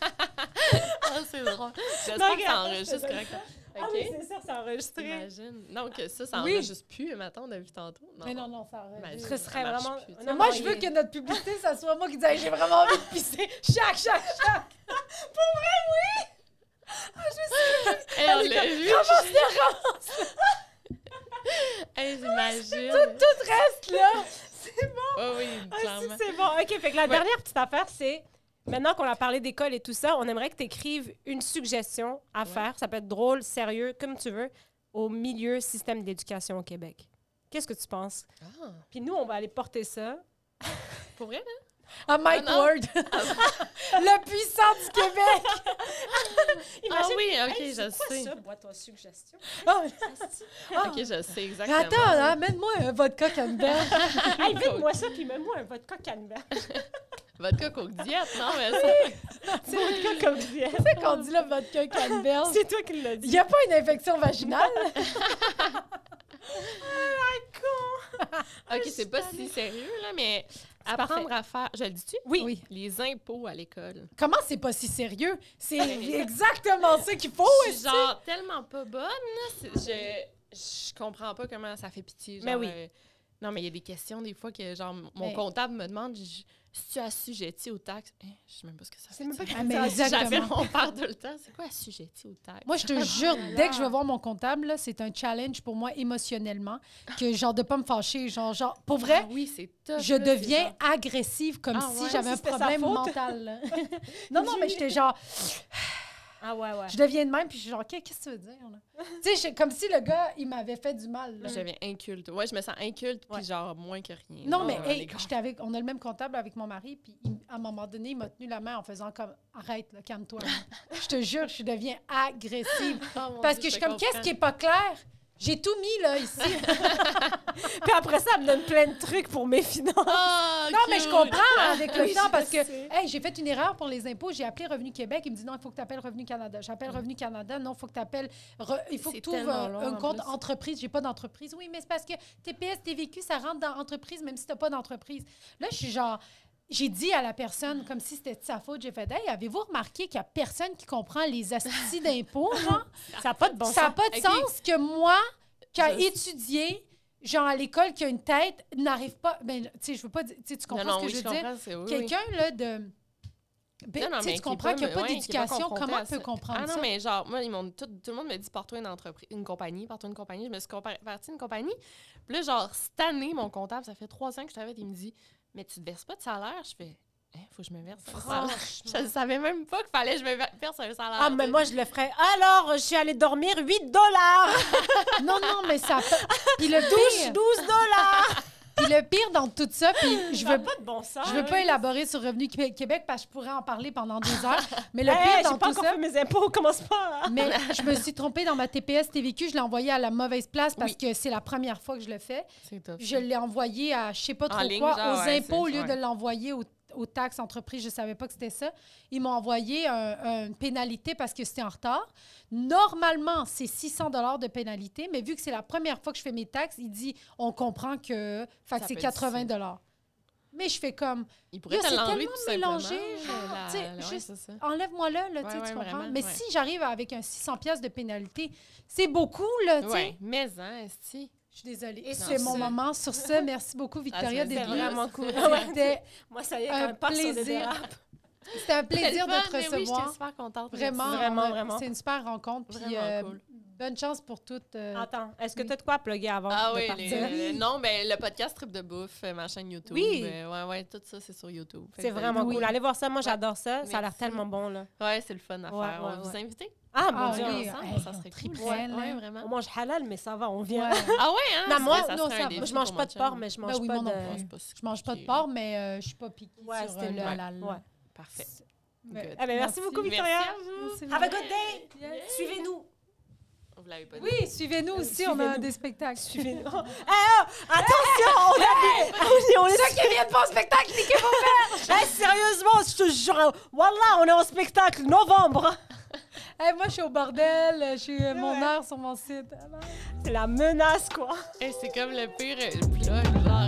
Ah, c'est drôle. Non, J'espère que ça regarde, enregistre c'est correctement. Ah oui, OK. c'est sûr, c'est enregistré. Imagine. Non, que ça, ça Oui. enregistre plus, mettons, depuis tantôt. Mais non, non, ça aurait Imagine. dû. Ce serait Ça marche vraiment... plus, non, tu sais. Mais Moi, non, je il veux est- que notre publicité, ça soit moi qui dis Hey, j'ai vraiment envie de pisser. Chac, chac, chac. Hey, on l'a vu. Commence le rang. Hey, j'imagine. Tout reste là. Oh oui, Ah, si, clairement. c'est bon. OK, fait que la dernière petite affaire, c'est... Maintenant qu'on a parlé d'école et tout ça, on aimerait que tu écrives une suggestion à faire. Ça peut être drôle, sérieux, comme tu veux, au milieu système d'éducation au Québec. Qu'est-ce que tu penses? Ah, Puis nous, on va aller porter ça. pour vrai, là? À Mike Ah, non. Ward. Le puissant du Québec. Ah Imagine- oui, OK, Hey, je c'est quoi sais. ça, boîte aux suggestions? Ah, OK, je sais exactement. Ah. Attends, là, amène-moi un vodka Campbell. Hey, vide-moi ça, puis mets-moi un vodka canneberge. Votre coke diète, non, mais ça... C'est vodka comme dièse. C'est qu'on dit le vodka Oh. Campbell. C'est toi qui l'as Il dit. n'y a pas une infection vaginale? OK, c'est pas si sérieux, là, mais apprendre à faire... Je le dis-tu? Oui. Les impôts à l'école. Comment c'est pas si sérieux? C'est exactement ça qu'il faut. Je est-ce suis que- genre tellement pas bonne, là. c'est- Je, je comprends pas comment ça fait pitié. Genre, Mais oui. euh, non, mais il y a des questions, des fois, que genre mon Mais- comptable me demande si tu assujetti aux taxes. Hein, je sais même pas ce que ça C'est veut même pas dire. Ah, mais J'appelle exactement. mon père tout le temps. C'est quoi assujetti aux taxes? Moi, je te jure, dès que je vais voir mon comptable, là, c'est un challenge pour moi émotionnellement, que genre de pas me fâcher, genre, genre pour vrai, Ah oui, c'est tough. je là, c'est deviens genre- agressive comme Ah si ouais? j'avais Si un c'était sa problème faute. mental. là. non, non, mais j'étais genre, Ah ouais, ouais. je deviens de même, puis je suis genre, Qu'est- qu'est-ce que tu veux dire? là? Tu sais, c'est comme si le gars, il m'avait fait du mal. là. Je deviens inculte. Ouais, je me sens inculte, puis Ouais. genre moins que rien. Non, là, mais dans hey, Oh, les gars. j'étais avec, on a le même comptable avec mon mari, puis il- à un moment donné, il m'a tenu la main en faisant comme arrête, là, calme-toi. là. je te jure, je deviens agressive. Ah, mon Parce Dieu, que je suis te comme, qu'est-ce comprends. qui est pas clair? J'ai tout mis là ici. Puis après ça, elle me donne plein de trucs pour mes finances. Ah, non, mais je cute. comprends avec Ah Oui, le temps je parce que, sais. hey, j'ai fait une erreur pour les impôts. J'ai appelé Revenu Québec. Il me dit non, il faut que tu appelles Revenu Canada. J'appelle Revenu Canada. Non, il faut que tu appelles. il faut que Mm. C'est tu ouvres tellement un, long, un en compte plus. entreprise. J'ai pas d'entreprise. Oui, mais c'est parce que TPS, TVQ, ça rentre dans entreprise, même si tu pas d'entreprise. Là, je suis genre. J'ai dit à la personne, comme si c'était de sa faute, j'ai fait Hey, avez-vous remarqué qu'il n'y a personne qui comprend les astuces d'impôts, genre? Ça n'a pas de bon ça n'a sens. pas de Ok. sens que moi, qui a Je- étudié, genre à l'école, qui a une tête, n'arrive pas. Ben, tu sais, je veux pas dire. Tu sais, tu comprends Non, non, ce que oui, je veux je dire? comprends, c'est- oui, oui. Quelqu'un, là, de. Ben, Non, non, tu sais, mais tu qui est comprends pas- qu'il n'y a pas ouais, qui est pas d'éducation. confronté Comment à on peut ça. comprendre Ah non, ça? mais genre, moi, ils m'ont tout, tout le monde me dit, porte-toi une entreprise, une compagnie, porte-toi une compagnie. Je me suis compa- partie une compagnie. Puis là, genre, cette année, mon comptable, ça fait trois ans que je t'avais, il me dit, mais tu te verses pas de salaire. Je fais, hein, faut que je me verse un salaire. Je savais même pas qu'il fallait que je me ver- verse un salaire. Ah, mais moi, je le ferais. Alors, je suis allée dormir 8 dollars, Non, non, mais ça. a pas- Puis le 12 pire, dollars. puis le pire dans tout ça, puis je Ça n'a veux pas de bon sens. Ah, je veux pas élaborer sur Revenu Qué- Québec parce que je pourrais en parler pendant deux heures, mais le Hey, pire Eh, j'ai dans pas tout encore ça, fait mes impôts, commence pas. hein. Mais je me suis trompée dans ma TPS TVQ, je l'ai envoyée à la mauvaise place parce que c'est la première fois que je le fais. C'est top. Je l'ai envoyée à je sais pas En trop ligne, quoi, genre, aux ouais, impôts au c'est- lieu de ouais. l'envoyer aux, aux taxes entreprises, je savais pas que c'était ça. Ils m'ont envoyé un- une pénalité parce que c'était en retard. Normalement, c'est 600 dollars de pénalité, mais vu que c'est la première fois que je fais mes taxes, il dit on comprend que fait que Ça c'est peut être 80 difficile. dollars. Mais je fais comme Il pourrait Yo, te c'est l'enlever tellement tout simplement. mélangé, genre, La- tu sais, la- ouais, juste- c'est ça. enlève-moi là, là tu sais, Ouais, tu ouais, comprends. vraiment, mais ouais. si j'arrive avec un 600 pièces de pénalité, c'est beaucoup là, tu sais. Ouais, mais hein, esti. Je suis désolée. Et C'est sur mon ce- moment. Sur ce, merci beaucoup Victoria Ah, c'est d'être venue. vraiment cool. C'était Moi, ça y est, Un quand même pas sur des plaisir. dérapes. c'était un plaisir C'est le de fun, te mais Oui, recevoir. j'étais super contente. de vraiment, ça. Vraiment, on a- vraiment. C'est une super rencontre. Puis, Vraiment euh, cool. Bonne chance pour toutes. euh, Attends, est-ce que Oui. t'as de quoi plugger avant Ah de oui, partir? les- euh, non, mais le podcast Trip de bouffe, euh, ma chaîne YouTube. Oui. euh, ouais, ouais, tout ça, c'est sur YouTube. Fait C'est que vous vraiment allez- cool. Allez voir ça, moi, j'adore ça. Ça a l'air Merci. tellement bon, là. Ouais, c'est le fun à Ouais, faire. ouais, On vous ouais. invite. Ah, mon Ah, Dieu! oui. ensemble, hey, ça serait on cool. triperait, Ouais, là. ouais, On vraiment. mange halal, mais ça va, on vient. Ouais. Ah ouais, hein? Non, ça, moi, ça non, ça serait un va. défi Moi, je mange pour pas mon de porc, chum. mais je Ben mange oui, pas moi non de... plus. Ouais, c'est pas si Je mange pas de compliqué. porc, mais euh, je suis pas piquée Ouais, sur c'était euh, le une- halal. là. Ouais. Parfait. Mais- Good. Eh ben, merci Merci. beaucoup, Merci Victoria. à vous. Merci Have a beaucoup. good day. Suivez-nous. Vous l'avez pas dit. Oui, suivez-nous aussi, on a Suivez-nous. des spectacles. Suivez-nous. Eh, oh, attention, on a vu. On est- on est- Ceux qui viennent pas au spectacle, cliquez pour Eh, sérieusement, je te jure. Voilà, on est en spectacle novembre. Hey, moi, je suis au bordel. Je suis euh, mon Ouais. heure sur mon site. C'est la menace, quoi. Hey, c'est comme le pire euh, plug, genre.